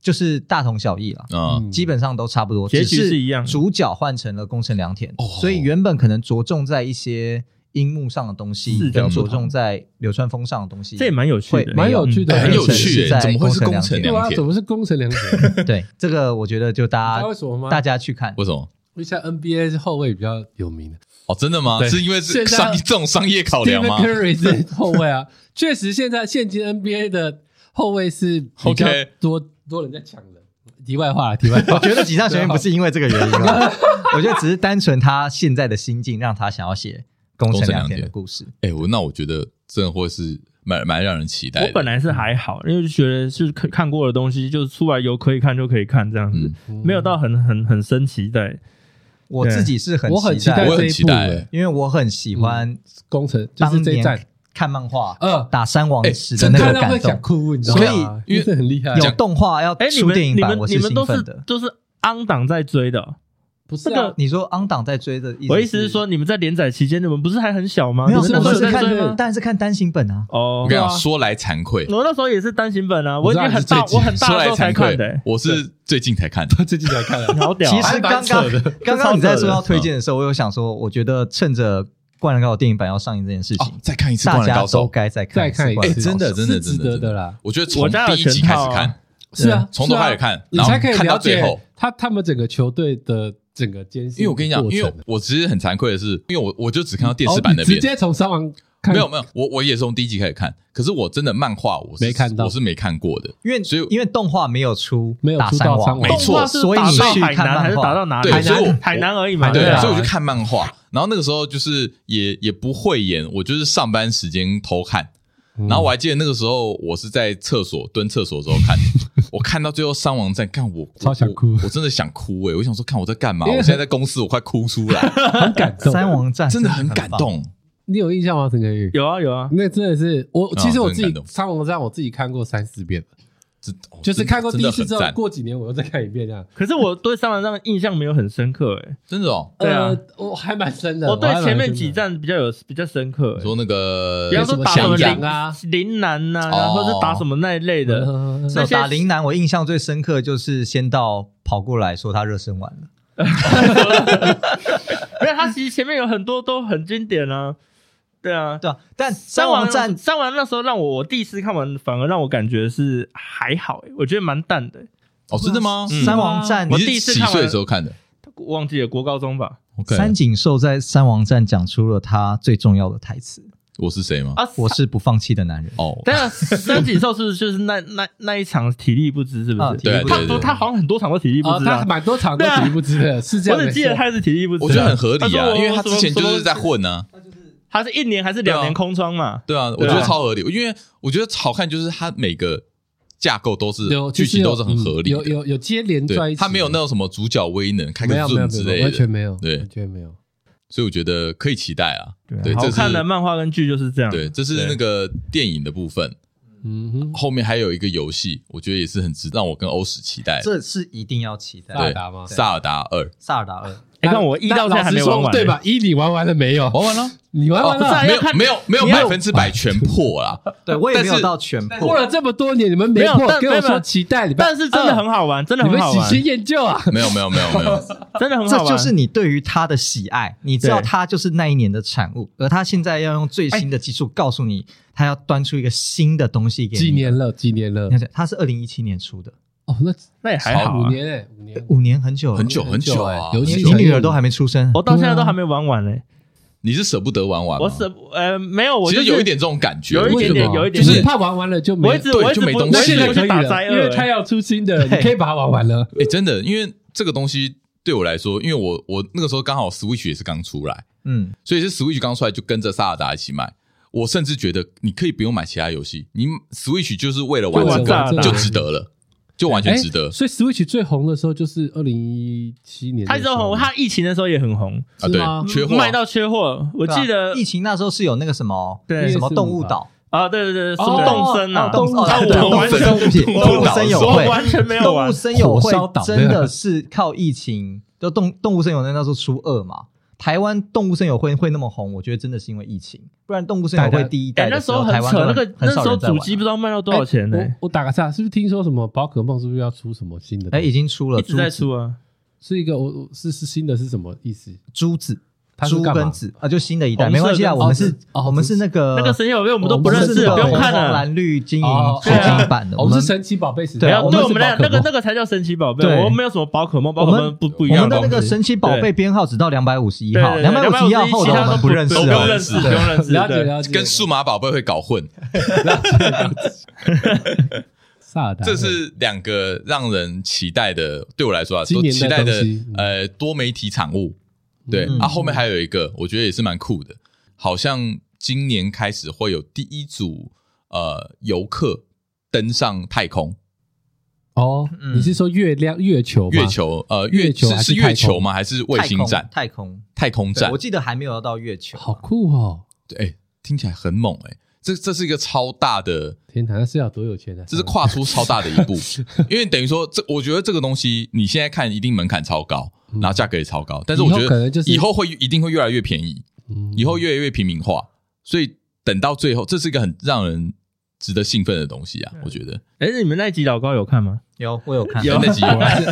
Speaker 5: 就是大同小异了，
Speaker 2: 嗯，
Speaker 5: 基本上都差不多，
Speaker 1: 结局
Speaker 5: 只
Speaker 1: 是一样的
Speaker 5: 主角换成了宫城良田
Speaker 2: 哦，
Speaker 5: 所以原本可能着重在一些樱幕上的东西，
Speaker 1: 是
Speaker 5: 跟
Speaker 1: 的
Speaker 5: 着重在流川枫上的东西。
Speaker 1: 这也蛮有趣
Speaker 5: 会
Speaker 1: 的，
Speaker 4: 蛮有趣的
Speaker 5: 嗯
Speaker 2: 哎很有
Speaker 5: 是
Speaker 2: 趣耶，
Speaker 5: 在
Speaker 2: 怎么会是宫城
Speaker 5: 宫
Speaker 4: 对
Speaker 2: 良
Speaker 4: 啊，
Speaker 2: 田
Speaker 4: 怎？么是工程良田？
Speaker 5: 对，这个我觉得就
Speaker 4: 你
Speaker 5: 大
Speaker 4: 知道
Speaker 5: 家
Speaker 4: 为什么吗？
Speaker 5: 大家去看，
Speaker 2: 为什么？
Speaker 4: 因为现在 NBA 是后卫比较有名的
Speaker 2: 哦，真的吗？
Speaker 4: 对
Speaker 2: 是因为是
Speaker 4: 现在
Speaker 2: 商这种商业考量
Speaker 4: ，Stephen
Speaker 2: 吗
Speaker 4: Curry 是后卫啊。 确实，现在现今 NBA 的后卫是比较
Speaker 2: OK
Speaker 4: 多多人在抢的。题外话，题外
Speaker 5: 我
Speaker 4: 话，
Speaker 5: 觉得井上学院不是因为这个原因了， 我觉得只是单纯他现在的心境让他想要写宫城良田的故事。
Speaker 2: 哎，我那我觉得真的会是蛮蛮让人期待的。
Speaker 1: 我本来是还好，因为就觉得是可看过的东西，就是出来有可以看就可以看这样
Speaker 2: 嗯
Speaker 1: 子，
Speaker 4: 嗯
Speaker 1: 没有到很很很深期待。
Speaker 5: 我自己是很
Speaker 4: 我很期待
Speaker 2: 我也
Speaker 4: 这
Speaker 2: 很
Speaker 4: 一
Speaker 2: 期
Speaker 4: 部
Speaker 2: 待
Speaker 4: 欸
Speaker 5: 因为我很喜欢
Speaker 4: 工程，就
Speaker 5: 当
Speaker 4: 是这一站
Speaker 5: 年，看漫画
Speaker 4: 嗯
Speaker 5: 打三王
Speaker 2: 哎
Speaker 5: 时的
Speaker 2: 真
Speaker 5: 那
Speaker 2: 的
Speaker 5: 个
Speaker 4: 看到会
Speaker 5: 感
Speaker 4: 想
Speaker 5: 动。
Speaker 4: 哭，你知道吗？
Speaker 2: 所以因为
Speaker 4: 这很厉害，
Speaker 5: 有动画要
Speaker 1: 哎，你
Speaker 5: 出
Speaker 1: 们
Speaker 5: 电影
Speaker 1: 你
Speaker 5: 版，
Speaker 1: 们
Speaker 5: 我
Speaker 1: 你
Speaker 5: 是
Speaker 1: 们
Speaker 5: 兴
Speaker 1: 都
Speaker 5: 奋
Speaker 1: 是
Speaker 5: 的。
Speaker 1: 都是昂档在追的哦，
Speaker 4: 不是
Speaker 1: 这
Speaker 4: 啊
Speaker 1: 个？
Speaker 5: 你说昂档在追的意思，
Speaker 1: 我意思是，说你们在连载期间，你们不是还很小吗？
Speaker 5: 没有，
Speaker 1: 你
Speaker 5: 是
Speaker 1: 们那
Speaker 5: 我
Speaker 1: 时候
Speaker 5: 们
Speaker 1: 有
Speaker 5: 是
Speaker 1: 在追
Speaker 5: 看，
Speaker 1: 吗？
Speaker 5: 但是看单行本啊。
Speaker 1: 哦
Speaker 2: 我，跟你讲，说来惭愧，
Speaker 1: 我那时候也是单行本啊，我
Speaker 4: 我
Speaker 1: 已
Speaker 4: 知道
Speaker 1: 经很
Speaker 4: 你是
Speaker 1: 大，
Speaker 4: 最
Speaker 1: 我很大
Speaker 2: 说
Speaker 1: 的时
Speaker 2: 来
Speaker 1: 候才
Speaker 2: 惭
Speaker 1: 看
Speaker 2: 愧
Speaker 1: 的，，欸
Speaker 2: 我是最近才 看的。
Speaker 4: 最近才看了，
Speaker 1: 好屌啊！
Speaker 5: 其实刚
Speaker 4: 还蛮扯
Speaker 5: 刚
Speaker 4: 的
Speaker 5: 刚刚你在说要推荐的时候，我有想说，我觉得趁着《灌篮高手》电影版要上映这件事
Speaker 2: 哦
Speaker 5: 情，，
Speaker 2: 再看一次《
Speaker 5: 大
Speaker 2: 灌篮
Speaker 5: 家
Speaker 2: 高
Speaker 5: 都
Speaker 2: 手》，
Speaker 5: 该再看
Speaker 4: 再
Speaker 5: 一次
Speaker 4: 看一
Speaker 5: 灌篮
Speaker 2: 哎，
Speaker 5: 高手
Speaker 2: 真的，真的，
Speaker 4: 是值
Speaker 2: 真的，
Speaker 4: 得
Speaker 2: 真
Speaker 4: 的啦。
Speaker 2: 我觉得
Speaker 1: 我
Speaker 2: 从
Speaker 1: 家有
Speaker 2: 第一集
Speaker 1: 全
Speaker 2: 开
Speaker 1: 套
Speaker 2: 始
Speaker 1: 啊
Speaker 2: 看，
Speaker 4: 是啊，
Speaker 2: 从头
Speaker 4: 是啊
Speaker 2: 开始看
Speaker 4: 你
Speaker 2: 然后
Speaker 4: 才可以
Speaker 2: 看到
Speaker 4: 了解
Speaker 2: 最后
Speaker 4: 他他们整个球队的整个艰辛。
Speaker 2: 因为我跟你讲，因为我其实很惭愧的是，因为我我就只看到电视版
Speaker 4: 哦
Speaker 2: 那
Speaker 4: 你
Speaker 2: 边，
Speaker 4: 直接从三王看
Speaker 2: 没有没有，我我也是从第一集开始看，可是我真的漫画我是
Speaker 4: 没看到
Speaker 2: 我是没看过的。
Speaker 5: 因为
Speaker 2: 所以
Speaker 5: 因为动画没有出
Speaker 4: 没有
Speaker 5: 打
Speaker 4: 出
Speaker 5: 三
Speaker 4: 到
Speaker 5: 王，
Speaker 4: 三王
Speaker 2: 没
Speaker 1: 动
Speaker 2: 错
Speaker 1: 画是
Speaker 5: 所以
Speaker 1: 打
Speaker 5: 你
Speaker 1: 到
Speaker 5: 去
Speaker 1: 海
Speaker 5: 看
Speaker 1: 南还
Speaker 5: 漫
Speaker 1: 是打到
Speaker 5: 画。
Speaker 1: 哪里？
Speaker 2: 对，所以我
Speaker 1: 海南而已嘛，
Speaker 2: 对
Speaker 1: 不
Speaker 2: 啊，
Speaker 1: 对？
Speaker 2: 所以我就看漫画，然后那个时候就是也也不会演，我就是上班时间偷看，
Speaker 4: 嗯
Speaker 2: 然后我还记得那个时候，我是在厕所蹲厕所的时候看，我看到最后上网站，看我
Speaker 3: 超想哭
Speaker 2: 我，我真的想哭哎、我想说，看我在干嘛？我现在在公司，我快哭出来，
Speaker 3: 很感动。
Speaker 8: 三王战
Speaker 2: 啊真的很
Speaker 8: 棒
Speaker 2: 感。动。
Speaker 4: 你有印象吗？陈可宇，
Speaker 1: 有啊有啊，
Speaker 4: 那真的是我，
Speaker 2: 啊
Speaker 4: 其实我
Speaker 2: 真
Speaker 4: 自
Speaker 2: 的
Speaker 4: 己
Speaker 2: 感动
Speaker 4: 《三王战》我自己看过三四遍了，
Speaker 2: 真哦
Speaker 4: 就是看过第一次之
Speaker 2: 真
Speaker 4: 后
Speaker 2: 的，很赞
Speaker 4: 过几年我又再看一 遍这样。
Speaker 1: 可是我对三王战的印象没有很深刻哎、
Speaker 2: 真的哦。
Speaker 1: 对啊
Speaker 4: 呃，我还蛮深的。
Speaker 1: 我对
Speaker 4: 还蛮
Speaker 1: 前面
Speaker 4: 深的
Speaker 1: 几站比较有比较深刻、
Speaker 2: 你
Speaker 1: 欸，
Speaker 2: 说那个
Speaker 1: 比方说
Speaker 4: 什么
Speaker 1: 打什么
Speaker 4: 翔
Speaker 1: 林
Speaker 4: 阳啊
Speaker 1: 林南呐、然后
Speaker 2: 哦
Speaker 1: 或是打什么那一类的，
Speaker 4: 呃
Speaker 1: 那
Speaker 5: 那
Speaker 1: 些
Speaker 5: 打铃南，我印象最深刻就是仙道跑过来说他热身完了，
Speaker 1: 因为它其实前面有很多都很经典啊，对啊。
Speaker 5: 对啊，但
Speaker 1: 三
Speaker 5: 三
Speaker 1: 王
Speaker 5: 王
Speaker 1: 战
Speaker 5: 战
Speaker 1: 三王那时候让我我第一次看完，反而让我感觉是还好、欸，我觉得蛮淡的欸、
Speaker 2: 哦，真的吗？
Speaker 1: 嗯
Speaker 5: 三王战
Speaker 1: 我
Speaker 2: 你
Speaker 1: 第一
Speaker 2: 是
Speaker 1: 次
Speaker 2: 几
Speaker 1: 看
Speaker 2: 岁的
Speaker 1: 完
Speaker 2: 时候看的
Speaker 1: 忘记了国高中吧？
Speaker 2: ？OK，
Speaker 5: 三井寿在三王战讲出了他最重要的台词
Speaker 2: 我是谁吗？
Speaker 1: 啊，：“
Speaker 5: 我是不放弃的男人。
Speaker 2: 哦，
Speaker 1: 但是三井寿是不是就是那那那一场体力不支，是不
Speaker 5: 啊
Speaker 1: 是？
Speaker 5: 体力
Speaker 2: 不支
Speaker 1: 他
Speaker 2: 对对对
Speaker 1: 不他好像很多场都体力不
Speaker 4: 哦，
Speaker 1: 支
Speaker 4: 他
Speaker 1: 啊。
Speaker 4: 蛮多场都
Speaker 1: 对啊
Speaker 4: 体力不支的，是这
Speaker 1: 我
Speaker 4: 样没
Speaker 1: 只记得
Speaker 4: 错。
Speaker 1: 他是体力不支啊，
Speaker 2: 我觉得很合理
Speaker 1: 他说
Speaker 2: 啊，
Speaker 1: 我
Speaker 2: 因为他之前就是在，
Speaker 1: 我什么什么
Speaker 2: 混呢。
Speaker 1: 他是一年还是两年空窗嘛？
Speaker 2: 对啊，我
Speaker 1: 对啊
Speaker 2: 觉得超合理，因为我觉得好看就是它每个架构都是
Speaker 4: 有
Speaker 2: 剧
Speaker 4: 就是
Speaker 2: 情
Speaker 4: 有
Speaker 2: 都是很合理
Speaker 4: 嗯有
Speaker 2: 的，
Speaker 4: 有有接连在
Speaker 2: 对，
Speaker 4: 一起，
Speaker 2: 它没有那种什么主角威能开
Speaker 4: 没
Speaker 2: 个
Speaker 4: 有没有
Speaker 2: 盾
Speaker 4: 没
Speaker 2: 之
Speaker 4: 有
Speaker 2: 类
Speaker 4: 完全
Speaker 2: 的，
Speaker 4: 没有，
Speaker 2: 对
Speaker 4: 完全没有。
Speaker 2: 所以我觉得可以期待啊。
Speaker 5: 对啊
Speaker 2: 对，
Speaker 1: 好
Speaker 2: 这
Speaker 1: 看的
Speaker 2: 是
Speaker 1: 漫画跟剧就是这样。
Speaker 2: 对，这是那个电影的部分，
Speaker 4: 嗯哼，
Speaker 2: 后面还有一个游戏，我觉得也是很值让我跟欧史期待”的。
Speaker 5: 这是一定要期
Speaker 4: 萨
Speaker 5: 待的。
Speaker 4: 尔
Speaker 2: 对
Speaker 4: 达吗，
Speaker 2: 萨尔达二
Speaker 5: 萨尔达二，
Speaker 1: 你哎看
Speaker 4: 那
Speaker 1: 我一到
Speaker 4: 那
Speaker 1: 现在
Speaker 4: 老
Speaker 1: 还
Speaker 4: 实
Speaker 1: 没玩
Speaker 4: 说
Speaker 1: 完，
Speaker 4: 对？吧？一你玩完了没有？
Speaker 2: 玩完了，
Speaker 4: 你玩完了？
Speaker 1: 啊
Speaker 2: 哦没
Speaker 1: 要看
Speaker 2: 有没有没有
Speaker 1: 你要
Speaker 2: 百分之百全破 啦，
Speaker 5: 对我也没
Speaker 2: 但
Speaker 5: 有
Speaker 2: 是
Speaker 5: 到全
Speaker 4: 过
Speaker 5: 破，
Speaker 4: 了这么多年，你们没
Speaker 1: 没有
Speaker 4: 破
Speaker 1: 但，
Speaker 4: 跟我
Speaker 1: 没有
Speaker 4: 说期待，你们
Speaker 1: 但是真的很好玩，真的
Speaker 4: 嗯你
Speaker 1: 很
Speaker 4: 们
Speaker 1: 好
Speaker 4: 喜
Speaker 1: 玩，
Speaker 4: 新厌旧啊！
Speaker 2: 没有没有没有没有，
Speaker 1: 真的很好
Speaker 5: 这
Speaker 1: 玩。
Speaker 5: 就是你对于他的喜爱。你知道
Speaker 1: 对哎
Speaker 5: 他就是那一年的产物，而他现在要用最新的技术告诉你，他要端出一个新的东西给你。
Speaker 4: 几年了，几年了
Speaker 5: 你？看？他是二零一七年出的，
Speaker 4: 哦，那
Speaker 1: 那也还好
Speaker 4: 五
Speaker 1: 啊，
Speaker 4: 年哎，五年。
Speaker 5: 五年很久了
Speaker 2: 很久很久
Speaker 4: 哎
Speaker 2: 啊，
Speaker 4: 游
Speaker 5: 你
Speaker 4: 戏
Speaker 5: 你女儿都还没出生。
Speaker 1: 我到现在都还没玩完嘞。
Speaker 2: 你是舍不得玩
Speaker 5: 啊
Speaker 2: 完吗？
Speaker 1: 我舍呃没有，我
Speaker 2: 其
Speaker 1: 就
Speaker 2: 实
Speaker 1: 是
Speaker 2: 有一点这种感觉，
Speaker 1: 有
Speaker 2: 我
Speaker 1: 一点
Speaker 2: 觉得
Speaker 1: 点，有一
Speaker 4: 就
Speaker 1: 点
Speaker 4: 是
Speaker 1: 点。
Speaker 4: 怕玩完了就没
Speaker 1: 我
Speaker 4: 有
Speaker 1: 一直
Speaker 2: 对
Speaker 1: 我一直
Speaker 2: 就没
Speaker 1: 不
Speaker 2: 东
Speaker 1: 我
Speaker 2: 西
Speaker 1: 一直
Speaker 4: 了
Speaker 1: 不去打欸灾
Speaker 4: 因为他
Speaker 1: 厄，
Speaker 4: 要出新的，你
Speaker 5: 对
Speaker 4: 可以把它玩完了。
Speaker 2: 哎、真的，因为这个东西对我来说，因为我我那个时候刚好 Switch 也是刚出来，
Speaker 5: 嗯，
Speaker 2: 所以是 Switch 刚出来就跟着萨尔达一起买。我甚至觉得你可以不用买其他游戏，你 Switch 就是为了玩这
Speaker 1: 就玩萨尔
Speaker 2: 个
Speaker 1: 达
Speaker 2: 就值得了，就完全值得
Speaker 4: 哎所以 Switch 最红的时候就是二零一七年的时候，
Speaker 1: 他一直都红，他疫情的时候也很红，
Speaker 2: 啊！
Speaker 4: 是
Speaker 2: 对
Speaker 4: 吗，
Speaker 2: 缺货啊
Speaker 1: 卖到缺货。我记
Speaker 5: 对啊
Speaker 1: 得
Speaker 5: 疫情那时候是有那个什么，
Speaker 1: 对
Speaker 5: 什么动物岛，
Speaker 1: 啊，对对对，什么
Speaker 4: 哦
Speaker 1: 动森啊，
Speaker 5: 哦动
Speaker 1: 啊
Speaker 5: 哦对
Speaker 1: 我完
Speaker 2: 动森
Speaker 1: 全
Speaker 5: 动
Speaker 4: 哎
Speaker 5: 物森友
Speaker 1: 我
Speaker 5: 会
Speaker 1: 完全没有啊
Speaker 5: 动
Speaker 1: 玩
Speaker 5: 物。森友
Speaker 4: 火烧
Speaker 5: 会
Speaker 4: 岛
Speaker 5: 真的是靠疫情，就动动物森友会那时候初二嘛。台湾动物森友会会那么红，我觉得真的是因为疫情，不然动物森友
Speaker 4: 大
Speaker 5: 会
Speaker 4: 家
Speaker 5: 第一
Speaker 1: 哎
Speaker 5: 代，
Speaker 1: 那
Speaker 5: 的
Speaker 1: 时候
Speaker 5: 台
Speaker 1: 很
Speaker 5: 湾
Speaker 1: 扯，
Speaker 5: 都
Speaker 1: 那个那时
Speaker 5: 很少
Speaker 1: 候
Speaker 5: 人在玩啊哎
Speaker 1: 主机不知道卖到多少钱呢？
Speaker 4: 我我打个岔，是不是听说什么宝可梦是不是要出什么新的东
Speaker 5: 哎
Speaker 4: 西？
Speaker 5: 已经出了，
Speaker 1: 一直在
Speaker 5: 珠子
Speaker 1: 出啊。
Speaker 4: 是一个我我是是新的是什么意思？
Speaker 5: 珠子，
Speaker 4: 它是
Speaker 5: 猪
Speaker 4: 干嘛
Speaker 5: 跟子啊，就新的一代
Speaker 1: 红
Speaker 5: 没关
Speaker 1: 色
Speaker 5: 系啊，
Speaker 1: 跟
Speaker 5: 我们
Speaker 4: 紫
Speaker 5: 是，
Speaker 4: 哦
Speaker 5: 我们是那个
Speaker 1: 那个神奇宝贝我们都
Speaker 5: 呃我
Speaker 1: 不
Speaker 5: 们
Speaker 1: 认
Speaker 5: 是
Speaker 1: 识，
Speaker 5: 那
Speaker 1: 不
Speaker 5: 个
Speaker 1: 用看啊
Speaker 5: 红黄
Speaker 1: 了。
Speaker 5: 蓝绿金银
Speaker 4: 哦
Speaker 5: 水
Speaker 1: 对啊
Speaker 5: 晶版的，
Speaker 4: 我
Speaker 5: 们
Speaker 4: 们是神奇宝贝时
Speaker 5: 对
Speaker 4: 代，
Speaker 5: 啊
Speaker 1: 后对我
Speaker 5: 是
Speaker 1: 们来
Speaker 5: 宝可
Speaker 1: 那个
Speaker 5: 梦
Speaker 1: 那个才叫神奇宝贝，
Speaker 5: 对
Speaker 1: 我们没有什么宝可梦，宝
Speaker 5: 我
Speaker 1: 可
Speaker 5: 们
Speaker 1: 梦不不一
Speaker 5: 我
Speaker 1: 样
Speaker 5: 们
Speaker 1: 的
Speaker 5: 的
Speaker 1: 东
Speaker 5: 那
Speaker 1: 西。
Speaker 5: 个神奇宝贝编号只到两百五十一
Speaker 1: 对
Speaker 5: 号，两百五十一号后
Speaker 1: 其
Speaker 5: 的我
Speaker 1: 他
Speaker 5: 们
Speaker 1: 都
Speaker 5: 不认识
Speaker 1: 不用
Speaker 5: 啊
Speaker 1: 认识，不用认识。
Speaker 4: 了解
Speaker 1: 对
Speaker 4: 了解，
Speaker 2: 跟数码宝贝会搞混，
Speaker 4: 萨尔达，
Speaker 2: 这是两个让人期待的，对我来说啊，
Speaker 4: 今
Speaker 2: 都
Speaker 4: 年的
Speaker 2: 期待的
Speaker 4: 东西嗯
Speaker 2: 呃多媒体产物。对，
Speaker 5: 嗯
Speaker 2: 啊，后面还有一个，我觉得也是蛮酷的，好像今年开始会有第一组呃游客登上太空，
Speaker 4: 哦，
Speaker 5: 嗯
Speaker 4: 你是说月亮月球吗
Speaker 2: 月球呃月
Speaker 4: 月球
Speaker 2: 是
Speaker 4: 还是
Speaker 2: 是
Speaker 4: 太
Speaker 2: 月
Speaker 4: 空
Speaker 2: 球吗？还是卫星站？
Speaker 5: 太空
Speaker 2: 太空
Speaker 5: 太空，对
Speaker 2: 站
Speaker 5: 我，记得还没有到月球，
Speaker 4: 好酷哦！
Speaker 2: 对，哎听起来很猛哎、这这是一个超大的，
Speaker 4: 天哪，那是要多有钱啊！
Speaker 2: 这是跨出超大的一 步，因为等于说这，我觉得这个东西你现在看一定门槛超高，然后价格也超高，但是我
Speaker 4: 嗯以后
Speaker 2: 觉得
Speaker 4: 可能就是
Speaker 2: 以后会一定会越来越便宜，
Speaker 4: 嗯
Speaker 2: 以后越来越平民化，所以等到最后，这是一个很让人值得兴奋的东西啊！我觉得
Speaker 1: 哎，你们那一集老高有看吗？
Speaker 5: 有我有看，
Speaker 1: 有
Speaker 2: 那集有看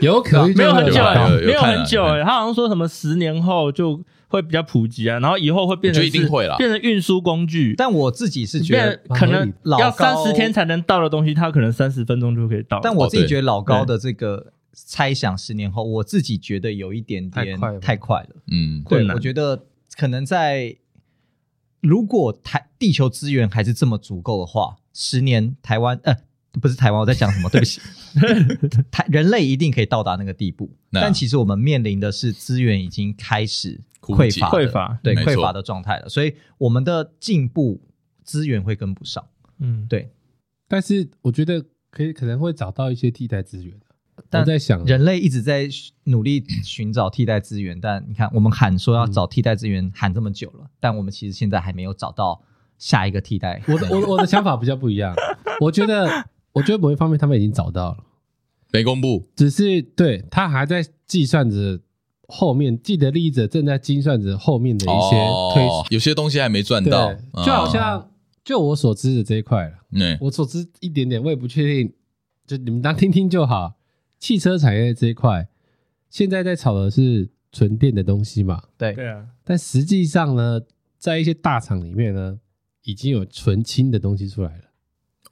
Speaker 4: 有可能
Speaker 1: 没有很久
Speaker 2: 有
Speaker 1: 欸，
Speaker 2: 有有
Speaker 1: 没有
Speaker 2: 看啊
Speaker 1: 很久
Speaker 2: 有
Speaker 1: 欸，他好像说什么十年后就会比较普及啊，然后以后会变成
Speaker 2: 我觉得一定
Speaker 1: 是
Speaker 2: 会啦
Speaker 1: 变成运输工具，
Speaker 5: 但我自己是觉
Speaker 1: 变
Speaker 5: 得
Speaker 2: 哦
Speaker 1: 成可能
Speaker 5: 老
Speaker 1: 要三
Speaker 5: 高
Speaker 1: 十天才能到的东西，它可能三十分钟就可以到。
Speaker 5: 但我自
Speaker 2: 哦
Speaker 5: 己
Speaker 2: 对
Speaker 5: 觉得老高的这个猜想十年后，我自己觉得有一点点
Speaker 4: 太快了
Speaker 5: 太快了。
Speaker 2: 嗯，
Speaker 1: 困
Speaker 5: 对，
Speaker 1: 难
Speaker 5: 我觉得可能在如果台地球资源还是这么足够的话，十年台湾呃不是台湾，我 在讲什么？对不起，台人类一定可以到达那个地步。
Speaker 2: 那
Speaker 5: 但其实我们面临的是资源已经开始
Speaker 2: 枯竭
Speaker 5: 匮乏的，
Speaker 1: 匮乏
Speaker 5: 对
Speaker 2: 没错
Speaker 5: 匮乏的状态了，所以我们的进步资源会跟不上。
Speaker 1: 嗯，
Speaker 5: 对，
Speaker 4: 但是我觉得可以可能会找到一些替代资源。
Speaker 5: 但
Speaker 4: 我在想，
Speaker 5: 人类一直在努力寻找替代资源，但你看，我们喊说要找替代资源，喊这么久了，但我们其实现在还没有找到下一个替代。
Speaker 4: 我的我我的想法比较不一样。我觉得，我觉得某一方面他们已经找到了，
Speaker 2: 没公布，
Speaker 4: 只是对他还在计算着后面既得利益者正在精算着后面的一些推、
Speaker 2: 哦有些东西还没赚
Speaker 4: 对
Speaker 2: 到，，
Speaker 4: 就好
Speaker 2: 哦
Speaker 4: 像就我所知的这一块了。
Speaker 2: 嗯
Speaker 4: 我所知一点点，我也不确定，就你们当听听就好。汽车产业这一块，现在在炒的是纯电的东西嘛，
Speaker 1: 对啊，
Speaker 4: 但实际上呢，在一些大厂里面呢，已经有纯氢的东西出来了，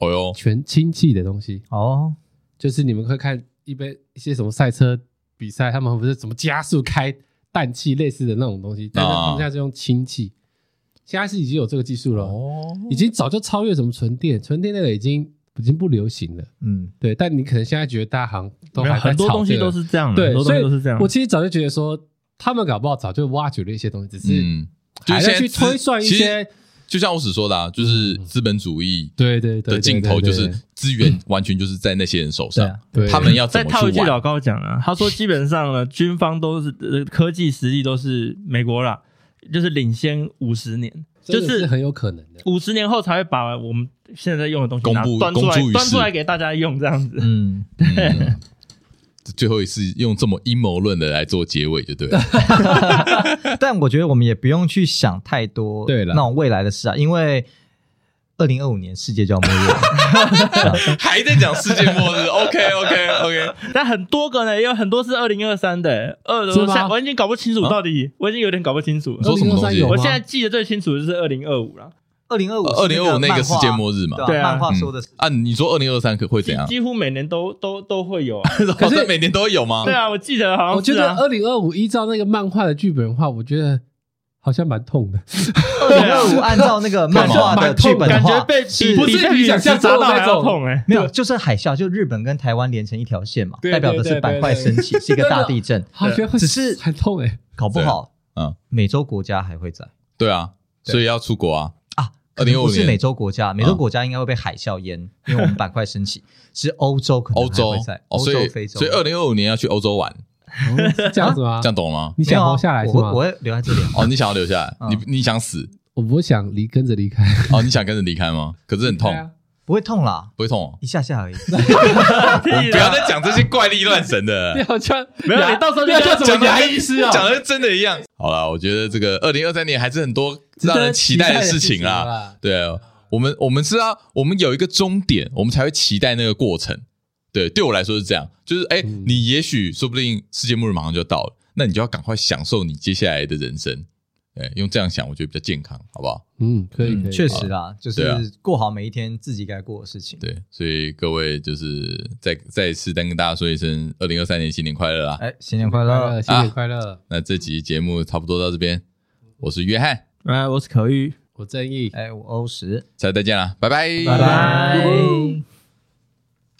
Speaker 2: 哦哟，
Speaker 4: 全氢气的东西，
Speaker 5: 哦，
Speaker 4: 就是你们会看一杯一些什么赛车比赛，他们不是怎么加速开氮气类似的那种东西，但是他们现在是用氢气，现在是已经有这个技术了，已经早就超越什么纯电，纯电那个已经已经不流行了。
Speaker 5: 嗯，
Speaker 4: 对，但你可能现在觉得大行都
Speaker 1: 没有
Speaker 4: 还在
Speaker 1: 很多
Speaker 4: 炒
Speaker 1: 东西
Speaker 4: 这个
Speaker 1: 都是这样的，
Speaker 4: 对
Speaker 1: 很，多东
Speaker 4: 所以
Speaker 1: 西都是这样。
Speaker 4: 我其实早就觉得说，他们搞不好早就挖掘了一些东西，只是
Speaker 2: 嗯，
Speaker 4: 还
Speaker 2: 现
Speaker 4: 在
Speaker 2: 在
Speaker 4: 去
Speaker 2: 资
Speaker 4: 推算一
Speaker 2: 其实
Speaker 4: 些。嗯
Speaker 2: 就像我只说的，啊，就是资本主义
Speaker 4: 对对对
Speaker 2: 的尽头，就是资
Speaker 5: 嗯
Speaker 2: 源完全就是在那些人手
Speaker 5: 啊
Speaker 2: 上，
Speaker 4: 对
Speaker 2: 他们要
Speaker 1: 再
Speaker 2: 怎么
Speaker 1: 套一
Speaker 2: 去
Speaker 1: 句老
Speaker 2: 玩？
Speaker 1: 高 讲啊，他说基本上呢，军方都是、呃、科技实力都是美国啦，就是领先五十年，就
Speaker 4: 真的是
Speaker 1: 是
Speaker 4: 很有可能的。
Speaker 1: 五十年后才会把我们现在在用的东西
Speaker 2: 公
Speaker 1: 拿
Speaker 2: 布
Speaker 1: 端出
Speaker 2: 公诸
Speaker 1: 来
Speaker 2: 于
Speaker 1: 端出
Speaker 2: 世
Speaker 1: 来给大家用这样子。
Speaker 5: 嗯，
Speaker 2: 嗯最后一次用这么阴谋论的来做结尾，就对了。
Speaker 5: 但我觉得我们也不用去想太多，
Speaker 4: 对啦
Speaker 5: 那种未来的事啊，因为二零二五年世界就要末日了，
Speaker 2: 还在讲世界末日？OK OK OK，
Speaker 1: 但很多个呢，也有很多是二零二三的、二
Speaker 4: 是
Speaker 1: 我
Speaker 4: 吗
Speaker 1: 现我已经搞不清楚到
Speaker 2: 啊
Speaker 1: 底，我已经有点搞不清楚了。
Speaker 2: 说什么东
Speaker 4: 2023
Speaker 2: 西
Speaker 4: 有吗
Speaker 1: 我现在记得最清楚的就是二零二五了，
Speaker 5: 二零二五
Speaker 2: 二零二五那个世界末日嘛
Speaker 5: 对啊，
Speaker 1: 对啊
Speaker 5: 漫画说 的是
Speaker 2: 啊，你说二零二三可会怎
Speaker 1: 几
Speaker 2: 样？
Speaker 1: 几乎每年都都都会 有啊、
Speaker 2: 可是每年都有吗？
Speaker 1: 对啊，我记得
Speaker 4: 我
Speaker 1: 好像
Speaker 4: 觉
Speaker 1: 是
Speaker 4: 得
Speaker 1: 啊，
Speaker 4: 二零二五依照那个漫画的剧本的话，我觉得好像蛮痛的。
Speaker 5: 二零二五，按照那个漫画的剧本的
Speaker 1: 感觉
Speaker 5: 话，
Speaker 1: 被
Speaker 5: 是
Speaker 1: 比比被比想象砸到还要痛 哎、
Speaker 5: 没有，就是海啸，就日本跟台湾连成一条线嘛，
Speaker 4: 对
Speaker 5: 代表的是板块升起，是一个大地震。
Speaker 4: 好像会
Speaker 5: 只是
Speaker 4: 很痛哎，
Speaker 5: 搞不好，
Speaker 2: 对嗯，
Speaker 5: 美洲国家还会在
Speaker 2: 对啊，所以要出国啊。
Speaker 5: 啊，
Speaker 2: 2025年嗯
Speaker 5: 不是美洲国家，美洲国家应该会被海啸淹，因为我们板块 升起。是欧洲可能
Speaker 2: 欧
Speaker 5: 还
Speaker 2: 洲
Speaker 5: 会在，
Speaker 2: 哦
Speaker 5: 欧
Speaker 2: 所
Speaker 5: 洲、
Speaker 2: 以
Speaker 5: 非洲，
Speaker 2: 所以二零二五年要去欧洲玩，
Speaker 4: 哦是这样子吗
Speaker 2: 这？样懂吗？
Speaker 4: 你
Speaker 5: 没有
Speaker 4: 想
Speaker 5: 啊
Speaker 4: 活下来是
Speaker 5: 我
Speaker 4: 吗？
Speaker 5: 会我会留在这里啊。
Speaker 2: 哦，你想要留下来，
Speaker 5: 嗯
Speaker 2: 你你想死，
Speaker 4: 我不想离，跟着离开，
Speaker 2: 哦，你想跟着离开吗？可是很 痛
Speaker 4: 对，啊
Speaker 5: 不会痛啦，
Speaker 2: 不会痛哦。
Speaker 5: 一下下而已。
Speaker 1: 不
Speaker 2: 不要再讲这些怪力乱神的
Speaker 4: 你，好像
Speaker 1: 没有，
Speaker 4: 牙
Speaker 1: 你 到时候就
Speaker 4: 要叫
Speaker 1: 叫
Speaker 4: 什么
Speaker 2: 得
Speaker 4: 牙医师啊？
Speaker 2: 讲的跟真的一样。好了，我觉得这个二零二三年还是很多
Speaker 4: 值得
Speaker 2: 让人期待的事情啊啦。
Speaker 5: 啊
Speaker 4: 啦。
Speaker 2: 对，我们我们是要我们有一个终点，我们才会期待那个过程。对，对我来说是这样，就是哎、你也许说不定世界末日马上就到了，那你就要赶快享受你接下来的人生。对，用这样想，我觉得比较健康，好不好？
Speaker 4: 嗯，可以，可以，
Speaker 5: 确实啦，就
Speaker 2: 对啊
Speaker 5: 是过好每一天自己该过的事情。
Speaker 2: 对，所以各位就是再再一次再跟大家说一声，二零二三年新年快乐啦！
Speaker 5: 哎，新年快
Speaker 4: 快
Speaker 5: 乐
Speaker 4: 乐，！新年快乐，
Speaker 2: 那这集节目差不多到这边，我是约翰，
Speaker 1: 哎，我是可玉，
Speaker 4: 我正义。
Speaker 5: 哎，我欧十，
Speaker 2: 下次再见啦，拜拜，
Speaker 5: 拜拜。